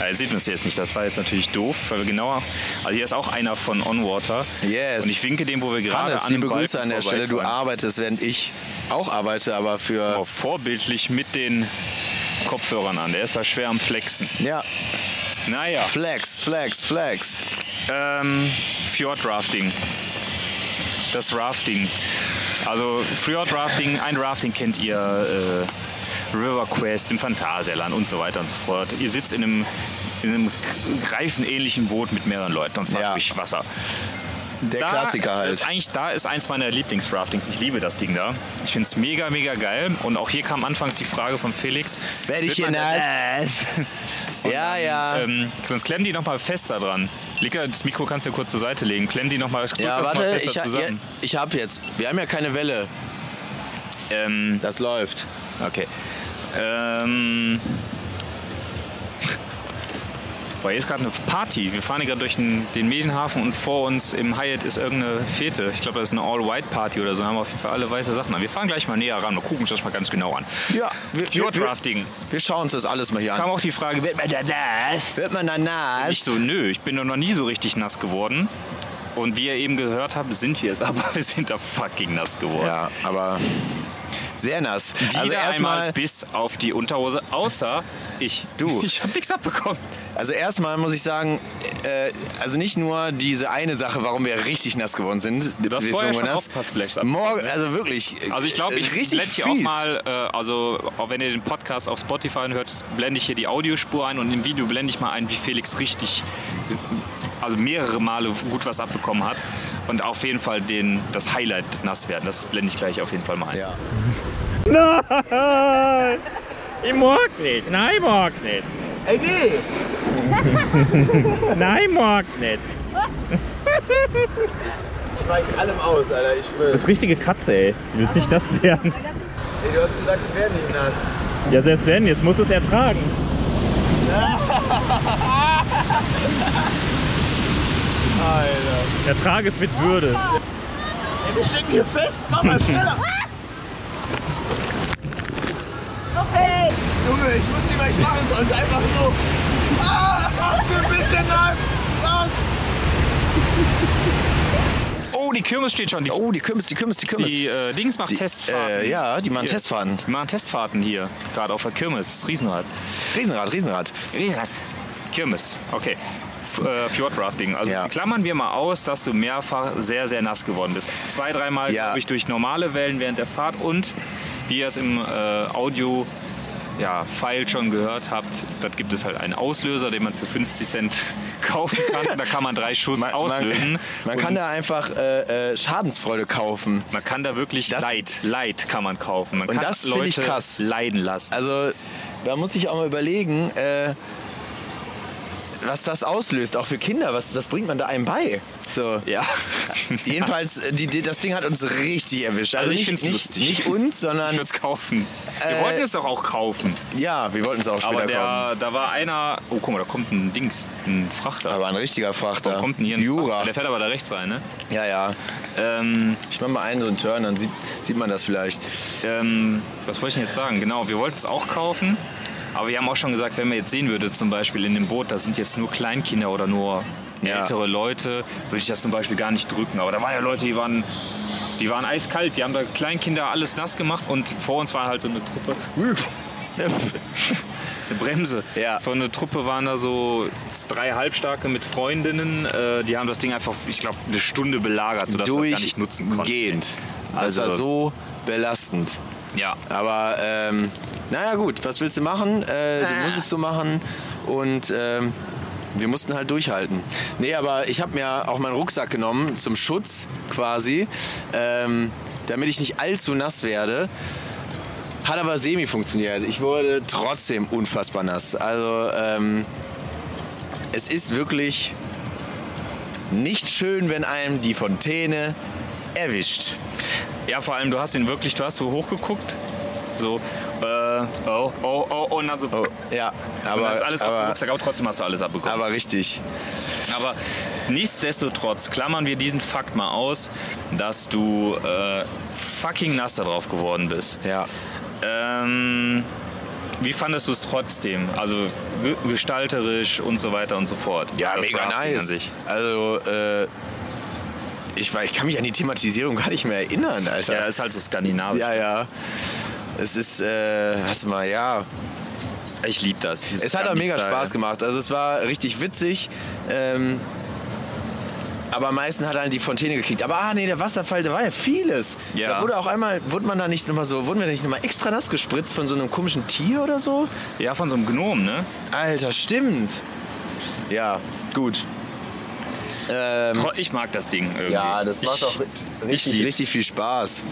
[SPEAKER 11] Ja, jetzt sieht man es jetzt nicht, das war jetzt natürlich doof, weil wir genauer. Also hier ist auch einer von Onwater.
[SPEAKER 1] Yes.
[SPEAKER 11] Und ich winke dem, wo wir gerade
[SPEAKER 1] Hannes,
[SPEAKER 11] an dem
[SPEAKER 1] liebe
[SPEAKER 11] Balken
[SPEAKER 1] Grüße an der Stelle. Du
[SPEAKER 11] vorbeifahren.
[SPEAKER 1] arbeitest, während ich auch arbeite, aber für.
[SPEAKER 11] Oh, vorbildlich mit den Kopfhörern an. Der ist da schwer am Flexen.
[SPEAKER 1] Ja,
[SPEAKER 11] Naja.
[SPEAKER 1] Flex, Flex, Flex.
[SPEAKER 11] Ähm, Fjordrafting. Das Rafting. Also Fjordrafting, ein Rafting kennt ihr, äh, River Quest im Phantasialand und so weiter und so fort. Ihr sitzt in einem, in einem reifenähnlichen Boot mit mehreren Leuten und fahrt
[SPEAKER 1] Ja.
[SPEAKER 11] durch Wasser.
[SPEAKER 1] Der
[SPEAKER 11] Da
[SPEAKER 1] Klassiker
[SPEAKER 11] Ist
[SPEAKER 1] halt.
[SPEAKER 11] eigentlich, da ist eins meiner Lieblingsraftings. Ich liebe das Ding da. Ich finde es mega, mega geil. Und auch hier kam anfangs die Frage von Felix.
[SPEAKER 1] Werd ich
[SPEAKER 11] wird
[SPEAKER 1] hier
[SPEAKER 11] man-
[SPEAKER 1] nass?
[SPEAKER 8] Ja, ja.
[SPEAKER 11] Ähm, sonst klemm die nochmal fester dran. Lika, das Mikro kannst du kurz zur Seite legen. Klemm die nochmal
[SPEAKER 8] Ja,
[SPEAKER 11] mal
[SPEAKER 8] warte,
[SPEAKER 11] fester
[SPEAKER 8] ich, ha ja,
[SPEAKER 11] zusammen.
[SPEAKER 8] ich hab jetzt. Wir haben ja keine Welle.
[SPEAKER 11] Ähm,
[SPEAKER 8] Das läuft.
[SPEAKER 11] okay. Ähm. Boah, hier ist gerade eine Party. Wir fahren hier gerade durch den, den Medienhafen und vor uns im Hyatt ist irgendeine Fete. Ich glaube, das ist eine All-White-Party oder so. Haben wir auf jeden Fall alle weiße Sachen an. Wir fahren gleich mal näher ran. Wir gucken uns das mal ganz genau an.
[SPEAKER 8] Ja, wir,
[SPEAKER 11] Fjord
[SPEAKER 8] wir, wir,
[SPEAKER 11] Rafting.
[SPEAKER 8] wir schauen uns das alles mal hier
[SPEAKER 11] Kam
[SPEAKER 8] an.
[SPEAKER 11] auch die Frage, wird man da nass?
[SPEAKER 8] Wird man da nass?
[SPEAKER 11] Ich so, nö, ich bin doch noch nie so richtig nass geworden. Und wie ihr eben gehört habt, sind wir es, aber wir sind da fucking nass geworden.
[SPEAKER 8] Ja, aber sehr nass.
[SPEAKER 11] Wieder
[SPEAKER 8] also
[SPEAKER 11] einmal
[SPEAKER 8] erstmal,
[SPEAKER 11] bis auf die Unterhose, außer ich.
[SPEAKER 8] Du.
[SPEAKER 11] Ich hab nichts abbekommen.
[SPEAKER 8] also erstmal muss ich sagen, äh, also nicht nur diese eine Sache, warum wir richtig nass geworden sind.
[SPEAKER 11] Du hast
[SPEAKER 8] wir
[SPEAKER 11] vorher
[SPEAKER 8] sind
[SPEAKER 11] schon
[SPEAKER 8] nass.
[SPEAKER 11] Aufpassblech abbekommen,
[SPEAKER 8] Morgen, also wirklich. äh,
[SPEAKER 11] ne? Also ich glaube, ich
[SPEAKER 8] richtig
[SPEAKER 11] blende hier auch
[SPEAKER 8] fies.
[SPEAKER 11] mal, äh, also auch wenn ihr den Podcast auf Spotify hört, blende ich hier die Audiospur ein und im Video blende ich mal ein, wie Felix richtig, also mehrere Male gut was abbekommen hat. Und auf jeden Fall den, das Highlight nass werden, das blende ich gleich auf jeden Fall mal ein.
[SPEAKER 8] Ja.
[SPEAKER 2] Ich mag nicht. Nein, ich mag nicht. Ey, nee. Nein, ich mag nicht.
[SPEAKER 12] Reicht allem aus, Alter, ich schwöre.
[SPEAKER 2] Das ist richtige Katze, ey. Du willst nicht das werden.
[SPEAKER 12] Ey, du hast gesagt, wir werden nicht nass.
[SPEAKER 2] Ja, selbst wenn, jetzt muss es ertragen. Alter. Ertrage es mit Würde.
[SPEAKER 12] Wir stecken hier fest, mach mal schneller. Okay. Junge, ich muss die mal machen, sonst einfach so. Ah, wir bisschen nass. Nass.
[SPEAKER 11] Oh, die Kirmes steht schon. Die,
[SPEAKER 8] Oh, die Kürbis, die Kürbis, die Kürbis.
[SPEAKER 11] die äh, Dings macht
[SPEAKER 8] Die-
[SPEAKER 11] Testfahrten.
[SPEAKER 8] äh, ja, die machen
[SPEAKER 11] Hier.
[SPEAKER 8] Testfahrten.
[SPEAKER 11] Die machen Testfahrten hier, gerade auf der Kirmes. Das Riesenrad.
[SPEAKER 8] Riesenrad, Riesenrad.
[SPEAKER 11] Riesenrad. Kirmes, okay. F äh, Fjordrafting. Also
[SPEAKER 8] Ja.
[SPEAKER 11] klammern wir mal aus, dass du mehrfach sehr, sehr nass geworden bist. Zwei, dreimal
[SPEAKER 8] Ja.
[SPEAKER 11] glaub ich durch normale Wellen während der Fahrt und wie ihr es im äh, Audio ja, File schon gehört habt, da gibt es halt einen Auslöser, den man für 50 Cent kaufen kann. Da kann man drei Schuss auslösen.
[SPEAKER 8] man, man kann
[SPEAKER 11] Und-
[SPEAKER 8] da einfach äh, äh, Schadensfreude kaufen.
[SPEAKER 11] Man kann da wirklich
[SPEAKER 8] Das-
[SPEAKER 11] Leid, Leid kann man kaufen. Man
[SPEAKER 8] Und
[SPEAKER 11] kann
[SPEAKER 8] das find
[SPEAKER 11] Leute
[SPEAKER 8] ich krass.
[SPEAKER 11] leiden lassen.
[SPEAKER 8] Also da muss ich auch mal überlegen, äh, was das auslöst, auch für Kinder. Was, was bringt man da einem bei? So.
[SPEAKER 11] ja.
[SPEAKER 8] Jedenfalls, äh, die, die, das Ding hat uns richtig erwischt. Also,
[SPEAKER 11] Also ich
[SPEAKER 8] nicht,
[SPEAKER 11] find's
[SPEAKER 8] nicht,
[SPEAKER 11] lustig.
[SPEAKER 8] nicht uns,
[SPEAKER 11] Ich
[SPEAKER 8] sondern
[SPEAKER 11] würde es kaufen. Wir
[SPEAKER 8] Äh,
[SPEAKER 11] wollten es doch auch kaufen.
[SPEAKER 8] ja, wir wollten es auch später
[SPEAKER 11] Aber
[SPEAKER 8] kaufen.
[SPEAKER 11] der, da war einer. Oh, guck mal, da kommt ein Dings, ein Frachter.
[SPEAKER 8] Aber ein richtiger Frachter.
[SPEAKER 11] Warum kommt denn hier ein
[SPEAKER 8] Jura.
[SPEAKER 11] Frachter? Der fährt aber da rechts rein, ne?
[SPEAKER 8] Ja, ja.
[SPEAKER 11] Ähm,
[SPEAKER 8] Ich mache mal einen so einen Turn, dann sieht, sieht man das vielleicht.
[SPEAKER 11] ähm, was wollte ich denn jetzt sagen? Genau, wir wollten es auch kaufen. Aber wir haben auch schon gesagt, wenn man jetzt sehen würde, zum Beispiel in dem Boot, da sind jetzt nur Kleinkinder oder nur
[SPEAKER 8] Ja.
[SPEAKER 11] ältere Leute, würde ich das zum Beispiel gar nicht drücken. Aber da waren ja Leute, die waren, die waren eiskalt, die haben da Kleinkinder alles nass gemacht und vor uns war halt so eine Truppe, eine Bremse.
[SPEAKER 8] Ja.
[SPEAKER 11] Von einer Truppe waren da so drei Halbstarke mit Freundinnen, äh, die haben das Ding einfach, ich glaube, eine Stunde belagert, sodass wir das gar nicht nutzen konnten.
[SPEAKER 8] Durchgehend. Das
[SPEAKER 11] Also-
[SPEAKER 8] war so belastend.
[SPEAKER 11] Ja.
[SPEAKER 8] Aber ähm, naja gut, was willst du machen? Äh, Du musst es so machen und ähm, wir mussten halt durchhalten. Nee, aber ich habe mir auch meinen Rucksack genommen zum Schutz quasi, ähm, damit ich nicht allzu nass werde. Hat aber semi funktioniert. Ich wurde trotzdem unfassbar nass. Also ähm, es ist wirklich nicht schön, wenn einem die Fontäne erwischt.
[SPEAKER 11] Ja, vor allem, du hast ihn wirklich, du hast so hochgeguckt, so, äh, oh, oh, oh, und dann so,
[SPEAKER 8] Oh, ja,
[SPEAKER 11] und
[SPEAKER 8] aber,
[SPEAKER 11] dann alles auf dem
[SPEAKER 8] aber,
[SPEAKER 11] Rucksack, aber trotzdem hast du alles abbekommen.
[SPEAKER 8] aber richtig.
[SPEAKER 11] Aber, nichtsdestotrotz klammern wir diesen Fakt mal aus, dass du äh, fucking nass da drauf geworden bist.
[SPEAKER 8] Ja.
[SPEAKER 11] Ähm, wie fandest du es trotzdem? Also ge- gestalterisch und so weiter und so fort.
[SPEAKER 8] Ja,
[SPEAKER 11] Das
[SPEAKER 8] mega
[SPEAKER 11] Rafting an
[SPEAKER 8] nice.
[SPEAKER 11] sich.
[SPEAKER 8] Also, äh, ich, war, ich kann mich an die Thematisierung gar nicht mehr erinnern, Alter.
[SPEAKER 11] Ja, ist halt so skandinavisch.
[SPEAKER 8] ja. ja. Es ist, äh, warte mal, ja.
[SPEAKER 11] Ich liebe das. dieses
[SPEAKER 8] Es hat auch mega
[SPEAKER 11] Skandi-Style.
[SPEAKER 8] Spaß gemacht. Also, es war richtig witzig. Ähm, aber am meisten hat halt die Fontäne gekriegt. Aber ah nee, der Wasserfall, da war ja vieles.
[SPEAKER 11] Ja.
[SPEAKER 8] Da wurde auch einmal, wurde man da nicht nochmal so, wurden wir da nicht nochmal extra nass gespritzt von so einem komischen Tier oder so?
[SPEAKER 11] Ja, von so einem Gnom, ne?
[SPEAKER 8] Alter, stimmt. Ja, gut. Ähm,
[SPEAKER 11] Tro- Ich mag das Ding irgendwie.
[SPEAKER 8] ja, das macht
[SPEAKER 11] ich,
[SPEAKER 8] auch ri- richtig,
[SPEAKER 11] lieb's.
[SPEAKER 8] richtig viel Spaß.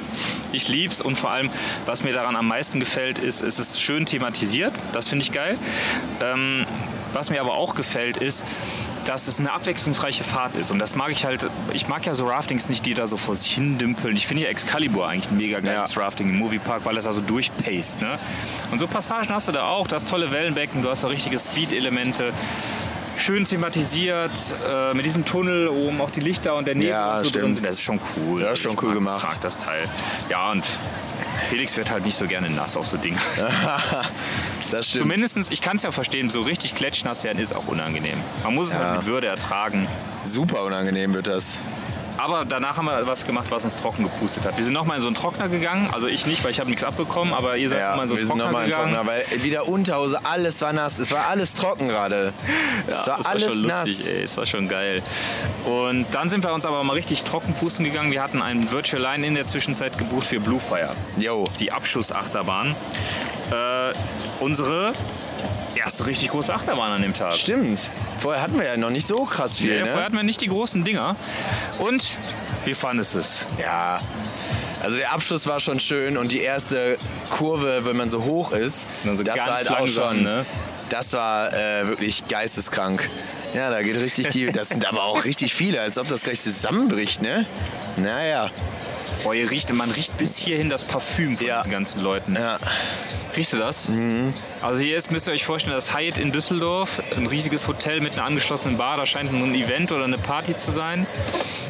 [SPEAKER 11] Ich lieb's und vor allem, was mir daran am meisten gefällt, ist, es ist schön thematisiert. Das finde ich geil. Ähm, Was mir aber auch gefällt, ist, dass es eine abwechslungsreiche Fahrt ist. Und das mag ich halt, ich mag ja so Raftings nicht, die da so vor sich hin dümpeln. Ich finde ja Excalibur eigentlich ein mega geiles Rafting im Moviepark, weil das da so durchpaced. Ne? Und so Passagen hast du da auch, du hast tolle Wellenbecken, du hast da richtige Speed-Elemente. Schön thematisiert, äh, mit diesem Tunnel oben auch die Lichter und der Nebel
[SPEAKER 8] Ja,
[SPEAKER 11] und so
[SPEAKER 8] stimmt.
[SPEAKER 11] drin sind. Das ist schon cool.
[SPEAKER 8] Ja, ist schon
[SPEAKER 11] Ich
[SPEAKER 8] cool
[SPEAKER 11] mag,
[SPEAKER 8] gemacht.
[SPEAKER 11] Mag das Teil. Ja, und Felix wird halt nicht so gerne nass auf so Dinge.
[SPEAKER 8] das stimmt.
[SPEAKER 11] Zumindestens, ich kann es ja verstehen, so richtig klatschnass werden ist auch unangenehm. Man muss es
[SPEAKER 8] Ja.
[SPEAKER 11] halt mit Würde ertragen.
[SPEAKER 8] Super unangenehm wird das.
[SPEAKER 11] Aber danach haben wir was gemacht, was uns trocken gepustet hat. Wir sind nochmal in so einen Trockner gegangen. Also ich nicht, weil ich habe nichts abbekommen, aber ihr seid
[SPEAKER 8] Ja,
[SPEAKER 11] nochmal in so
[SPEAKER 8] wir
[SPEAKER 11] einen
[SPEAKER 8] sind
[SPEAKER 11] Trockner
[SPEAKER 8] nochmal in
[SPEAKER 11] gegangen.
[SPEAKER 8] Trockner, weil wieder Unterhose, alles war nass. Es war alles trocken gerade. es war
[SPEAKER 11] das
[SPEAKER 8] alles
[SPEAKER 11] schon lustig,
[SPEAKER 8] nass.
[SPEAKER 11] Ey, es war schon geil. Und dann sind wir uns aber mal richtig trocken pusten gegangen. Wir hatten einen Virtual Line in der Zwischenzeit gebucht für Bluefire.
[SPEAKER 8] Yo.
[SPEAKER 11] Die Abschussachterbahn. Äh, unsere erste richtig große Achterbahn an dem Tag.
[SPEAKER 8] Stimmt. Vorher hatten wir ja noch nicht so krass viel,
[SPEAKER 11] Ja,
[SPEAKER 8] ne?
[SPEAKER 11] Vorher hatten wir nicht die großen Dinger. Und wie fandest du es?
[SPEAKER 8] Ja. Also der Abschluss war schon schön und die erste Kurve, wenn man so hoch ist,
[SPEAKER 11] Dann so
[SPEAKER 8] das
[SPEAKER 11] ganz
[SPEAKER 8] war halt
[SPEAKER 11] langsam,
[SPEAKER 8] auch schon.
[SPEAKER 11] ne?
[SPEAKER 8] Das war äh, wirklich geisteskrank. Ja, da geht richtig die. Das sind aber auch richtig viele, als ob das gleich zusammenbricht, ne? Naja.
[SPEAKER 11] Boah, ihr riecht, man riecht bis hierhin das Parfüm von
[SPEAKER 8] Ja.
[SPEAKER 11] diesen ganzen Leuten.
[SPEAKER 8] Ja.
[SPEAKER 11] Riechst du das? Also hier ist, müsst ihr euch vorstellen, das Hyatt in Düsseldorf, ein riesiges Hotel mit einer angeschlossenen Bar, da scheint ein Event oder eine Party zu sein.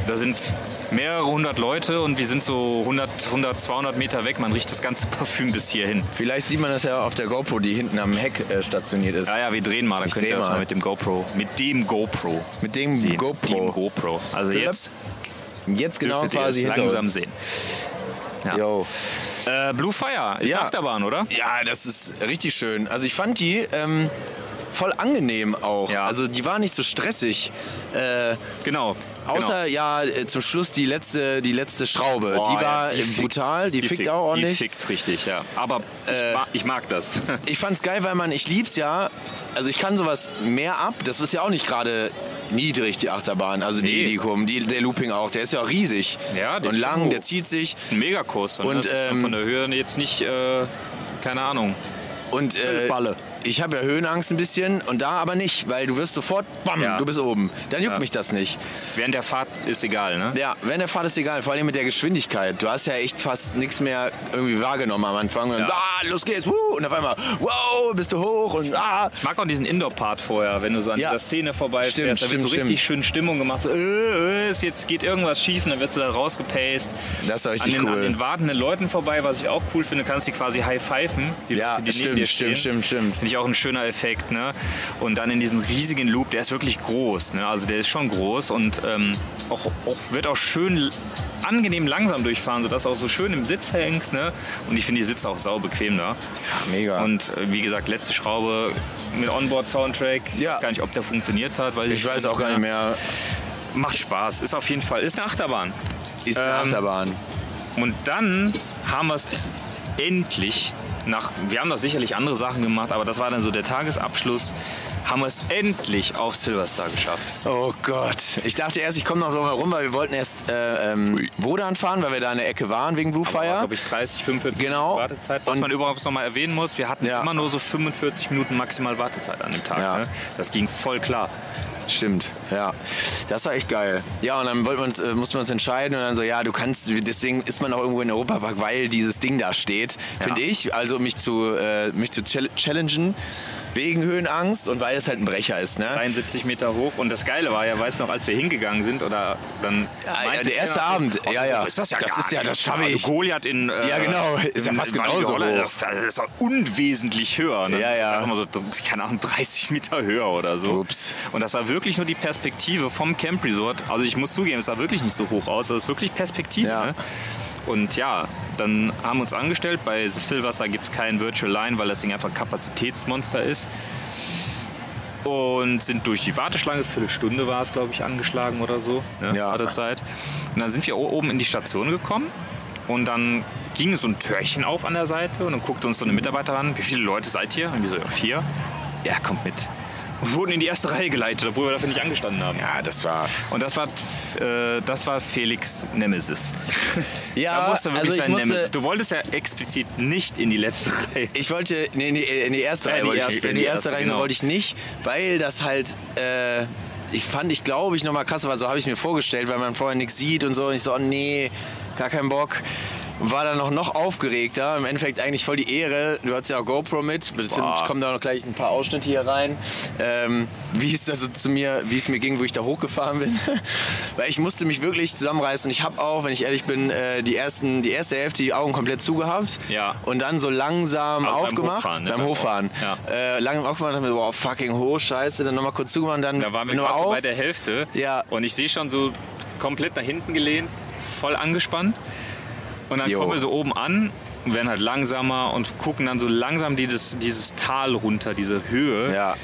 [SPEAKER 11] Da sind mehrere hundert Leute und wir sind so 100, 100, 200 Meter weg, man riecht das ganze Parfüm bis hierhin.
[SPEAKER 8] Vielleicht sieht man das ja auf der GoPro, die hinten am Heck äh, stationiert ist.
[SPEAKER 11] Ah Ja, ja, wir drehen mal, dann
[SPEAKER 8] Ich
[SPEAKER 11] könnt
[SPEAKER 8] dreh
[SPEAKER 11] ihr das
[SPEAKER 8] mal.
[SPEAKER 11] mal mit dem GoPro, mit dem GoPro
[SPEAKER 8] Mit dem
[SPEAKER 11] sehen.
[SPEAKER 8] GoPro.
[SPEAKER 11] Dem GoPro. Also jetzt
[SPEAKER 8] Jetzt genau
[SPEAKER 11] dürftet ihr es
[SPEAKER 8] quasi hinter
[SPEAKER 11] langsam
[SPEAKER 8] uns.
[SPEAKER 11] sehen.
[SPEAKER 8] Yo.
[SPEAKER 11] Äh, Blue Fire ist
[SPEAKER 8] Ja.
[SPEAKER 11] eine Achterbahn, oder?
[SPEAKER 8] Ja, das ist richtig schön. Also ich fand die ähm, voll angenehm auch.
[SPEAKER 11] Ja.
[SPEAKER 8] Also die war nicht so stressig. Äh,
[SPEAKER 11] Genau.
[SPEAKER 8] Außer ja, äh, zum Schluss die letzte, die letzte Schraube.
[SPEAKER 11] genau.
[SPEAKER 8] die
[SPEAKER 11] Boah,
[SPEAKER 8] war
[SPEAKER 11] ja,
[SPEAKER 8] äh,
[SPEAKER 11] fickt-
[SPEAKER 8] brutal, die, fickt auch ordentlich. Äh.
[SPEAKER 11] Die fickt richtig, ja. Aber ich, mag, ich mag das.
[SPEAKER 8] Ich fand's geil, weil man, ich lieb's ja, also ich kann sowas mehr ab. Das ist ja auch nicht gerade niedrig, die Achterbahn. Also die,
[SPEAKER 11] Nee.
[SPEAKER 8] die kommen, die, der Looping auch, der ist ja auch riesig.
[SPEAKER 11] Ja, der
[SPEAKER 8] Und
[SPEAKER 11] ist schon
[SPEAKER 8] lang,
[SPEAKER 11] hoch.
[SPEAKER 8] der zieht sich.
[SPEAKER 11] Ein Megakurs.
[SPEAKER 8] Und,
[SPEAKER 11] das ist
[SPEAKER 8] ähm,
[SPEAKER 11] von der Höhe jetzt nicht, äh, keine Ahnung.
[SPEAKER 8] Und äh,
[SPEAKER 11] Balle.
[SPEAKER 8] ich habe ja Höhenangst ein bisschen und da aber nicht, weil du wirst sofort, bam,
[SPEAKER 11] Ja.
[SPEAKER 8] du bist oben. Dann juckt
[SPEAKER 11] Ja.
[SPEAKER 8] mich das nicht.
[SPEAKER 11] Während der Fahrt ist egal, ne?
[SPEAKER 8] Ja, während der Fahrt ist egal, vor allem mit der Geschwindigkeit. Du hast ja echt fast nichts mehr irgendwie wahrgenommen am Anfang. Und
[SPEAKER 11] Ja.
[SPEAKER 8] ah, los geht's, wuh, und auf einmal, wow, bist du hoch und ah.
[SPEAKER 11] Ich mag auch diesen Indoor-Part vorher, wenn du so an
[SPEAKER 8] Ja.
[SPEAKER 11] dieser Szene vorbei
[SPEAKER 8] Stimmt,
[SPEAKER 11] fährst, da wird
[SPEAKER 8] stimmt,
[SPEAKER 11] so richtig
[SPEAKER 8] stimmt.
[SPEAKER 11] schön Stimmung gemacht, so, äh, äh, ist jetzt geht irgendwas schief und dann wirst du da rausgepaced.
[SPEAKER 8] Das war
[SPEAKER 11] An
[SPEAKER 8] richtig
[SPEAKER 11] den, an
[SPEAKER 8] cool.
[SPEAKER 11] den wartenden Leuten vorbei, was ich auch cool finde, kannst du die quasi high-pfeifen. Die,
[SPEAKER 8] ja,
[SPEAKER 11] Leute, die neben dir
[SPEAKER 8] stimmt,
[SPEAKER 11] stehen.
[SPEAKER 8] stimmt, stimmt, stimmt.
[SPEAKER 11] Finde ich auch ein schöner Effekt, ne? Und dann in diesen riesigen Loop, der ist wirklich groß, ne? Also der ist schon groß und ähm, auch, auch, wird auch schön l- angenehm langsam durchfahren, sodass du auch so schön im Sitz hängst, ne? Und ich finde, die Sitze auch sau bequem da.
[SPEAKER 8] Mega.
[SPEAKER 11] Und äh, wie gesagt, letzte Schraube mit Onboard-Soundtrack. Ich
[SPEAKER 8] Ja.
[SPEAKER 11] weiß gar nicht, ob der funktioniert hat. Weil
[SPEAKER 8] ich weiß auch gar nicht mehr.
[SPEAKER 11] ne? Macht Spaß, ist auf jeden Fall. Ist eine Achterbahn.
[SPEAKER 8] Ist eine
[SPEAKER 11] Ähm,
[SPEAKER 8] Achterbahn.
[SPEAKER 11] Und dann haben wir es endlich nach, wir haben da sicherlich andere Sachen gemacht, aber das war dann so der Tagesabschluss, haben wir es endlich auf Silverstar geschafft.
[SPEAKER 8] Oh Gott. Ich dachte erst, ich komme noch drum herum, weil wir wollten erst äh, ähm, Wodan fahren, weil wir da in der Ecke waren wegen Blue Fire.
[SPEAKER 11] Glaube ich 30, 45
[SPEAKER 8] Genau.
[SPEAKER 11] Minuten Wartezeit. Was
[SPEAKER 8] Und-
[SPEAKER 11] man überhaupt noch mal erwähnen muss, wir hatten
[SPEAKER 8] Ja.
[SPEAKER 11] immer nur so 45 Minuten maximal Wartezeit an dem Tag.
[SPEAKER 8] Ja.
[SPEAKER 11] Ne? Das ging voll klar.
[SPEAKER 8] Stimmt, ja. Das war echt geil. Ja, und dann wollten wir uns, äh, mussten wir uns entscheiden und dann so, ja, du kannst, deswegen ist man auch irgendwo in Europapark, weil dieses Ding da steht, finde ich. Also um mich zu, äh, mich zu chall challengen wegen Höhenangst und weil es halt ein Brecher ist, ne?
[SPEAKER 11] 73 Meter hoch und das Geile war ja, weißt du noch, als wir hingegangen sind oder dann...
[SPEAKER 8] Ja,
[SPEAKER 11] meinte
[SPEAKER 8] ja, der erste
[SPEAKER 11] einer so,
[SPEAKER 8] Abend.
[SPEAKER 11] "Oh, so
[SPEAKER 8] Ja, ja.
[SPEAKER 11] hoch Ist das ja
[SPEAKER 8] Das
[SPEAKER 11] gar
[SPEAKER 8] ist ja-
[SPEAKER 11] nicht."
[SPEAKER 8] das schaffe ich.
[SPEAKER 11] Also Goliath in... äh,
[SPEAKER 8] Ja, genau. Ist ja
[SPEAKER 11] in
[SPEAKER 8] fast
[SPEAKER 11] Mandy
[SPEAKER 8] genauso
[SPEAKER 11] Holland,
[SPEAKER 8] hoch.
[SPEAKER 11] Das ist ja unwesentlich höher. Ne?
[SPEAKER 8] Ja, ja.
[SPEAKER 11] Das ist einfach mal so, keine Ahnung, 30 Meter höher oder so.
[SPEAKER 8] Ups.
[SPEAKER 11] Und das war wirklich nur die Perspektive vom Camp Resort. Also ich muss zugeben, es sah wirklich nicht so hoch aus. Das ist wirklich Perspektive.
[SPEAKER 8] Ja.
[SPEAKER 11] Ne? Und ja, dann haben wir uns angestellt. Bei Silverstar gibt es keinen Virtual Line, weil das Ding einfach Kapazitätsmonster ist. Und sind durch die Warteschlange, Viertelstunde war es, glaube ich, angeschlagen oder so. Ne?
[SPEAKER 8] Ja.
[SPEAKER 11] Wartezeit. Und dann sind wir o- oben in die Station gekommen. Und dann ging so ein Türchen auf an der Seite und dann guckte uns so eine Mitarbeiterin an, wie viele Leute seid ihr? Und wir so, ja, vier. Ja, kommt mit. wurden in die erste Reihe geleitet, obwohl wir dafür nicht angestanden haben.
[SPEAKER 13] Ja, das war.
[SPEAKER 11] Und das war, äh, das war Felix Nemesis.
[SPEAKER 8] Ja,
[SPEAKER 11] da musste wirklich
[SPEAKER 8] also ich
[SPEAKER 11] sein
[SPEAKER 8] musste-
[SPEAKER 11] Nemesis. Du wolltest ja explizit nicht in die letzte Reihe.
[SPEAKER 8] Ich wollte, nee, nee, in die erste
[SPEAKER 11] Ja,
[SPEAKER 8] Reihe,
[SPEAKER 11] wollte
[SPEAKER 8] wollte
[SPEAKER 11] ich
[SPEAKER 8] ich,
[SPEAKER 11] nicht,
[SPEAKER 8] in die erste Reihe
[SPEAKER 11] genau.
[SPEAKER 8] wollte ich nicht, weil das halt, äh, ich fand, ich glaube, ich nochmal krasser war, so habe ich es mir vorgestellt, weil man vorher nichts sieht und so und ich so, oh nee, gar keinen Bock. Und War dann noch, noch aufgeregter, im Endeffekt eigentlich voll die Ehre, du hattest ja auch GoPro mit, bestimmt
[SPEAKER 11] Boah.
[SPEAKER 8] kommen da noch gleich ein paar Ausschnitte hier rein, ähm, wie es da so zu mir, wie es mir ging, wo ich da hochgefahren bin, weil ich musste mich wirklich zusammenreißen und ich habe auch, wenn ich ehrlich bin, äh, die, ersten, die erste Hälfte die Augen komplett zugehabt
[SPEAKER 11] Ja.
[SPEAKER 8] und dann so langsam
[SPEAKER 11] Also beim
[SPEAKER 8] aufgemacht, beim
[SPEAKER 11] Hochfahren,
[SPEAKER 8] Hochfahren.
[SPEAKER 11] ne? Beim
[SPEAKER 8] Äh,
[SPEAKER 11] Hochfahren,
[SPEAKER 8] lange aufgemacht, dann haben wir, wow, fucking hoch, scheiße, dann nochmal kurz zugemacht, dann
[SPEAKER 11] Da waren wir
[SPEAKER 8] nur
[SPEAKER 11] gerade so
[SPEAKER 8] auf.
[SPEAKER 11] bei der Hälfte.
[SPEAKER 8] Ja.
[SPEAKER 11] Und ich sehe schon so komplett nach hinten gelehnt, voll angespannt. Und dann
[SPEAKER 8] Jo.
[SPEAKER 11] kommen wir so oben an und werden halt langsamer und gucken dann so langsam dieses, dieses Tal runter, diese Höhe,
[SPEAKER 8] ja,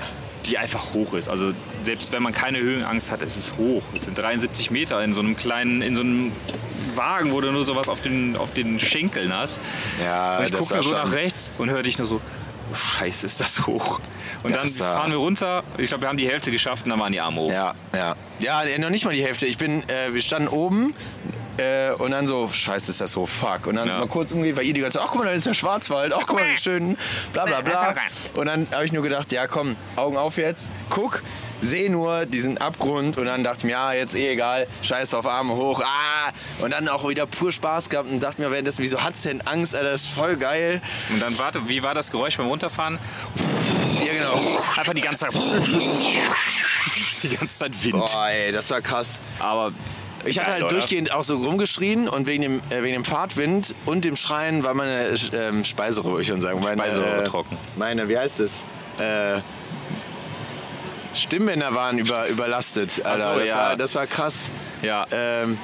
[SPEAKER 11] die einfach hoch ist. Also selbst wenn man keine Höhenangst hat, ist es hoch. Es sind 73 Meter in so einem kleinen, in so einem Wagen, wo du nur sowas auf den, auf den Schenkeln hast.
[SPEAKER 8] ja,
[SPEAKER 11] Und ich
[SPEAKER 8] das
[SPEAKER 11] gucke
[SPEAKER 8] war
[SPEAKER 11] nur so
[SPEAKER 8] schon-
[SPEAKER 11] nach rechts und höre dich nur so, oh, scheiße, ist das hoch. Und
[SPEAKER 8] Das
[SPEAKER 11] dann
[SPEAKER 8] war-
[SPEAKER 11] fahren wir runter. Ich glaube, wir haben die Hälfte geschafft und dann waren die Arme hoch.
[SPEAKER 8] Ja, ja. Ja, äh, noch nicht mal die Hälfte. Ich bin, äh, wir standen oben äh, und dann so, scheiße, ist das so, fuck. Und dann
[SPEAKER 11] Ja.
[SPEAKER 8] mal kurz umgehen, weil ihr die ganze Zeit, ach guck mal, da ist der Schwarzwald, ach guck mal, wie schön, bla bla bla. Und dann habe ich nur gedacht, ja komm, Augen auf jetzt, guck, seh nur diesen Abgrund und dann dachte ich mir, ja, jetzt eh egal, scheiß drauf, Arme hoch, ah. Und dann auch wieder pur Spaß gehabt und dachte mir währenddessen, wieso hat's denn Angst, Alter, das ist voll geil.
[SPEAKER 11] Und dann warte, wie war das Geräusch beim Runterfahren?
[SPEAKER 8] Ja, genau.
[SPEAKER 11] Einfach die ganze Zeit. Die ganze Zeit Wind.
[SPEAKER 8] Boah, ey, das war krass.
[SPEAKER 11] Aber
[SPEAKER 8] Ich hatte
[SPEAKER 11] Geil,
[SPEAKER 8] halt
[SPEAKER 11] oder?
[SPEAKER 8] durchgehend auch so rumgeschrien und wegen dem, äh, wegen dem Fahrtwind und dem Schreien war meine äh, Sch- ähm, Speiseröhre, würde ich schon sagen. Meine,
[SPEAKER 11] Speiseröhre
[SPEAKER 8] äh,
[SPEAKER 11] trocken.
[SPEAKER 8] Meine, wie heißt das? Äh, Stimmbänder waren über, überlastet. Alter.
[SPEAKER 11] so,
[SPEAKER 8] das,
[SPEAKER 11] ja.
[SPEAKER 8] war, das war krass.
[SPEAKER 11] Ja.
[SPEAKER 8] Ähm,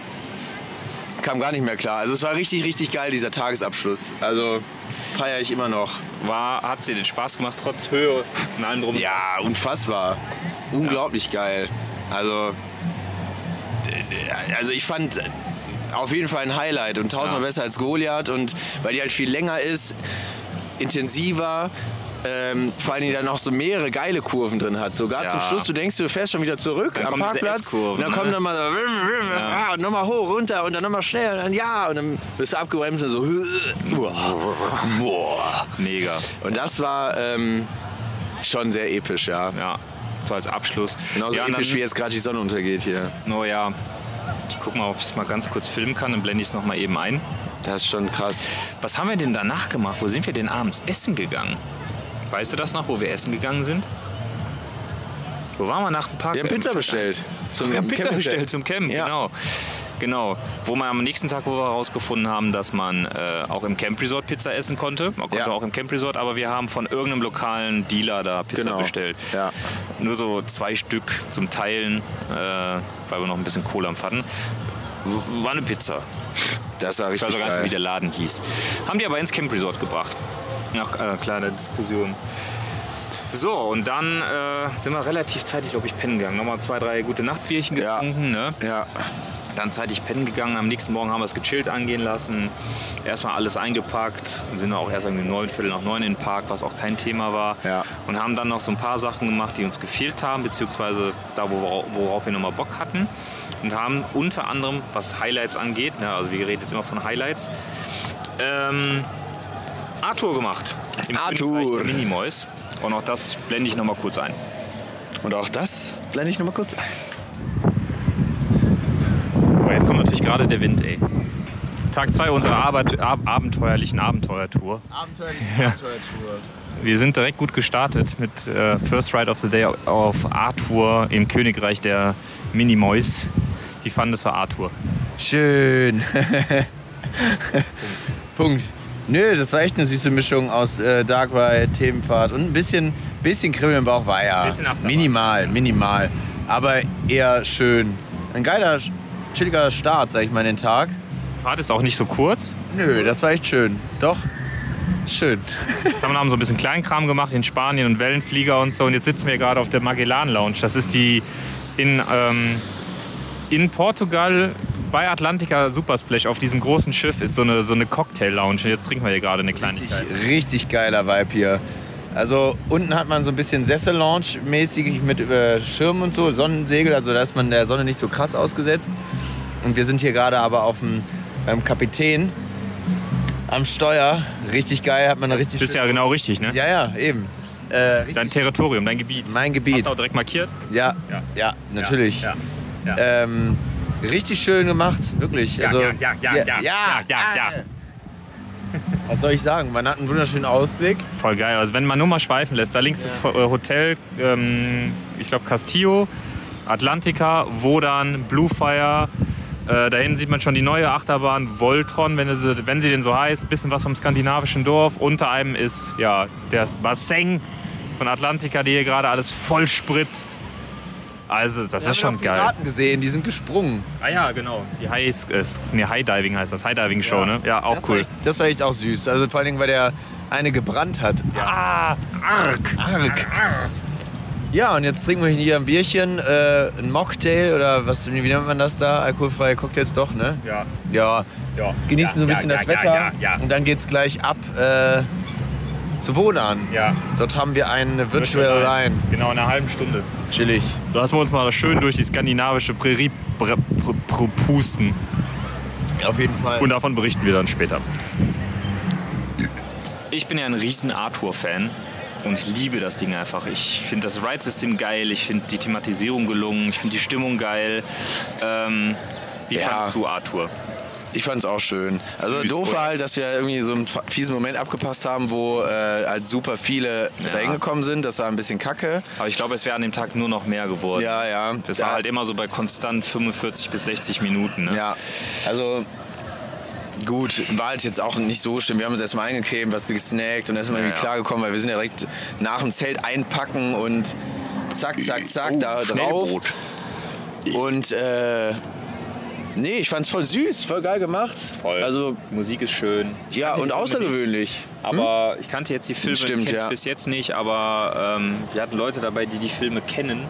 [SPEAKER 8] kam gar nicht mehr klar. Also es war richtig, richtig geil, dieser Tagesabschluss. Also feiere ich immer noch.
[SPEAKER 11] War, hat sie den Spaß gemacht, trotz Höhe und allem drum.
[SPEAKER 8] Ja, unfassbar. Unglaublich geil. Also, also ich fand auf jeden Fall ein Highlight und tausendmal
[SPEAKER 11] Ja.
[SPEAKER 8] besser als Goliath und weil die halt viel länger ist, intensiver. Ähm, vor allen Dingen dann noch so mehrere geile Kurven drin hat. Sogar
[SPEAKER 11] Ja.
[SPEAKER 8] zum Schluss, du denkst, du fährst schon wieder zurück
[SPEAKER 11] Dann
[SPEAKER 8] am
[SPEAKER 11] kommen diese
[SPEAKER 8] Parkplatz.
[SPEAKER 11] S-Kurven,
[SPEAKER 8] Und dann
[SPEAKER 11] ne?
[SPEAKER 8] kommt dann mal so, wim, wim, ah, und nochmal hoch, runter und dann nochmal schnell und dann ja. Und dann bist du abgebremst und so. Boah. Boah.
[SPEAKER 11] Mega.
[SPEAKER 8] Und das war ähm, schon sehr episch, ja.
[SPEAKER 11] Ja. So als Abschluss.
[SPEAKER 8] Genauso
[SPEAKER 11] ja, und
[SPEAKER 8] episch,
[SPEAKER 11] dann,
[SPEAKER 8] wie jetzt gerade die Sonne untergeht hier.
[SPEAKER 11] Oh ja. Ich guck mal, ob ich es mal ganz kurz filmen kann, dann blende ich es nochmal eben ein.
[SPEAKER 8] Das ist schon krass.
[SPEAKER 11] Was haben wir denn danach gemacht? Wo sind wir denn abends essen gegangen? Weißt du das noch, wo wir essen gegangen sind? Wo waren wir nach dem Park?
[SPEAKER 8] Wir haben Pizza bestellt. Zum
[SPEAKER 11] wir haben Pizza
[SPEAKER 8] Camp-
[SPEAKER 11] bestellt zum Camp,
[SPEAKER 8] Ja.
[SPEAKER 11] genau. Genau, wo wir am nächsten Tag, wo wir herausgefunden haben, dass man äh, auch im Camp Resort Pizza essen konnte. Man konnte
[SPEAKER 8] Ja.
[SPEAKER 11] auch im Camp Resort, aber wir haben von irgendeinem lokalen Dealer da Pizza
[SPEAKER 8] Genau.
[SPEAKER 11] bestellt.
[SPEAKER 8] Ja.
[SPEAKER 11] Nur so zwei Stück zum Teilen, äh, weil wir noch ein bisschen Kohle am hatten. War eine Pizza.
[SPEAKER 8] Das war
[SPEAKER 11] Ich weiß
[SPEAKER 8] richtig
[SPEAKER 11] auch gar nicht, wie
[SPEAKER 8] geil.
[SPEAKER 11] der Laden hieß. Haben die aber ins Camp Resort gebracht. Nach äh, kleiner Diskussion. So, und dann äh, sind wir relativ zeitig, glaube ich, pennen gegangen. Nochmal zwei, drei gute Nachtbierchen
[SPEAKER 8] Ja.
[SPEAKER 11] getrunken. Ne?
[SPEAKER 8] Ja,
[SPEAKER 11] Dann zeitig pennen gegangen. Am nächsten Morgen haben wir es gechillt angehen lassen. Erstmal alles eingepackt. Und sind auch erst um neun, viertel nach neun in den Park, was auch kein Thema war.
[SPEAKER 8] Ja.
[SPEAKER 11] Und haben dann noch so ein paar Sachen gemacht, die uns gefehlt haben, beziehungsweise da, wo- worauf wir nochmal Bock hatten. Und haben unter anderem, was Highlights angeht, ne, also wir reden jetzt immer von Highlights, ähm, Arthur gemacht. Im
[SPEAKER 8] Arthur.
[SPEAKER 11] Königreich der Minimoys. Und auch das blende ich nochmal kurz ein.
[SPEAKER 8] und auch das blende ich nochmal kurz ein.
[SPEAKER 11] Aber jetzt kommt natürlich gerade der Wind, ey. Tag zwei unserer Arbeit, ab, abenteuerlichen Abenteuertour.
[SPEAKER 2] Wir sind direkt gut gestartet mit äh, First Ride of the Day auf Arthur im Königreich der Minimoys. Wie fandest du Arthur?
[SPEAKER 13] Schön. Punkt. Nö, das war echt eine süße Mischung aus äh, Dark Ride, Themenfahrt und ein bisschen, bisschen Kribbeln im Bauch war ja.
[SPEAKER 2] Bisschen Achterbahn.
[SPEAKER 13] minimal, minimal. Aber eher schön. Ein geiler, chilliger Start, sag ich mal, in den Tag.
[SPEAKER 2] Die Fahrt ist auch nicht so kurz.
[SPEAKER 13] Nö, das war echt schön. Doch, schön.
[SPEAKER 2] Sam und haben so ein bisschen Kleinkram gemacht in Spanien und Wellenflieger und so. Und jetzt sitzen wir gerade auf der Magellan Lounge. Das ist die in, ähm, in Portugal bei Atlantica Supersplash auf diesem großen Schiff ist so eine, so eine Cocktail Lounge. Und jetzt trinken wir hier gerade eine Kleinigkeit.
[SPEAKER 13] Richtig geiler Vibe hier.
[SPEAKER 8] Also unten hat man so ein bisschen Sessel-Lounge-mäßig mit äh, Schirmen und so, Sonnensegel, also da ist man der Sonne nicht so krass ausgesetzt. Und wir sind hier gerade aber auf dem beim Kapitän am Steuer. Richtig geil, hat man eine richtig
[SPEAKER 2] Bist ja
[SPEAKER 8] schöne-
[SPEAKER 2] genau richtig, ne?
[SPEAKER 8] Ja, ja, eben. Äh, richtig-
[SPEAKER 2] Dein Territorium, dein Gebiet.
[SPEAKER 8] mein Gebiet.
[SPEAKER 2] Hast du auch direkt markiert?
[SPEAKER 8] Ja, ja,
[SPEAKER 2] Ja.
[SPEAKER 8] natürlich.
[SPEAKER 2] Ja. Ja.
[SPEAKER 8] Ähm, richtig schön gemacht, wirklich. also,
[SPEAKER 2] ja, ja, ja, ja,
[SPEAKER 8] ja,
[SPEAKER 2] ja, ja, ja.
[SPEAKER 8] Was soll ich sagen? Man hat einen wunderschönen Ausblick.
[SPEAKER 2] Voll geil. Also wenn man nur mal schweifen lässt, da links ist äh, Hotel, ähm, ich glaube Castillo, Atlantica, Wodan, Bluefire. Äh, da hinten sieht man schon die neue Achterbahn Voltron, wenn sie, wenn sie denn so heißt. Bisschen was vom skandinavischen Dorf. Unter einem ist ja das Bassin von Atlantica, die hier gerade alles voll spritzt. Also das ist schon
[SPEAKER 8] auch
[SPEAKER 2] geil.
[SPEAKER 8] Piraten gesehen, die sind gesprungen.
[SPEAKER 2] Ah ja, genau. Die High, äh, nee, High Diving heißt das. High Diving Show, ne? Ja, auch
[SPEAKER 8] das
[SPEAKER 2] cool.
[SPEAKER 8] War echt, das war echt auch süß. Also vor allen Dingen, weil der eine gebrannt hat.
[SPEAKER 2] Ah, arg.
[SPEAKER 8] Arg. Ja, und jetzt trinken wir hier ein Bierchen, äh, ein Mocktail oder was, wie nennt man das da? Alkoholfreie Cocktails doch, ne?
[SPEAKER 2] Ja.
[SPEAKER 8] Ja.
[SPEAKER 2] Ja.
[SPEAKER 8] Genießen
[SPEAKER 2] Ja,
[SPEAKER 8] so ein bisschen
[SPEAKER 2] ja,
[SPEAKER 8] das
[SPEAKER 2] ja,
[SPEAKER 8] Wetter
[SPEAKER 2] Ja, ja, ja.
[SPEAKER 8] und dann geht's gleich ab äh, zu Wodan.
[SPEAKER 2] ja.
[SPEAKER 8] Dort haben wir eine Virtual Line.
[SPEAKER 2] Genau, in einer halben Stunde.
[SPEAKER 8] Chillig.
[SPEAKER 2] Lassen wir uns mal schön durch die skandinavische Prärie pr pr pr pusten.
[SPEAKER 8] Auf jeden Fall.
[SPEAKER 2] Und davon berichten wir dann später. Ich bin ja ein riesen Arthur-Fan und ich liebe das Ding einfach. Ich finde das Ride-System geil, ich finde die Thematisierung gelungen, ich finde die Stimmung geil. Ähm, wie
[SPEAKER 1] Ja.
[SPEAKER 2] fandst du Arthur?
[SPEAKER 1] Ich fand's auch schön. Also
[SPEAKER 2] Süß,
[SPEAKER 1] doof
[SPEAKER 2] oder?
[SPEAKER 1] war halt, dass wir irgendwie so einen fa- fiesen Moment abgepasst haben, wo äh, halt super viele
[SPEAKER 2] Ja.
[SPEAKER 1] da hingekommen sind. Das war ein bisschen kacke.
[SPEAKER 2] Aber ich glaube, es wäre an dem Tag nur noch mehr geworden.
[SPEAKER 1] Ja, ja.
[SPEAKER 2] Das
[SPEAKER 1] ja.
[SPEAKER 2] war halt immer so bei konstant 45 bis 60 Minuten. Ne?
[SPEAKER 1] Ja, also gut, war halt jetzt auch nicht so schlimm. Wir haben uns erstmal eingecremt, was gesnackt und erstmal
[SPEAKER 2] Ja,
[SPEAKER 1] irgendwie
[SPEAKER 2] ja.
[SPEAKER 1] klargekommen, weil wir sind ja direkt nach dem Zelt einpacken und zack, zack, zack,
[SPEAKER 2] Oh,
[SPEAKER 1] da drauf.
[SPEAKER 2] Schnellbrot.
[SPEAKER 1] Und äh, nee, ich fand's voll süß, voll geil gemacht.
[SPEAKER 11] Voll.
[SPEAKER 1] Also
[SPEAKER 11] Die Musik ist schön. Ich
[SPEAKER 1] ja,
[SPEAKER 11] kannte
[SPEAKER 1] und
[SPEAKER 11] die Filme
[SPEAKER 1] außergewöhnlich.
[SPEAKER 11] nicht, Aber ich kannte jetzt die Filme
[SPEAKER 1] Hm? Stimmt,
[SPEAKER 11] kenn ich
[SPEAKER 1] ja.
[SPEAKER 11] bis jetzt nicht, aber ähm, wir hatten Leute dabei, die die Filme kennen.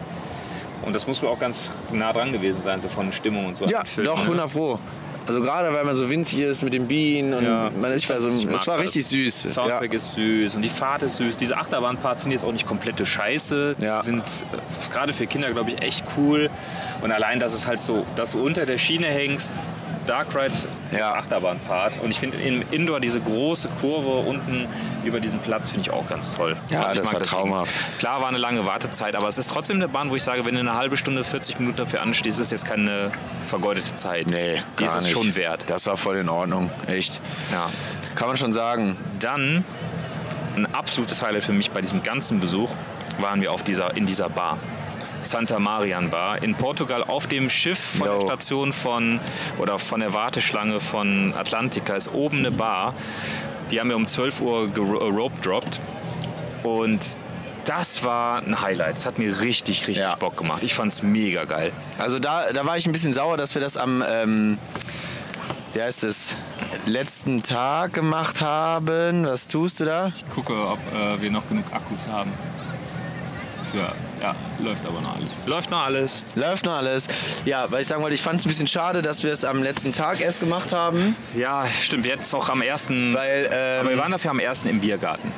[SPEAKER 11] Und das muss wohl auch ganz nah dran gewesen sein, so von Stimmung und so.
[SPEAKER 1] Ja,
[SPEAKER 11] an den Filmen,
[SPEAKER 1] doch,
[SPEAKER 11] ne?
[SPEAKER 1] 100 Pro. Also gerade, weil man so winzig ist mit den Bienen und
[SPEAKER 11] Ja.
[SPEAKER 1] man ist da so,
[SPEAKER 11] Ich mag
[SPEAKER 1] es war
[SPEAKER 11] das.
[SPEAKER 1] richtig süß. Ja.
[SPEAKER 11] Soundtrack ist süß und die Fahrt ist süß. Diese Achterbahnparts sind jetzt auch nicht komplette Scheiße.
[SPEAKER 1] Ja.
[SPEAKER 11] Die sind äh, gerade für Kinder, glaube ich, echt cool. Und allein, dass es halt so, dass du unter der Schiene hängst, Dark Ride
[SPEAKER 1] Ja.
[SPEAKER 11] Achterbahnpart. Und ich finde im Indoor diese große Kurve unten über diesen Platz finde ich auch ganz toll.
[SPEAKER 1] Ja,
[SPEAKER 11] ich
[SPEAKER 1] das
[SPEAKER 11] mag
[SPEAKER 1] war
[SPEAKER 11] Ding.
[SPEAKER 1] traumhaft.
[SPEAKER 11] Klar war eine lange Wartezeit, aber es ist trotzdem eine Bahn, wo ich sage, wenn du eine halbe Stunde, 40 Minuten dafür anstehst, ist jetzt keine vergeudete Zeit.
[SPEAKER 1] Nee,
[SPEAKER 11] die ist
[SPEAKER 1] gar
[SPEAKER 11] es
[SPEAKER 1] nicht.
[SPEAKER 11] schon wert.
[SPEAKER 1] Das war voll in Ordnung, echt.
[SPEAKER 11] Ja.
[SPEAKER 1] Kann man schon sagen.
[SPEAKER 11] Dann ein absolutes Highlight für mich bei diesem ganzen Besuch waren wir auf dieser, in dieser Bar. Santa Marian Bar in Portugal auf dem Schiff von
[SPEAKER 1] Yo.
[SPEAKER 11] der Station von oder von der Warteschlange von Atlantica ist oben eine Bar. Die haben wir um 12 Uhr gerope dropped und das war ein Highlight. Es hat mir richtig, richtig
[SPEAKER 1] Ja.
[SPEAKER 11] Bock gemacht. Ich fand's mega geil.
[SPEAKER 1] Also da, da war ich ein bisschen sauer, dass wir das am, ähm, wie heißt es, letzten Tag gemacht haben. Was tust du da?
[SPEAKER 11] Gucke, ob äh, wir noch genug Akkus haben. Ja, ja, läuft aber noch alles. Läuft noch alles.
[SPEAKER 1] Läuft noch alles. Ja, weil ich sagen wollte, ich fand es ein bisschen schade, dass wir es am letzten Tag erst gemacht haben.
[SPEAKER 11] Ja, stimmt. Wir hätten es auch am ersten.
[SPEAKER 1] Weil,
[SPEAKER 11] aber wir
[SPEAKER 1] ähm,
[SPEAKER 11] waren dafür am ersten im Biergarten.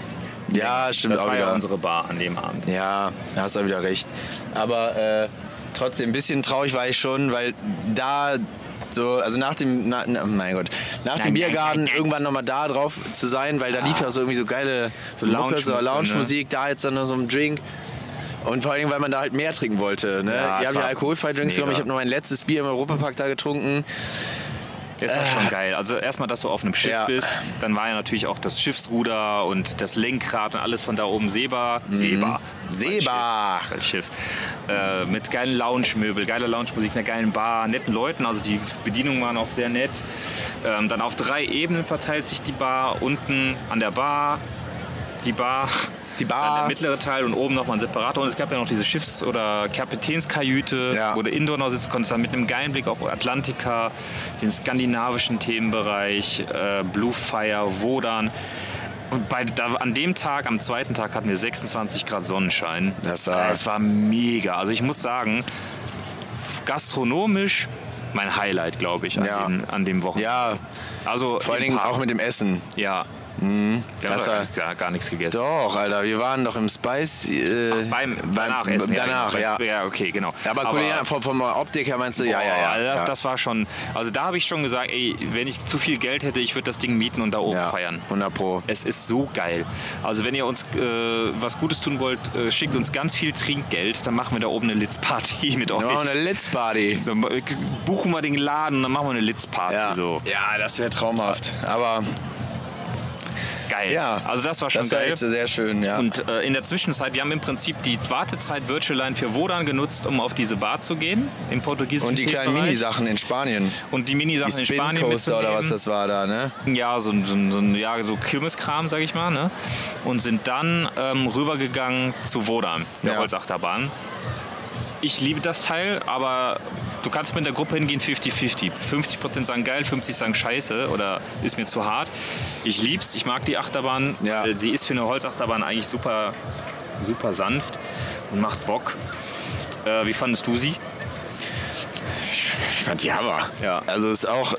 [SPEAKER 1] ja, Ah, stimmt
[SPEAKER 11] Das
[SPEAKER 1] auch
[SPEAKER 11] war
[SPEAKER 1] wieder.
[SPEAKER 11] ja unsere Bar an dem Abend.
[SPEAKER 1] Ja, da hast du auch wieder recht. Aber äh, trotzdem, ein bisschen traurig war ich schon, weil da so, also nach dem, na, na, mein Gott, nach dem
[SPEAKER 11] nein,
[SPEAKER 1] Biergarten
[SPEAKER 11] nein, Ah. nein.
[SPEAKER 1] irgendwann nochmal da drauf zu sein, weil da lief ja so irgendwie so geile so Lounge,
[SPEAKER 11] Lounge-
[SPEAKER 1] so Lounge-Musik,
[SPEAKER 11] ne?
[SPEAKER 1] da jetzt dann noch so ein Drink. Und vor allen Dingen, weil man da halt mehr trinken wollte. Ne?
[SPEAKER 11] Ja,
[SPEAKER 1] Ihr
[SPEAKER 11] es
[SPEAKER 1] habt ja
[SPEAKER 11] war
[SPEAKER 1] alkoholfreie Drinks
[SPEAKER 11] mega.
[SPEAKER 1] genommen. Ich habe noch mein letztes Bier im Europapark da getrunken.
[SPEAKER 11] Das war schon geil. Also erstmal, dass du auf einem Schiff
[SPEAKER 1] Ja.
[SPEAKER 11] bist. Dann war ja natürlich auch das Schiffsruder und das Lenkrad und alles von da oben sehbar.
[SPEAKER 1] Mhm.
[SPEAKER 11] Sehbar.
[SPEAKER 1] Sehbar.
[SPEAKER 11] Ein Schiff. Äh, mit geilen Lounge-Möbel, geiler Lounge-Musik, einer geilen Bar, netten Leuten. Also die Bedienungen waren auch sehr nett. Ähm, dann auf drei Ebenen verteilt sich die Bar. Unten an der Bar die Bar.
[SPEAKER 1] Die Bar.
[SPEAKER 11] Dann der mittlere Teil und oben nochmal ein separater. Und es gab ja noch diese Schiffs- oder Kapitänskajüte,
[SPEAKER 1] Ja.
[SPEAKER 11] wo du indoor noch sitzen konntest. Dann mit einem geilen Blick auf Atlantika, den skandinavischen Themenbereich, äh, Blue Fire, Wodan. Und bei, da, an dem Tag, am zweiten Tag, hatten wir 26 Grad Sonnenschein.
[SPEAKER 1] Das war-
[SPEAKER 11] das war mega. Also ich muss sagen, f- gastronomisch mein Highlight, glaube ich, an,
[SPEAKER 1] Ja.
[SPEAKER 11] dem, an dem Wochenende.
[SPEAKER 1] Ja,
[SPEAKER 11] Also
[SPEAKER 1] vor allen
[SPEAKER 11] im
[SPEAKER 1] Dingen Mhm.
[SPEAKER 11] Park.
[SPEAKER 1] auch mit dem Essen.
[SPEAKER 11] Ja. Wir
[SPEAKER 1] Das
[SPEAKER 11] haben
[SPEAKER 1] war-
[SPEAKER 11] gar, nicht- gar, gar nichts gegessen.
[SPEAKER 1] Doch, Alter, wir waren doch im Spice. Äh,
[SPEAKER 11] Beim, danach essen.
[SPEAKER 1] Danach, ja.
[SPEAKER 11] Ja, okay, genau.
[SPEAKER 1] Aber, Kollege, vom, vom Optik her meinst du, ja, ja, ja.
[SPEAKER 11] Boah, Das,
[SPEAKER 1] ja.
[SPEAKER 11] das war schon. Also da habe ich schon gesagt, ey, wenn ich zu viel Geld hätte, ich würde das Ding mieten und da oben
[SPEAKER 1] ja.
[SPEAKER 11] feiern.
[SPEAKER 1] 100 Pro.
[SPEAKER 11] Es ist so geil. Also wenn ihr uns äh, was Gutes tun wollt, äh, schickt uns ganz viel Trinkgeld, dann machen wir da oben eine Litz-Party mit euch.
[SPEAKER 1] Wir machen eine Litz-Party.
[SPEAKER 11] dann äh, buchen wir den Laden und dann machen wir eine Litz-Party.
[SPEAKER 1] Ja.
[SPEAKER 11] So.
[SPEAKER 1] ja, das wäre traumhaft. Aber
[SPEAKER 11] Geil.
[SPEAKER 1] Ja.
[SPEAKER 11] Also das war schon
[SPEAKER 1] das wäre
[SPEAKER 11] geil.
[SPEAKER 1] echt sehr schön, ja.
[SPEAKER 11] Und äh, in der Zwischenzeit, wir haben im Prinzip die Wartezeit Virtual Line für Wodan genutzt, um auf diese Bar zu gehen, im portugiesischen
[SPEAKER 1] Und die kleinen
[SPEAKER 11] Tischbereich.
[SPEAKER 1] Minisachen in Spanien.
[SPEAKER 11] Und die Minisachen
[SPEAKER 1] die
[SPEAKER 11] in Spanien
[SPEAKER 1] Spin-Coaster oder was
[SPEAKER 11] mitzunehmen.
[SPEAKER 1] das war da, ne?
[SPEAKER 11] ja, so, ein- so, ein- so, ein- ja, so Kirmeskram, sag ich mal, ne? Und sind dann ähm, rübergegangen zu Wodan, der
[SPEAKER 1] Ja.
[SPEAKER 11] Holzachterbahn. Ich liebe das Teil, aber du kannst mit der Gruppe hingehen 50-50. 50% sagen geil, 50% sagen scheiße oder ist mir zu hart. Ich lieb's, ich mag die Achterbahn.
[SPEAKER 1] Ja.
[SPEAKER 11] Äh, Die ist für eine Holzachterbahn eigentlich super, super sanft und macht Bock. Äh, wie fandest du sie?
[SPEAKER 1] Ich fand die Hammer.
[SPEAKER 11] Ja.
[SPEAKER 1] Also ist auch.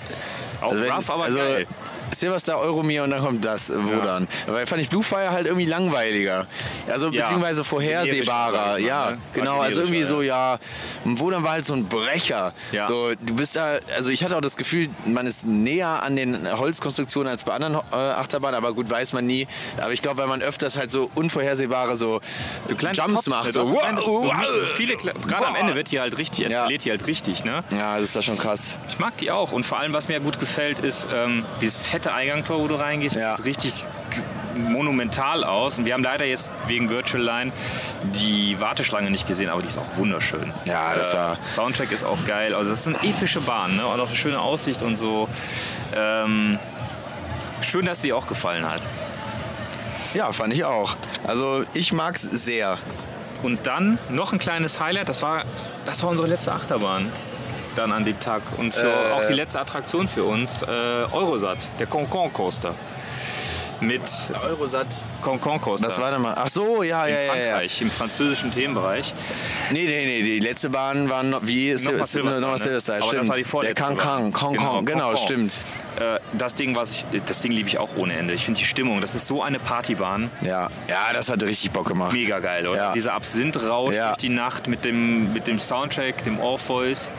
[SPEAKER 11] Auch rough, aber
[SPEAKER 1] also,
[SPEAKER 11] geil.
[SPEAKER 1] Silverstar Euromir und dann kommt das, äh, wo
[SPEAKER 11] Ja.
[SPEAKER 1] dann? Weil fand ich Bluefire halt irgendwie langweiliger. Also
[SPEAKER 11] Ja.
[SPEAKER 1] beziehungsweise vorhersehbarer.
[SPEAKER 11] Generischer, sag ich mal,
[SPEAKER 1] ja,
[SPEAKER 11] ne?
[SPEAKER 1] genau. Also
[SPEAKER 11] Generischer,
[SPEAKER 1] irgendwie so, ja. Und wo dann war halt so ein Brecher.
[SPEAKER 11] Ja.
[SPEAKER 1] So, du bist da, also ich hatte auch das Gefühl, man ist näher an den Holzkonstruktionen als bei anderen äh, Achterbahnen, aber gut, weiß man nie. Aber ich glaube, weil man öfters halt so unvorhersehbare so
[SPEAKER 11] kleine
[SPEAKER 1] Jumps
[SPEAKER 11] Pops, ne?
[SPEAKER 1] macht.
[SPEAKER 11] Du
[SPEAKER 1] So,
[SPEAKER 11] hast
[SPEAKER 1] wow,
[SPEAKER 11] kleine-
[SPEAKER 1] wow.
[SPEAKER 11] Viele, kle- gerade am Ende wird hier halt richtig, eskaliert
[SPEAKER 1] Ja.
[SPEAKER 11] hier halt richtig, ne?
[SPEAKER 1] Ja, das ist ja schon krass.
[SPEAKER 11] Ich mag die auch. Und vor allem, was mir gut gefällt, ist ähm, dieses fette Eingangtor, wo du reingehst.
[SPEAKER 1] Ja.
[SPEAKER 11] Sieht richtig g- monumental aus. Und wir haben leider jetzt wegen Virtual Line die Warteschlange nicht gesehen, aber die ist auch wunderschön. Äh,
[SPEAKER 1] Ja, das war-
[SPEAKER 11] Soundtrack ist auch geil. Also, das ist eine epische Bahn, ne? Und auch eine schöne Aussicht und so. Ähm, schön, dass sie auch gefallen hat.
[SPEAKER 1] Ja, fand ich auch. Also ich mag's sehr.
[SPEAKER 11] Und dann noch ein kleines Highlight, das war, das war unsere letzte Achterbahn dann an dem Tag. Und für,
[SPEAKER 1] Äh.
[SPEAKER 11] auch die letzte Attraktion für uns, äh, Eurosat, der Concon Coaster. Mit
[SPEAKER 1] Eurosat.
[SPEAKER 11] Concon Coaster.
[SPEAKER 1] Das war dann mal. Ach so, ja,
[SPEAKER 11] in
[SPEAKER 1] ja, ja, ja.
[SPEAKER 11] Frankreich, im französischen Themenbereich.
[SPEAKER 1] Nee, nee, nee, die letzte Bahn war noch, wie
[SPEAKER 11] Nochmal
[SPEAKER 1] Sil- Sil-
[SPEAKER 11] Silverstar,
[SPEAKER 1] nochmal
[SPEAKER 11] ne?
[SPEAKER 1] Silverstar,
[SPEAKER 11] Aber das
[SPEAKER 1] stimmt.
[SPEAKER 11] war die
[SPEAKER 1] Der
[SPEAKER 11] vorletzte
[SPEAKER 1] Kang
[SPEAKER 11] Bahn.
[SPEAKER 1] Kang, Kong
[SPEAKER 11] Genau,
[SPEAKER 1] Kong, genau,
[SPEAKER 11] Kong Kong.
[SPEAKER 1] stimmt.
[SPEAKER 11] Äh, das Ding, was ich, das Ding liebe ich auch ohne Ende. Ich finde die Stimmung, das ist so eine Partybahn.
[SPEAKER 1] Ja, ja, das hat richtig Bock gemacht.
[SPEAKER 11] Mega geil, oder?
[SPEAKER 1] Ja.
[SPEAKER 11] Dieser Absinthrausch
[SPEAKER 1] Ja.
[SPEAKER 11] durch die Nacht mit dem, mit dem Soundtrack, dem Orpheus.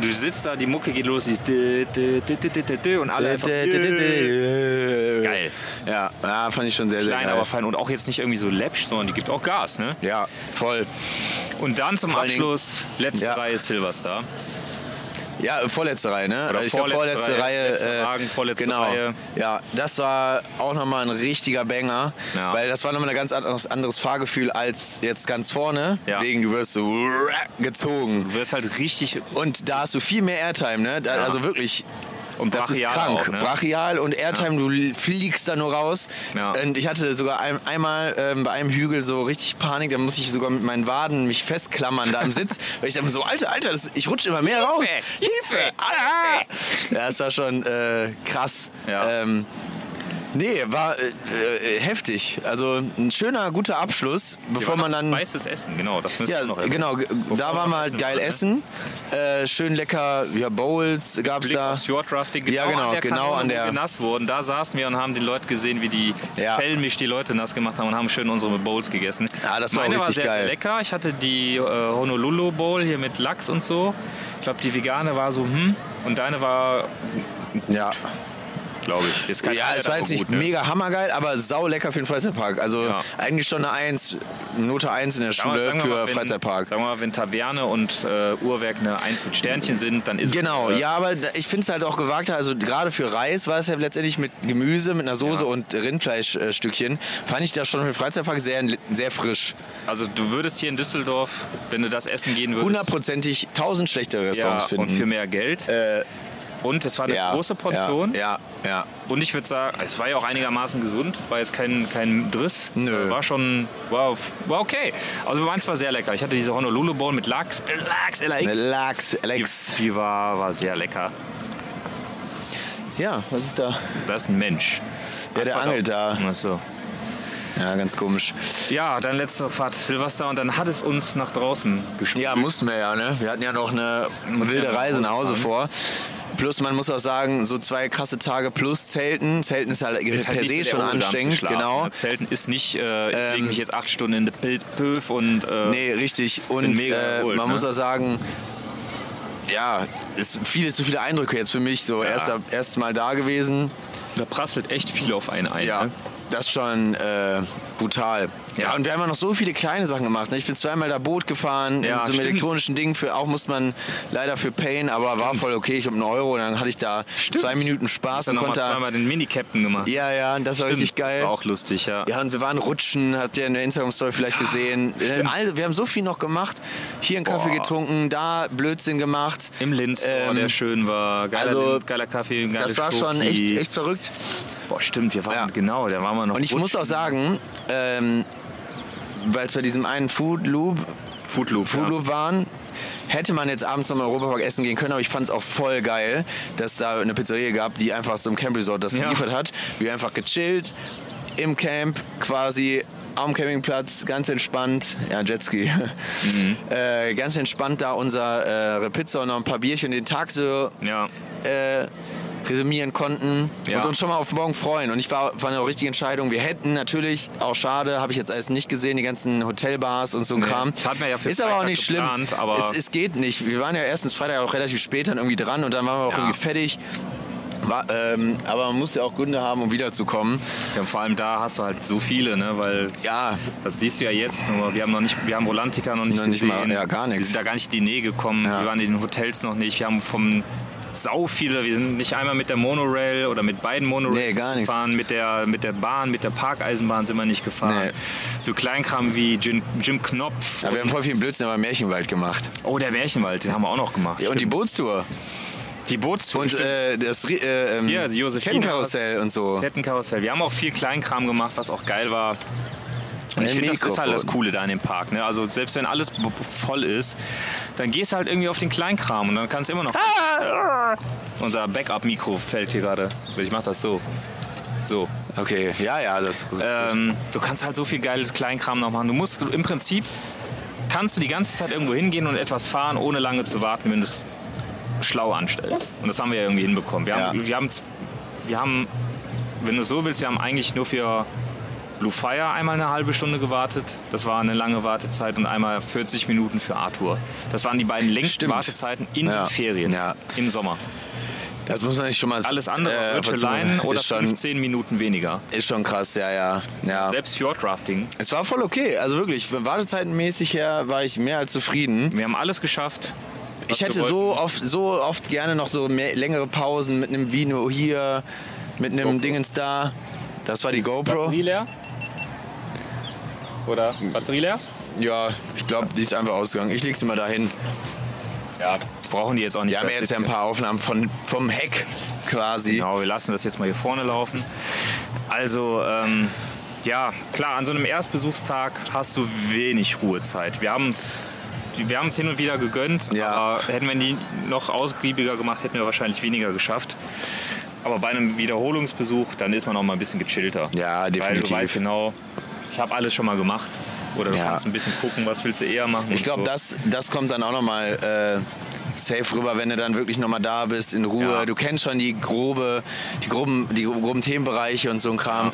[SPEAKER 11] Du sitzt da, die Mucke geht los, dieses dü- dü- dü- dü- dü- dü- dü und alle einfach
[SPEAKER 1] Geil.
[SPEAKER 11] Geil.
[SPEAKER 1] Ja, ja, fand ich schon sehr, sehr
[SPEAKER 11] klein,
[SPEAKER 1] geil.
[SPEAKER 11] aber fein und auch jetzt nicht irgendwie so läppsch, sondern die gibt auch Gas, ne?
[SPEAKER 1] ja, voll.
[SPEAKER 11] Und dann zum
[SPEAKER 1] Vor allen
[SPEAKER 11] Abschluss letzte
[SPEAKER 1] Ja.
[SPEAKER 11] Reihe Silverstar.
[SPEAKER 1] Ja, vorletzte Reihe, ne?
[SPEAKER 11] Oder
[SPEAKER 1] ich glaub,
[SPEAKER 11] vorletzte
[SPEAKER 1] vorletzte
[SPEAKER 11] Reihe,
[SPEAKER 1] Reihe.
[SPEAKER 11] letzter
[SPEAKER 1] äh,
[SPEAKER 11] Wagen, vorletzte
[SPEAKER 1] genau.
[SPEAKER 11] Reihe.
[SPEAKER 1] Ja, das war auch nochmal ein richtiger Banger,
[SPEAKER 11] Ja.
[SPEAKER 1] weil das war nochmal ein ganz anderes, anderes Fahrgefühl als jetzt ganz vorne.
[SPEAKER 11] Ja.
[SPEAKER 1] Wegen, du wirst so gezogen.
[SPEAKER 11] Du wirst halt richtig
[SPEAKER 1] Und da hast du viel mehr Airtime, ne? Da,
[SPEAKER 11] Ja.
[SPEAKER 1] Also wirklich.
[SPEAKER 11] und
[SPEAKER 1] Das ist
[SPEAKER 11] brachial
[SPEAKER 1] krank.
[SPEAKER 11] Auch, ne?
[SPEAKER 1] Brachial und Airtime, du fliegst da nur raus.
[SPEAKER 11] Ja.
[SPEAKER 1] Und ich hatte sogar ein, einmal ähm, bei einem Hügel so richtig Panik, da musste ich sogar mit meinen Waden mich festklammern da am Sitz, weil ich dachte so, Alter, Alter, das, ich rutsche immer mehr raus. Hilfe! Ah! Ja, das war schon äh, krass.
[SPEAKER 11] Ja.
[SPEAKER 1] Ähm, nee, war äh, äh, heftig. Also ein schöner, guter Abschluss,
[SPEAKER 11] Wir
[SPEAKER 1] bevor
[SPEAKER 11] waren
[SPEAKER 1] man
[SPEAKER 11] noch
[SPEAKER 1] dann...
[SPEAKER 11] weißes Essen, genau, das müssen
[SPEAKER 1] Ja,
[SPEAKER 11] wir noch erwähnen.
[SPEAKER 1] genau. ge-
[SPEAKER 11] Bevor
[SPEAKER 1] Da waren wir
[SPEAKER 11] noch
[SPEAKER 1] halt geil
[SPEAKER 11] wird, ne?
[SPEAKER 1] essen. Äh, schön lecker, ja, Bowls gab's
[SPEAKER 11] Blick
[SPEAKER 1] da.
[SPEAKER 11] aufs Fjordrafting,
[SPEAKER 1] Ja, genau,
[SPEAKER 11] an der
[SPEAKER 1] genau
[SPEAKER 11] Kanone,
[SPEAKER 1] an
[SPEAKER 11] wo
[SPEAKER 1] der-
[SPEAKER 11] wir nass wurden. Da saßen wir und haben die Leute gesehen, wie die
[SPEAKER 1] Ja.
[SPEAKER 11] schelmisch die Leute nass gemacht haben und haben schön unsere Bowls gegessen.
[SPEAKER 1] Ja, das war
[SPEAKER 11] Meine war
[SPEAKER 1] richtig
[SPEAKER 11] sehr,
[SPEAKER 1] geil.
[SPEAKER 11] sehr lecker. Ich hatte die äh, Honolulu Bowl hier mit Lachs und so. Ich glaube, die vegane war so, hm. Und deine war,
[SPEAKER 1] Ja,
[SPEAKER 11] glaube ich, jetzt kann
[SPEAKER 1] ja
[SPEAKER 11] jeder
[SPEAKER 1] es war
[SPEAKER 11] davon
[SPEAKER 1] jetzt nicht
[SPEAKER 11] gut, ne?
[SPEAKER 1] mega hammergeil, aber sau lecker für den Freizeitpark. Also
[SPEAKER 11] Ja.
[SPEAKER 1] eigentlich schon eine 1, Note 1 in der
[SPEAKER 11] Sagen wir-
[SPEAKER 1] Schule
[SPEAKER 11] sagen wir
[SPEAKER 1] für
[SPEAKER 11] mal, wenn-
[SPEAKER 1] Freizeitpark.
[SPEAKER 11] Sagen wir mal, wenn Taverne und äh, Uhrwerk eine Eins mit Sternchen sind, dann ist
[SPEAKER 1] Genau,
[SPEAKER 11] es, äh,
[SPEAKER 1] ja, aber da- ich finde es halt auch gewagt. Also gerade für Reis war es ja letztendlich mit Gemüse, mit einer Soße
[SPEAKER 11] Ja.
[SPEAKER 1] und Rindfleischstückchen. Fand ich das schon für den Freizeitpark sehr, sehr frisch.
[SPEAKER 11] Also du würdest hier in Düsseldorf, wenn du das essen gehen würdest,
[SPEAKER 1] Hundertprozentig tausend schlechtere
[SPEAKER 11] ja,
[SPEAKER 1] Restaurants
[SPEAKER 11] und
[SPEAKER 1] finden. Äh,
[SPEAKER 11] für mehr Geld. und es war eine
[SPEAKER 1] ja,
[SPEAKER 11] große Portion.
[SPEAKER 1] Ja, ja, ja.
[SPEAKER 11] Und ich würde sagen, es war ja auch einigermaßen gesund, war jetzt kein, kein Driss.
[SPEAKER 1] Nö.
[SPEAKER 11] War schon, war, war okay. Also meins war sehr lecker. Ich hatte diese Honolulu Bowl mit Lachs, äh, Lachs, LAX.
[SPEAKER 1] Relax,
[SPEAKER 11] Die,
[SPEAKER 1] Alex.
[SPEAKER 11] die war, war sehr lecker.
[SPEAKER 1] Ja, was ist da?
[SPEAKER 11] Da ist ein Mensch.
[SPEAKER 1] Ja, der
[SPEAKER 11] Ach,
[SPEAKER 1] angelt da.
[SPEAKER 11] Ach so.
[SPEAKER 1] Ja, ganz komisch.
[SPEAKER 11] Ja, dann letzte Fahrt Silvester und dann hat es uns nach draußen gespült.
[SPEAKER 1] Ja, mussten wir ja, ne? Wir hatten ja noch eine wilde
[SPEAKER 11] ja noch
[SPEAKER 1] Reise nach Hause vor.
[SPEAKER 8] Plus, man muss auch sagen, so zwei krasse Tage plus Zelten. Zelten ist halt,
[SPEAKER 11] Ist halt
[SPEAKER 8] per
[SPEAKER 11] nicht
[SPEAKER 8] se
[SPEAKER 11] so der
[SPEAKER 8] schon
[SPEAKER 11] Hose, da am zu
[SPEAKER 8] anstrengend,
[SPEAKER 11] schlafen. ne?
[SPEAKER 8] genau. Ähm,
[SPEAKER 11] Zelten ist nicht, äh, ich lege mich jetzt acht Stunden in den Bildböf und äh,
[SPEAKER 8] Nee, richtig. Und
[SPEAKER 11] mega
[SPEAKER 8] äh,
[SPEAKER 11] erholt,
[SPEAKER 8] man
[SPEAKER 11] ne?
[SPEAKER 8] muss auch sagen, ja, es sind viele zu viele Eindrücke jetzt für mich. So erst, erst mal da gewesen.
[SPEAKER 11] da prasselt echt viel auf einen ein.
[SPEAKER 8] Ja,
[SPEAKER 11] Ne?
[SPEAKER 8] das ist schon äh, brutal. Ja, und wir haben ja noch so viele kleine Sachen gemacht. Ne? Ich bin zweimal da Boot gefahren, in
[SPEAKER 11] Ja,
[SPEAKER 8] so einem
[SPEAKER 11] stimmt.
[SPEAKER 8] elektronischen Ding. Für, auch musste man leider für Pain, aber war voll okay. Ich habe einen Euro und dann hatte ich da zwei Minuten Spaß
[SPEAKER 11] Dann
[SPEAKER 8] und
[SPEAKER 11] nochmal
[SPEAKER 8] konnte. da-
[SPEAKER 11] zweimal den Minicaptain gemacht.
[SPEAKER 8] Ja, ja, und das war richtig geil.
[SPEAKER 11] Das war auch lustig, ja.
[SPEAKER 8] Ja, und wir waren rutschen, habt ihr in der Instagram-Story vielleicht gesehen. Äh, Also, wir haben so viel noch gemacht. Hier einen Kaffee
[SPEAKER 11] Boah.
[SPEAKER 8] getrunken, da Blödsinn gemacht.
[SPEAKER 11] Im Linz,
[SPEAKER 8] Ähm,
[SPEAKER 11] der schön war. Geiler,
[SPEAKER 8] also,
[SPEAKER 11] Linz, geiler Kaffee, geiler
[SPEAKER 8] Das war schon echt,
[SPEAKER 11] Schoki.
[SPEAKER 8] echt verrückt.
[SPEAKER 11] Boah, stimmt, wir waren
[SPEAKER 8] Ja.
[SPEAKER 11] genau, da waren wir noch.
[SPEAKER 8] Und ich muss auch sagen, ähm, weil es bei diesem einen Food Loop, Food Loop,
[SPEAKER 11] ja.
[SPEAKER 8] waren, hätte man jetzt abends noch im Europapark essen gehen können, aber ich fand es auch voll geil, dass da eine Pizzeria gab, die einfach zum Camp Resort das
[SPEAKER 11] Ja.
[SPEAKER 8] geliefert hat. Wir einfach gechillt im Camp quasi. Am Campingplatz, ganz entspannt, ja, Jetski,
[SPEAKER 11] Mhm.
[SPEAKER 8] äh, ganz entspannt da unsere Pizza und noch ein paar Bierchen den Tag so
[SPEAKER 11] Ja.
[SPEAKER 8] äh, resümieren konnten
[SPEAKER 11] Ja.
[SPEAKER 8] und uns schon mal auf morgen freuen. Und ich war von der richtigen Entscheidung. Wir hätten natürlich, auch schade, habe ich jetzt alles nicht gesehen, die ganzen Hotelbars und so ein
[SPEAKER 11] Nee,
[SPEAKER 8] Kram.
[SPEAKER 11] das hatten wir ja für
[SPEAKER 8] Ist aber auch
[SPEAKER 11] Freitag
[SPEAKER 8] nicht
[SPEAKER 11] geplant,
[SPEAKER 8] schlimm.
[SPEAKER 11] aber-
[SPEAKER 8] es, es geht nicht. Wir waren ja erstens Freitag auch relativ spät dann irgendwie dran und dann waren wir auch
[SPEAKER 11] Ja.
[SPEAKER 8] irgendwie fertig. War, ähm, aber man muss ja auch Gründe haben, um wiederzukommen.
[SPEAKER 11] ja, und vor allem da hast du halt so viele, ne? Weil
[SPEAKER 8] Ja,
[SPEAKER 11] das siehst du ja jetzt nur. Wir haben noch nicht, wir haben Rolantica noch nicht
[SPEAKER 8] Noch nicht
[SPEAKER 11] gesehen.
[SPEAKER 8] mal, ja, gar nichts.
[SPEAKER 11] Wir sind da gar nicht in die Nähe gekommen.
[SPEAKER 8] Ja.
[SPEAKER 11] Wir waren in den Hotels noch nicht. Wir haben vom sau viele. Wir sind nicht einmal mit der Monorail oder mit beiden Monorails
[SPEAKER 8] Nee, gar nichts.
[SPEAKER 11] gefahren. Mit der mit der Bahn, mit der Parkeisenbahn sind wir nicht gefahren.
[SPEAKER 8] Nee.
[SPEAKER 11] So Kleinkram wie Jim, Jim Knopf.
[SPEAKER 8] aber wir haben voll viel Blödsinn aber im Märchenwald gemacht.
[SPEAKER 11] Oh, der Märchenwald, den haben wir auch noch gemacht.
[SPEAKER 8] Ja, und die
[SPEAKER 11] Stimmt.
[SPEAKER 8] Bootstour.
[SPEAKER 11] die Bootstour.
[SPEAKER 8] Und
[SPEAKER 11] stimmt.
[SPEAKER 8] äh, das Ri- äh, ähm,
[SPEAKER 11] Ja, die Josephine-
[SPEAKER 8] Kettenkarussell und so.
[SPEAKER 11] Kettenkarussell. Wir haben auch viel Kleinkram gemacht, was auch geil war. Und ich
[SPEAKER 8] Ein
[SPEAKER 11] finde, das ist halt das
[SPEAKER 8] Mikrofon.
[SPEAKER 11] Coole da in dem Park. Ne? Also selbst wenn alles b- b- voll ist, dann gehst du halt irgendwie auf den Kleinkram und dann kannst du immer noch...
[SPEAKER 8] Ah!
[SPEAKER 11] Unser Backup-Mikro fällt hier gerade. Ich mach das so. So.
[SPEAKER 8] Okay, ja, ja, das ist gut.
[SPEAKER 11] Ähm, du kannst halt so viel geiles Kleinkram noch machen. Du musst im Prinzip... Kannst du die ganze Zeit irgendwo hingehen und etwas fahren, ohne lange zu warten, wenn du es schlau anstellst. Und das haben wir ja irgendwie hinbekommen. Wir haben,
[SPEAKER 8] Ja.
[SPEAKER 11] wir haben, wir haben wenn du so willst, wir haben eigentlich nur für Blue Fire einmal eine halbe Stunde gewartet. Das war eine lange Wartezeit und einmal 40 Minuten für Arthur. Das waren die beiden längsten
[SPEAKER 8] Stimmt.
[SPEAKER 11] Wartezeiten in
[SPEAKER 8] Ja.
[SPEAKER 11] den Ferien,
[SPEAKER 8] Ja.
[SPEAKER 11] im Sommer.
[SPEAKER 8] das muss man nicht schon mal.
[SPEAKER 11] Alles andere, äh, Virtual
[SPEAKER 8] verzogen.
[SPEAKER 11] Line oder
[SPEAKER 8] ist schon,
[SPEAKER 11] 15 Minuten weniger.
[SPEAKER 8] Ist schon krass, ja, ja. ja.
[SPEAKER 11] Selbst Fjordrafting.
[SPEAKER 8] Es war voll okay. Also wirklich, wartezeitenmäßig her war ich mehr als zufrieden.
[SPEAKER 11] Wir haben alles geschafft. was
[SPEAKER 8] Ich hätte
[SPEAKER 11] wir wollten.
[SPEAKER 8] so oft, so oft gerne noch so mehr, längere Pausen mit einem Vino hier, mit einem Dingens da. Das war die GoPro.
[SPEAKER 11] Batterie leer? Oder
[SPEAKER 8] Hm.
[SPEAKER 11] Batterie leer?
[SPEAKER 8] Ja, ich glaube, die ist einfach ausgegangen. Ich leg sie mal dahin.
[SPEAKER 11] Ja, brauchen die jetzt auch nicht.
[SPEAKER 8] Wir haben ja jetzt ja ein paar Aufnahmen von, vom Heck quasi.
[SPEAKER 11] Genau, wir lassen das jetzt mal hier vorne laufen. Also, ähm, ja, klar, an so einem Erstbesuchstag hast du wenig Ruhezeit. Wir haben uns. Wir haben es hin und wieder gegönnt,
[SPEAKER 8] Ja.
[SPEAKER 11] aber hätten wir die noch ausgiebiger gemacht, hätten wir wahrscheinlich weniger geschafft. Aber bei einem Wiederholungsbesuch, dann ist man auch mal ein bisschen gechillter.
[SPEAKER 8] Ja,
[SPEAKER 11] Weil
[SPEAKER 8] definitiv.
[SPEAKER 11] du weißt genau, ich habe alles schon mal gemacht. Oder du
[SPEAKER 8] Ja.
[SPEAKER 11] kannst ein bisschen gucken, was willst du eher machen.
[SPEAKER 8] Ich
[SPEAKER 11] und
[SPEAKER 8] glaube,
[SPEAKER 11] so.
[SPEAKER 8] das, das kommt dann auch nochmal äh, safe rüber, wenn du dann wirklich nochmal da bist, in Ruhe.
[SPEAKER 11] Ja.
[SPEAKER 8] Du kennst schon die, grobe, die, groben, die groben Themenbereiche und so ein Kram.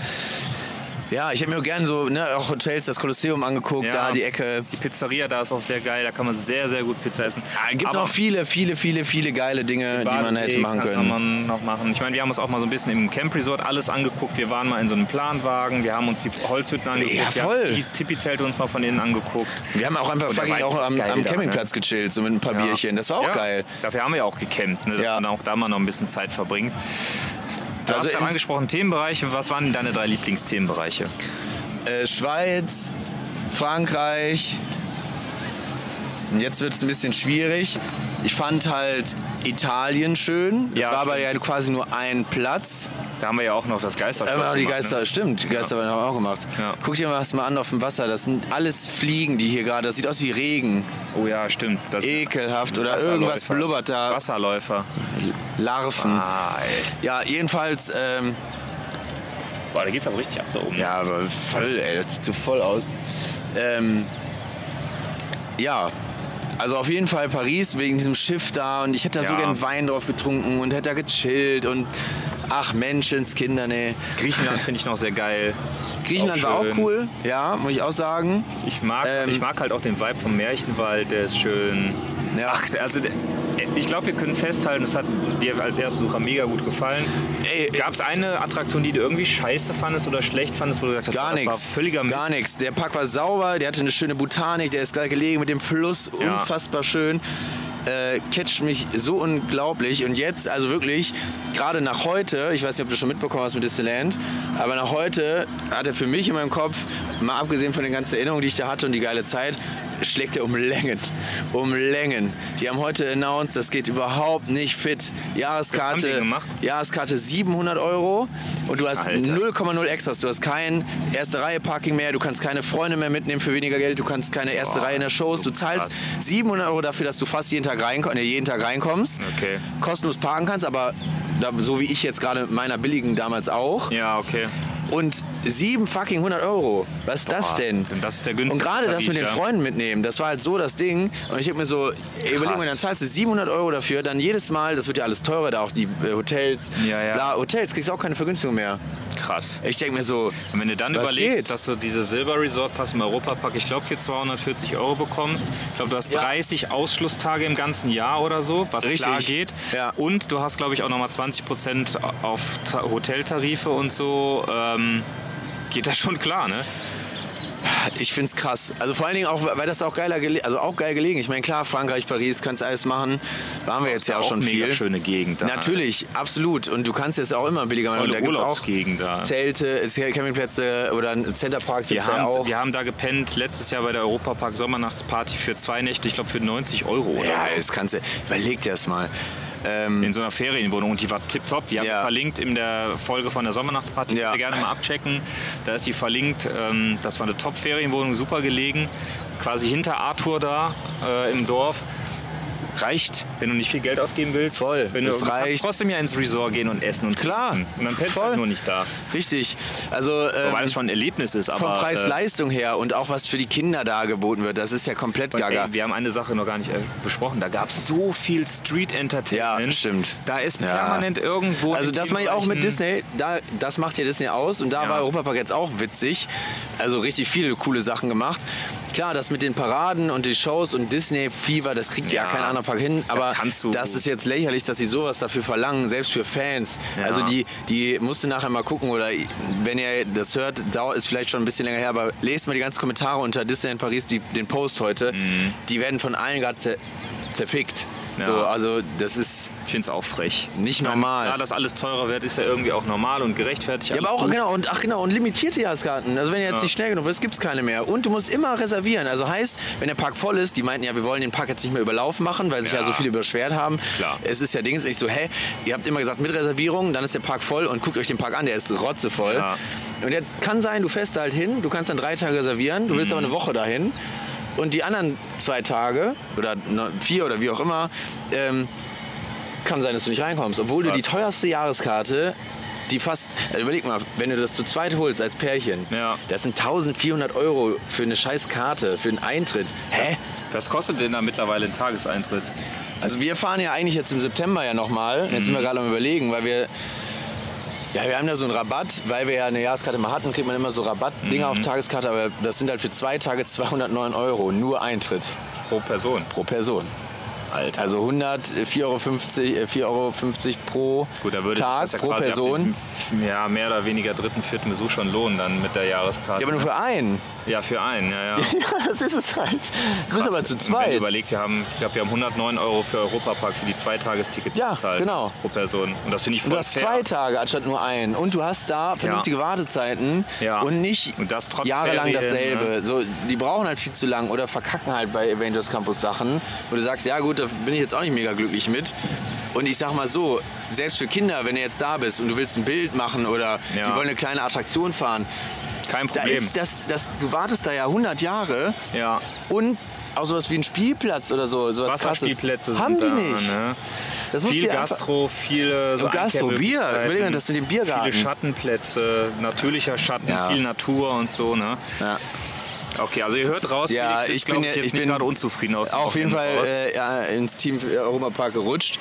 [SPEAKER 8] Ja, ich hätte mir auch gerne so, ne, auch Hotels, das Kolosseum angeguckt,
[SPEAKER 11] Ja.
[SPEAKER 8] da die Ecke.
[SPEAKER 11] Die Pizzeria da ist auch sehr geil, da kann man sehr, sehr gut Pizza essen.
[SPEAKER 8] Es Ah, Äh, gibt
[SPEAKER 11] Aber-
[SPEAKER 8] noch viele, viele, viele, viele geile Dinge, die man
[SPEAKER 11] Badesee
[SPEAKER 8] hätte machen
[SPEAKER 11] kann
[SPEAKER 8] können.
[SPEAKER 11] Man noch machen. Ich meine, wir haben uns auch mal so ein bisschen im Camp Resort alles angeguckt. Wir waren mal in so einem Planwagen, wir haben uns die Holzhütten angeguckt,
[SPEAKER 8] Ja,
[SPEAKER 11] wir
[SPEAKER 8] voll.
[SPEAKER 11] haben die Tipi-Zelte uns mal von innen angeguckt.
[SPEAKER 8] Wir haben auch einfach
[SPEAKER 11] Und der
[SPEAKER 8] fucking
[SPEAKER 11] Vibe
[SPEAKER 8] auch
[SPEAKER 11] ist
[SPEAKER 8] am,
[SPEAKER 11] geil
[SPEAKER 8] am
[SPEAKER 11] da, ne?
[SPEAKER 8] Campingplatz gechillt, so mit ein paar Bierchen. Das war auch
[SPEAKER 11] ja.
[SPEAKER 8] geil.
[SPEAKER 11] Dafür haben wir ja auch gecampt, ne, dass
[SPEAKER 8] Ja.
[SPEAKER 11] man auch da mal noch ein bisschen Zeit verbringt. Du
[SPEAKER 8] Also
[SPEAKER 11] also hast gerade
[SPEAKER 8] ins-
[SPEAKER 11] angesprochen Themenbereiche. Was waren denn deine drei Lieblingsthemenbereiche?
[SPEAKER 8] äh, Schweiz, Frankreich. Und jetzt wird es ein bisschen schwierig. Ich fand halt Italien schön. Das
[SPEAKER 11] Ja,
[SPEAKER 8] war aber
[SPEAKER 11] stimmt.
[SPEAKER 8] ja quasi nur ein Platz.
[SPEAKER 11] Da haben wir ja auch noch das Geisterspiel. ne?
[SPEAKER 8] Da haben wir auch die Geister, stimmt, die Geister haben wir auch gemacht.
[SPEAKER 11] Ja.
[SPEAKER 8] Guck dir mal was mal an auf dem Wasser. Das sind alles Fliegen, die hier gerade. Das sieht aus wie Regen.
[SPEAKER 11] Oh ja, stimmt. Das
[SPEAKER 8] Ekelhaft. Oder irgendwas
[SPEAKER 11] Wasserläufer.
[SPEAKER 8] blubbert da.
[SPEAKER 11] Wasserläufer.
[SPEAKER 8] Larven.
[SPEAKER 11] Ah, ey.
[SPEAKER 8] Ja, jedenfalls. Ähm,
[SPEAKER 11] Boah, da geht's aber richtig ab da oben.
[SPEAKER 8] Ja, aber voll, ey, das sieht so voll aus. Ähm, ja, Also auf jeden Fall Paris wegen diesem Schiff da und ich hätte da so
[SPEAKER 11] Ja.
[SPEAKER 8] gern Wein drauf getrunken und hätte da gechillt und ach Menschenskinder, ne.
[SPEAKER 11] Griechenland finde ich noch sehr geil.
[SPEAKER 8] Griechenland
[SPEAKER 11] Auch
[SPEAKER 8] war
[SPEAKER 11] schön.
[SPEAKER 8] auch cool, ja, muss ich auch sagen.
[SPEAKER 11] Ich mag,
[SPEAKER 8] Ähm.
[SPEAKER 11] ich mag halt auch den Vibe vom Märchenwald, der ist schön.
[SPEAKER 8] Ja.
[SPEAKER 11] Ach, also der- ich glaube, wir können festhalten, es hat dir als Erstbesucher mega gut gefallen.
[SPEAKER 8] Ey,
[SPEAKER 11] Gab es eine Attraktion, die du irgendwie scheiße fandest oder schlecht fandest, wo du gesagt hast,
[SPEAKER 8] Gar
[SPEAKER 11] das war
[SPEAKER 8] nichts.
[SPEAKER 11] völliger Mist?
[SPEAKER 8] Gar nichts. Der Park war sauber, der hatte eine schöne Botanik, der ist da gelegen mit dem Fluss,
[SPEAKER 11] Ja.
[SPEAKER 8] unfassbar schön. Äh, catcht mich so unglaublich. Und jetzt, also wirklich, gerade nach heute, ich weiß nicht, ob du schon mitbekommen hast mit Disneyland, aber nach heute hat er für mich in meinem Kopf, mal abgesehen von den ganzen Erinnerungen, die ich da hatte und die geile Zeit, schlägt er um Längen. Um Längen. Die haben heute announced, das geht überhaupt nicht fit.
[SPEAKER 11] Was haben die
[SPEAKER 8] Jahreskarte,
[SPEAKER 11] gemacht?
[SPEAKER 8] Jahreskarte 700 Euro und du hast
[SPEAKER 11] Alter.
[SPEAKER 8] 0,0 Extras. Du hast kein erste Reihe Parking mehr, du kannst keine Freunde mehr mitnehmen für weniger Geld, du kannst keine erste
[SPEAKER 11] Boah,
[SPEAKER 8] Reihe in der
[SPEAKER 11] das ist
[SPEAKER 8] Shows.
[SPEAKER 11] so
[SPEAKER 8] du zahlst
[SPEAKER 11] krass.
[SPEAKER 8] 700 Euro dafür, dass du fast jeden Tag, reinko nee, jeden Tag reinkommst,
[SPEAKER 11] Okay.
[SPEAKER 8] kostenlos parken kannst, aber da, so wie ich jetzt gerade mit meiner billigen damals auch.
[SPEAKER 11] Ja, okay.
[SPEAKER 8] Und 7 fucking 100 Euro. Was ist das
[SPEAKER 11] Boah,
[SPEAKER 8] denn?
[SPEAKER 11] Das ist der günstigste
[SPEAKER 8] Und gerade das
[SPEAKER 11] Tarif,
[SPEAKER 8] mit den
[SPEAKER 11] ja.
[SPEAKER 8] Freunden mitnehmen, das war halt so das Ding. Und ich habe mir so, ey, überleg mal, dann zahlst du 700 Euro dafür, dann jedes Mal, das wird ja alles teurer, da auch die äh, Hotels.
[SPEAKER 11] Ja, ja.
[SPEAKER 8] Bla, Hotels kriegst du auch keine Vergünstigung mehr.
[SPEAKER 11] Krass.
[SPEAKER 8] Ich denke mir so,
[SPEAKER 11] Und wenn du dann
[SPEAKER 8] was
[SPEAKER 11] überlegst,
[SPEAKER 8] geht?
[SPEAKER 11] dass du diese Silver Resort Pass im Europapark, ich glaube, für 240 Euro bekommst. Ich glaube, du hast
[SPEAKER 8] Ja.
[SPEAKER 11] 30 Ausschlusstage im ganzen Jahr oder so, was
[SPEAKER 8] Richtig.
[SPEAKER 11] klar geht.
[SPEAKER 8] Ja.
[SPEAKER 11] Und du hast, glaube ich, auch nochmal 20 Prozent auf Ta Hoteltarife und so. Ähm, geht das schon klar, ne?
[SPEAKER 8] ich find's krass. Also vor allen Dingen auch, weil das auch geiler gele also auch geil gelegen. Ich meine, klar, Frankreich, Paris, kannst alles machen. Waren wir jetzt ja auch, schon
[SPEAKER 11] mega
[SPEAKER 8] viel.
[SPEAKER 11] schöne Gegend. Da.
[SPEAKER 8] Natürlich, absolut. Und du kannst jetzt auch immer billiger machen. Und
[SPEAKER 11] Tolle
[SPEAKER 8] da gibt's auch
[SPEAKER 11] Urlaubsgegend da.
[SPEAKER 8] Zelte, es- Campingplätze oder ein Centerpark
[SPEAKER 11] Wir
[SPEAKER 8] gibt's ja
[SPEAKER 11] haben,
[SPEAKER 8] auch.
[SPEAKER 11] wir haben da gepennt letztes Jahr bei der Europapark Sommernachtsparty für zwei Nächte, ich glaube für 90 Euro oder
[SPEAKER 8] ja,
[SPEAKER 11] so.
[SPEAKER 8] das kannst du, überleg dir das mal.
[SPEAKER 11] in so einer Ferienwohnung und die war tipptopp. Wir haben
[SPEAKER 8] Ja.
[SPEAKER 11] die verlinkt in der Folge von der Sommernachtparty.
[SPEAKER 8] Ja.
[SPEAKER 11] Ja. gerne mal abchecken. Da ist die verlinkt. Ähm, Das war eine Top-Ferienwohnung, super gelegen. Quasi hinter Arthur da äh, im Dorf. Reicht, wenn du nicht viel Geld ausgeben willst.
[SPEAKER 8] Voll,
[SPEAKER 11] Wenn du,
[SPEAKER 8] das
[SPEAKER 11] du
[SPEAKER 8] reicht.
[SPEAKER 11] kannst trotzdem ja ins Resort gehen und essen und
[SPEAKER 8] Klar,
[SPEAKER 11] trinken. Und dann pennst du
[SPEAKER 8] voll.
[SPEAKER 11] halt nur nicht da.
[SPEAKER 8] Richtig. Also ähm,
[SPEAKER 11] Wobei das schon ein Erlebnis ist. Aber,
[SPEAKER 8] vom
[SPEAKER 11] äh,
[SPEAKER 8] Preis-Leistung her und auch was für die Kinder da geboten wird, das ist ja komplett
[SPEAKER 11] Und
[SPEAKER 8] gaga.
[SPEAKER 11] Ey, wir haben eine Sache noch gar nicht äh, besprochen. Da gab es so viel Street Entertainment.
[SPEAKER 8] Ja, stimmt.
[SPEAKER 11] Da ist
[SPEAKER 8] Ja.
[SPEAKER 11] permanent irgendwo.
[SPEAKER 8] Also
[SPEAKER 11] in
[SPEAKER 8] das
[SPEAKER 11] den
[SPEAKER 8] meine ich auch mit
[SPEAKER 11] Bereichen-
[SPEAKER 8] Disney, da, das macht hm. ja Disney aus und da
[SPEAKER 11] Ja.
[SPEAKER 8] war Europapark jetzt auch witzig. Also richtig viele coole Sachen gemacht. Klar, das mit den Paraden und die Shows und Disney Fever, das kriegt ja,
[SPEAKER 11] Ja.
[SPEAKER 8] kein anderer Park hin, aber
[SPEAKER 11] kannst du-
[SPEAKER 8] das ist jetzt lächerlich, dass sie sowas dafür verlangen, selbst für Fans.
[SPEAKER 11] Ja.
[SPEAKER 8] Also die, die musst du nachher mal gucken oder wenn ihr das hört, dauert ist vielleicht schon ein bisschen länger her, aber lest mal die ganzen Kommentare unter Disney in Paris, die, den Post heute. Die werden von allen gerade zer zerfickt.
[SPEAKER 11] Mhm. Ja.
[SPEAKER 8] So, also das ist
[SPEAKER 11] Ich finde es auch frech.
[SPEAKER 8] nicht normal.
[SPEAKER 11] Klar, dass alles teurer wird, ist ja irgendwie auch normal und gerechtfertigt.
[SPEAKER 8] Ja, aber
[SPEAKER 11] Alles
[SPEAKER 8] auch,
[SPEAKER 11] gut.
[SPEAKER 8] genau, und, ach genau, und limitierte Jahreskarten. Also wenn ihr jetzt nicht schnell genug bist, gibt es keine mehr. Und du musst immer reservieren. Also heißt, wenn der Park voll ist, die meinten ja, wir wollen den Park jetzt nicht mehr überlaufen machen, weil sich ja,
[SPEAKER 11] Ja.
[SPEAKER 8] so viele beschwert haben.
[SPEAKER 11] Klar.
[SPEAKER 8] Es ist ja Dings, ich so, hä, ihr habt immer gesagt, mit Reservierung, dann ist der Park voll und guckt euch den Park an, der ist rotzevoll.
[SPEAKER 11] Ja.
[SPEAKER 8] Und jetzt kann sein, du fährst da halt hin, du kannst dann drei Tage reservieren, du willst
[SPEAKER 11] Mhm.
[SPEAKER 8] aber eine Woche dahin. Und die anderen zwei Tage oder ne- vier oder wie auch immer, ähm, kann sein, dass du nicht reinkommst, obwohl du die
[SPEAKER 11] Krass.
[SPEAKER 8] teuerste Jahreskarte, die fast, also überleg mal, wenn du das zu zweit holst als Pärchen,
[SPEAKER 11] Ja.
[SPEAKER 8] das sind 1400 Euro für eine scheiß Karte, für einen Eintritt. Hä?
[SPEAKER 11] Was kostet denn da mittlerweile ein Tageseintritt?
[SPEAKER 8] Also wir fahren ja eigentlich jetzt im September ja nochmal, jetzt
[SPEAKER 11] Mhm.
[SPEAKER 8] sind wir gerade am überlegen, weil wir, ja wir haben da so einen Rabatt, weil wir ja eine Jahreskarte mal hatten, kriegt man immer so Rabattdinger
[SPEAKER 11] Mhm.
[SPEAKER 8] auf Tageskarte, aber das sind halt für zwei Tage 209 Euro, nur Eintritt
[SPEAKER 11] Pro Person.
[SPEAKER 8] pro Person.
[SPEAKER 11] Alter.
[SPEAKER 8] Also 100, äh, 4,50 Euro, 4,50 Euro pro
[SPEAKER 11] Gut, da würde
[SPEAKER 8] Tag,
[SPEAKER 11] sich das ja
[SPEAKER 8] pro
[SPEAKER 11] quasi ab
[SPEAKER 8] Person.
[SPEAKER 11] Dem, ja, mehr oder weniger dritten, vierten Besuch schon lohnen dann mit der Jahreskarte.
[SPEAKER 8] Ja, aber nur für einen.
[SPEAKER 11] ja für einen, ja, ja.
[SPEAKER 8] Ja, das ist es halt. Du bist aber zu
[SPEAKER 11] Und Wenn ihr
[SPEAKER 8] zweit.
[SPEAKER 11] überlegt, wir haben, ich glaube, wir haben 109 Euro für Europapark für die Zweitagestickets
[SPEAKER 8] Ja,
[SPEAKER 11] bezahlt.
[SPEAKER 8] genau.
[SPEAKER 11] Pro Person. Und das finde ich voll
[SPEAKER 8] Du hast
[SPEAKER 11] fair.
[SPEAKER 8] zwei Tage anstatt nur einen. Und du hast da vernünftige Wartezeiten
[SPEAKER 11] Ja.
[SPEAKER 8] und nicht
[SPEAKER 11] Und das trotz
[SPEAKER 8] jahrelang
[SPEAKER 11] Ferien,
[SPEAKER 8] dasselbe.
[SPEAKER 11] ne?
[SPEAKER 8] So, die brauchen halt viel zu lang oder verkacken halt bei Avengers Campus Sachen, wo du sagst, ja gut, da bin ich jetzt auch nicht mega glücklich mit. Und ich sag mal so, selbst für Kinder, wenn du jetzt da bist und du willst ein Bild machen oder
[SPEAKER 11] Ja.
[SPEAKER 8] die wollen eine kleine Attraktion fahren,
[SPEAKER 11] Kein
[SPEAKER 8] da
[SPEAKER 11] Problem.
[SPEAKER 8] ist das, das, du wartest da ja 100 Jahre
[SPEAKER 11] ja.
[SPEAKER 8] und auch sowas wie ein Spielplatz oder so, sowas
[SPEAKER 11] Wasserspielplätze
[SPEAKER 8] krasses.
[SPEAKER 11] sind
[SPEAKER 8] Haben die
[SPEAKER 11] da,
[SPEAKER 8] nicht.
[SPEAKER 11] Ne?
[SPEAKER 8] Das muss
[SPEAKER 11] Viel
[SPEAKER 8] dir einfach-
[SPEAKER 11] Gastro, viele so
[SPEAKER 8] Oh, Gastro, Bier.
[SPEAKER 11] Ankerbmöglichkeiten,
[SPEAKER 8] Überleg mal, das mit dem Biergarten.
[SPEAKER 11] Viele Schattenplätze, natürlicher Schatten,
[SPEAKER 8] Ja.
[SPEAKER 11] viel Natur und so. Ne?
[SPEAKER 8] Ja.
[SPEAKER 11] Okay, also ihr hört raus,
[SPEAKER 1] Ja,
[SPEAKER 11] Felix ist,
[SPEAKER 1] ich bin
[SPEAKER 11] glaub
[SPEAKER 1] ja-
[SPEAKER 11] jetzt
[SPEAKER 1] ich
[SPEAKER 11] nicht
[SPEAKER 1] bin
[SPEAKER 11] gerade unzufrieden aus. dem
[SPEAKER 1] Auf jeden
[SPEAKER 11] Wochenende
[SPEAKER 1] Fall
[SPEAKER 11] voraus.
[SPEAKER 1] äh, ja, ins Team Europapark gerutscht.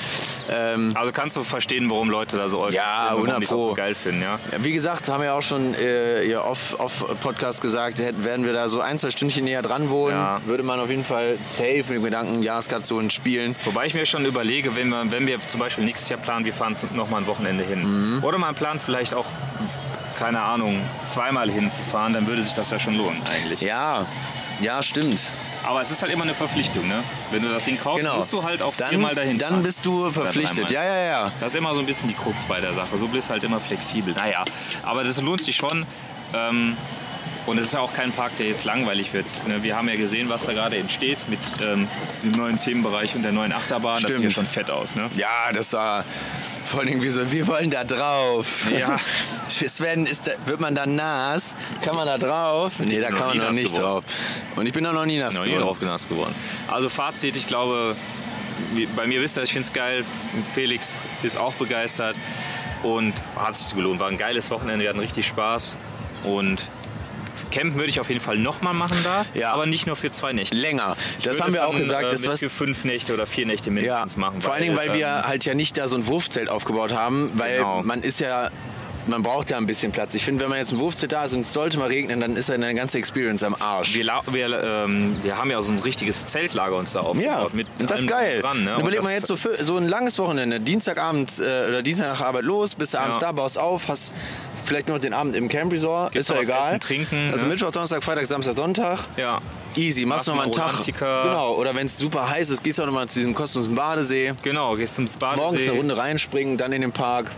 [SPEAKER 1] Ähm,
[SPEAKER 11] Also kannst du verstehen, warum Leute da so euch
[SPEAKER 1] Ja,
[SPEAKER 11] warum die das
[SPEAKER 1] 100 Pro.
[SPEAKER 11] so geil finden, ja?
[SPEAKER 1] Ja, Wie gesagt, haben wir auch schon äh, ihr Off-Podcast gesagt, hätten, wären wir da so ein, zwei Stündchen näher dran wohnen,
[SPEAKER 11] Ja.
[SPEAKER 1] würde man auf jeden Fall safe mit dem Gedanken Jahreskationen spielen.
[SPEAKER 11] Wobei ich mir schon überlege, wenn wir, wenn wir zum Beispiel nächstes Jahr planen, wir fahren zum- noch mal ein Wochenende hin.
[SPEAKER 1] Mhm.
[SPEAKER 11] Oder man plant vielleicht auch, keine Ahnung, zweimal hinzufahren, dann würde sich das ja schon lohnen eigentlich.
[SPEAKER 1] Ja, ja, stimmt.
[SPEAKER 11] Aber es ist halt immer eine Verpflichtung, ne? Wenn du das Ding kaufst,
[SPEAKER 1] Genau.
[SPEAKER 11] musst du halt auch
[SPEAKER 1] dann,
[SPEAKER 11] viermal dahin
[SPEAKER 1] Dann
[SPEAKER 11] fahren.
[SPEAKER 1] bist du verpflichtet.
[SPEAKER 11] dreimal.
[SPEAKER 1] Ja, ja, ja.
[SPEAKER 11] Das ist immer so ein bisschen die Krux bei der Sache. So bist du halt immer flexibel. Naja, aber das lohnt sich schon. Ähm, und es ist ja auch kein Park, der jetzt langweilig wird. Ne, Wir haben ja gesehen, was da gerade entsteht mit ähm, dem neuen Themenbereich und der neuen Achterbahn. Das sieht ja
[SPEAKER 1] Stimmt.
[SPEAKER 11] schon fett aus, ne?
[SPEAKER 1] Ja, das war vor allem wie so, wir wollen da drauf.
[SPEAKER 11] Ja.
[SPEAKER 1] Sven, ist da, wird man da nass? Kann man da drauf? Nee, da kann
[SPEAKER 11] bin noch
[SPEAKER 1] man
[SPEAKER 11] nie
[SPEAKER 1] noch
[SPEAKER 11] nass
[SPEAKER 1] nicht
[SPEAKER 11] geworden.
[SPEAKER 1] drauf. Und ich bin auch noch nie nass
[SPEAKER 11] Noch nie
[SPEAKER 1] geworden.
[SPEAKER 11] drauf genasst geworden. Also Fazit, ich glaube, wie- bei mir wisst ihr, ich finde es geil. Felix ist auch begeistert und hat sich gelohnt. War ein geiles Wochenende, wir hatten richtig Spaß und Camp würde ich auf jeden Fall nochmal machen da,
[SPEAKER 1] Ja.
[SPEAKER 11] aber nicht nur für zwei Nächte.
[SPEAKER 1] Länger.
[SPEAKER 11] Ich
[SPEAKER 1] Das
[SPEAKER 11] würde
[SPEAKER 1] haben
[SPEAKER 11] es
[SPEAKER 1] wir auch
[SPEAKER 11] dann,
[SPEAKER 1] gesagt.
[SPEAKER 11] äh,
[SPEAKER 1] Das
[SPEAKER 11] mit
[SPEAKER 1] was
[SPEAKER 11] für fünf Nächte oder vier Nächte mindestens machen. ähm,
[SPEAKER 1] Vor allen Dingen, weil wir halt ja nicht da so ein Wurfzelt aufgebaut haben, weil
[SPEAKER 11] Genau.
[SPEAKER 1] man ist ja, man braucht ja ein bisschen Platz. Ich finde, wenn man jetzt ein Wurfzelt da ist und es sollte mal regnen, dann ist ja eine ganze Experience am Arsch.
[SPEAKER 11] Wir, la- wir, ähm, wir haben ja so ein richtiges Zeltlager uns da
[SPEAKER 1] ja,
[SPEAKER 11] aufgebaut. mit
[SPEAKER 1] und das ist
[SPEAKER 11] allem
[SPEAKER 1] geil.
[SPEAKER 11] Dran, ne? Und
[SPEAKER 1] Überleg
[SPEAKER 11] das-
[SPEAKER 1] mal jetzt so, für, so ein langes Wochenende, Dienstagabend äh, oder Dienstag nach Arbeit los, bist du abends
[SPEAKER 11] Ja.
[SPEAKER 1] da, baust auf, hast vielleicht noch den Abend im Camp Resort,
[SPEAKER 11] Gibt's
[SPEAKER 1] ist ja
[SPEAKER 11] noch was
[SPEAKER 1] egal.
[SPEAKER 11] essen, trinken,
[SPEAKER 1] also
[SPEAKER 11] ne?
[SPEAKER 1] Mittwoch, Donnerstag, Freitag, Samstag, Sonntag.
[SPEAKER 11] Ja.
[SPEAKER 1] Easy, machst
[SPEAKER 11] Machst
[SPEAKER 1] nochmal einen
[SPEAKER 11] mal
[SPEAKER 1] Tag.
[SPEAKER 11] Rolantica.
[SPEAKER 1] Genau, oder wenn es super heiß ist, gehst du auch nochmal zu diesem kostenlosen Badesee.
[SPEAKER 11] Genau, gehst zum Badesee.
[SPEAKER 1] Morgens eine Runde reinspringen, dann in den Park,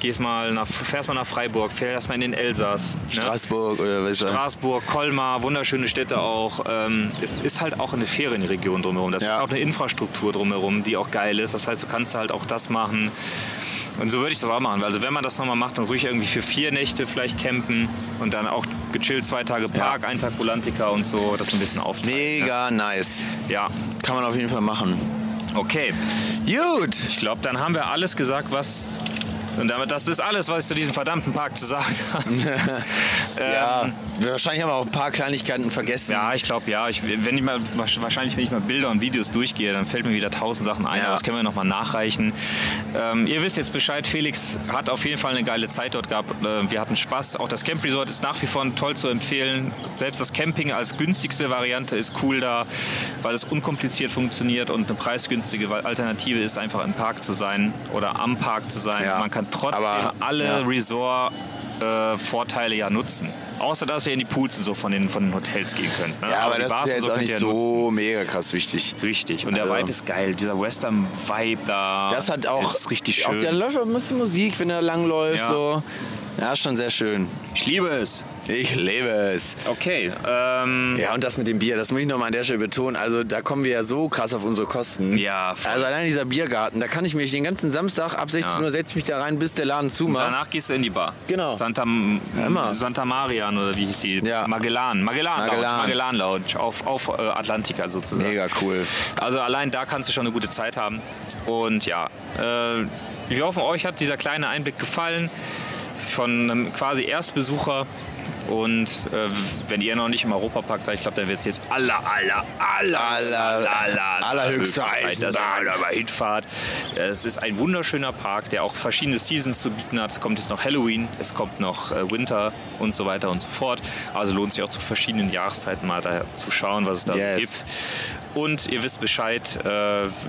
[SPEAKER 11] gehst mal nach, fährst mal nach Freiburg, fährst mal in den Elsass. Ne?
[SPEAKER 1] Straßburg oder was weiß ich.
[SPEAKER 11] Straßburg, Colmar, wunderschöne Städte auch. Ähm, es ist halt auch eine Ferienregion drumherum. Das
[SPEAKER 1] Ja.
[SPEAKER 11] ist auch eine Infrastruktur drumherum, die auch geil ist. Das heißt, du kannst halt auch das machen. Und so würde ich das auch machen. Also wenn man das nochmal macht, dann ruhig irgendwie für vier Nächte vielleicht campen und dann auch gechillt zwei Tage Park, einen Tag Volantica und so. Das ein bisschen aufteilen. Ne?
[SPEAKER 1] Mega nice.
[SPEAKER 11] Ja,
[SPEAKER 1] Kann man auf jeden Fall machen.
[SPEAKER 11] okay.
[SPEAKER 1] Gut.
[SPEAKER 11] Ich glaube, dann haben wir alles gesagt, was... Und damit, das ist alles, was ich zu diesem verdammten Park zu sagen habe. Ähm,
[SPEAKER 1] Ja, Ähm, wahrscheinlich haben wir auch ein paar Kleinigkeiten vergessen.
[SPEAKER 11] Ja, ich glaube ja. Ich, wenn ich mal, wahrscheinlich, wenn ich mal Bilder und Videos durchgehe, dann fällt mir wieder tausend Sachen ein.
[SPEAKER 1] Ja.
[SPEAKER 11] Aber Das können wir nochmal nachreichen. Ähm, ihr wisst jetzt Bescheid, Felix hat auf jeden Fall eine geile Zeit dort gehabt. Äh, wir hatten Spaß. Auch das Camp Resort ist nach wie vor toll zu empfehlen. Selbst das Camping als günstigste Variante ist cool da, weil es unkompliziert funktioniert und eine preisgünstige Alternative ist, einfach im Park zu sein oder am Park zu sein.
[SPEAKER 1] Ja.
[SPEAKER 11] Man kann trotzdem
[SPEAKER 1] Aber-
[SPEAKER 11] alle
[SPEAKER 1] ja.
[SPEAKER 11] Resort-Vorteile ja nutzen. Außer, dass ihr in die Pools und so von den, von den Hotels gehen könnt. Ne?
[SPEAKER 1] Ja, aber
[SPEAKER 11] die
[SPEAKER 1] das
[SPEAKER 11] Bars
[SPEAKER 1] ist ja
[SPEAKER 11] und
[SPEAKER 1] jetzt auch
[SPEAKER 11] könnt
[SPEAKER 1] nicht
[SPEAKER 11] ihr
[SPEAKER 1] so
[SPEAKER 11] nutzen.
[SPEAKER 1] mega krass wichtig.
[SPEAKER 11] Richtig. Und der
[SPEAKER 1] Also-
[SPEAKER 11] Vibe ist geil. Dieser Western-Vibe da.
[SPEAKER 1] Das hat auch.
[SPEAKER 11] Ist richtig
[SPEAKER 1] Auch, da
[SPEAKER 11] schön.
[SPEAKER 1] läuft auch ein bisschen Musik, wenn er langläuft.
[SPEAKER 11] Ja.
[SPEAKER 1] So. Ja, ist schon sehr schön.
[SPEAKER 11] Ich liebe es.
[SPEAKER 1] Ich lebe es.
[SPEAKER 11] Okay. Ähm,
[SPEAKER 1] Ja, und das mit dem Bier, das muss ich nochmal an der Stelle betonen. Also, da kommen wir ja so krass auf unsere Kosten.
[SPEAKER 11] Ja, voll.
[SPEAKER 1] Also, allein dieser Biergarten, da kann ich mich den ganzen Samstag ab 16
[SPEAKER 11] Ja.
[SPEAKER 1] Uhr setze ich mich da rein, bis der Laden zumacht.
[SPEAKER 11] Danach gehst du in die Bar.
[SPEAKER 1] Genau.
[SPEAKER 11] Santa,
[SPEAKER 1] immer.
[SPEAKER 11] Santa Marian oder wie hieß die?
[SPEAKER 1] Ja.
[SPEAKER 11] Magellan. Magellan.
[SPEAKER 1] Magellan.
[SPEAKER 11] Lounge. Magellan Lounge. Auf, auf äh, Atlantica sozusagen.
[SPEAKER 1] Mega cool.
[SPEAKER 11] Also allein da kannst du schon eine gute Zeit haben. Und ja, äh, wir hoffen, euch hat dieser kleine Einblick gefallen von einem quasi Erstbesucher. Und äh, wenn ihr noch nicht im Europapark seid, ich glaube, dann wird es jetzt aller, aller, aller,
[SPEAKER 1] Aller- allerhöchste
[SPEAKER 11] Zeit, dass
[SPEAKER 1] Eisenbahn.
[SPEAKER 11] ihr mal hinfahrt. Äh, Es ist ein wunderschöner Park, der auch verschiedene Seasons zu bieten hat. Es kommt jetzt noch Halloween, es kommt noch äh, Winter und so weiter und so fort. Also lohnt sich auch zu verschiedenen Jahreszeiten mal da zu schauen, was es da so
[SPEAKER 1] Yes.
[SPEAKER 11] gibt. Und ihr wisst Bescheid, äh,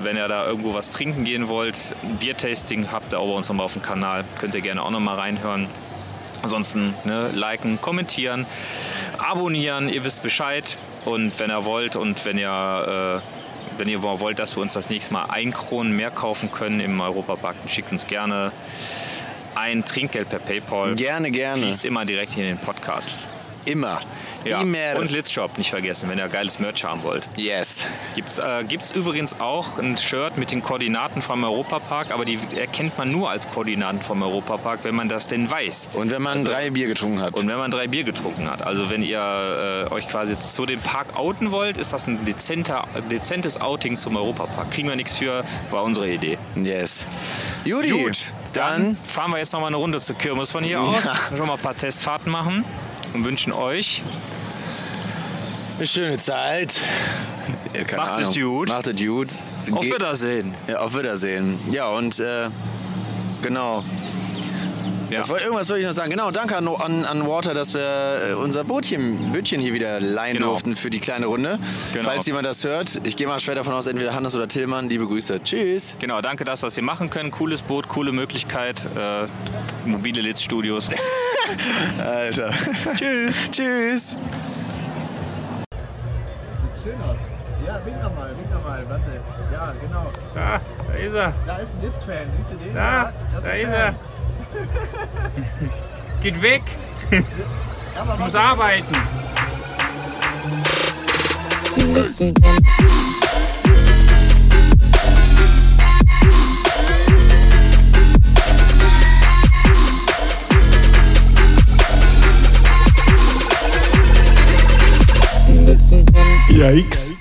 [SPEAKER 11] wenn ihr da irgendwo was trinken gehen wollt, ein Biertasting habt ihr auch bei uns nochmal auf dem Kanal, könnt ihr gerne auch nochmal reinhören. Ansonsten ne, liken, kommentieren, abonnieren, ihr wisst Bescheid. Und wenn ihr wollt und wenn ihr, äh, wenn ihr mal wollt, dass wir uns das nächste Mal ein Kronen mehr kaufen können im Europapark, dann schickt uns gerne ein Trinkgeld per PayPal.
[SPEAKER 1] Gerne, gerne.
[SPEAKER 11] Fließt immer direkt hier in den Podcast.
[SPEAKER 1] Immer.
[SPEAKER 11] Ja.
[SPEAKER 1] Immer.
[SPEAKER 11] Und Litzshop nicht vergessen, wenn ihr geiles Merch haben wollt.
[SPEAKER 1] yes.
[SPEAKER 11] Gibt's, äh, gibt's übrigens auch ein Shirt mit den Koordinaten vom Europapark, aber die erkennt man nur als Koordinaten vom Europapark, wenn man das denn weiß.
[SPEAKER 1] Und wenn man drei Bier getrunken hat.
[SPEAKER 11] Und wenn man drei Bier getrunken hat. Also wenn ihr äh, euch quasi zu dem Park outen wollt, ist das ein dezenter, dezentes Outing zum Europapark. Kriegen wir nichts für, war unsere Idee.
[SPEAKER 1] yes. Judy,
[SPEAKER 11] Gut,
[SPEAKER 1] dann,
[SPEAKER 11] fahren wir jetzt noch mal eine Runde zur Kirmes von hier aus. Schon mal ein paar Testfahrten machen und wünschen euch
[SPEAKER 1] Eine schöne Zeit. Ja, keine
[SPEAKER 11] Macht es
[SPEAKER 1] Ahnung.
[SPEAKER 11] gut.
[SPEAKER 1] Macht es gut.
[SPEAKER 11] Auf
[SPEAKER 1] Ge-
[SPEAKER 11] Wiedersehen.
[SPEAKER 1] Ja, auf Wiedersehen. Ja, und äh, genau.
[SPEAKER 11] Ja.
[SPEAKER 1] Das wollte, irgendwas wollte ich noch sagen. Genau, danke an, an, an Water, dass wir äh, unser Bootchen, Bötchen hier wieder leihen
[SPEAKER 11] Genau.
[SPEAKER 1] durften für die kleine Runde.
[SPEAKER 11] Genau.
[SPEAKER 1] Falls jemand das hört, ich gehe mal schwer davon aus, entweder Hannes oder Tillmann. Liebe Grüße. Tschüss.
[SPEAKER 11] Genau, danke, das, was ihr machen könnt. Cooles Boot, coole Möglichkeit. Äh, mobile Litz-Studios.
[SPEAKER 1] Alter. Tschüss. Tschüss.
[SPEAKER 8] Sieht schön aus. Ja, wink nochmal, wink nochmal, warte. Ja, genau.
[SPEAKER 2] Da, Ah, da ist er.
[SPEAKER 8] Da ist ein Litz-Fan, siehst du den?
[SPEAKER 2] Da,
[SPEAKER 8] Ja, das
[SPEAKER 2] da
[SPEAKER 8] ein
[SPEAKER 2] ist
[SPEAKER 8] Fan.
[SPEAKER 2] er. Geht weg. Ich muss arbeiten.
[SPEAKER 4] Lipsingen.
[SPEAKER 5] Yikes.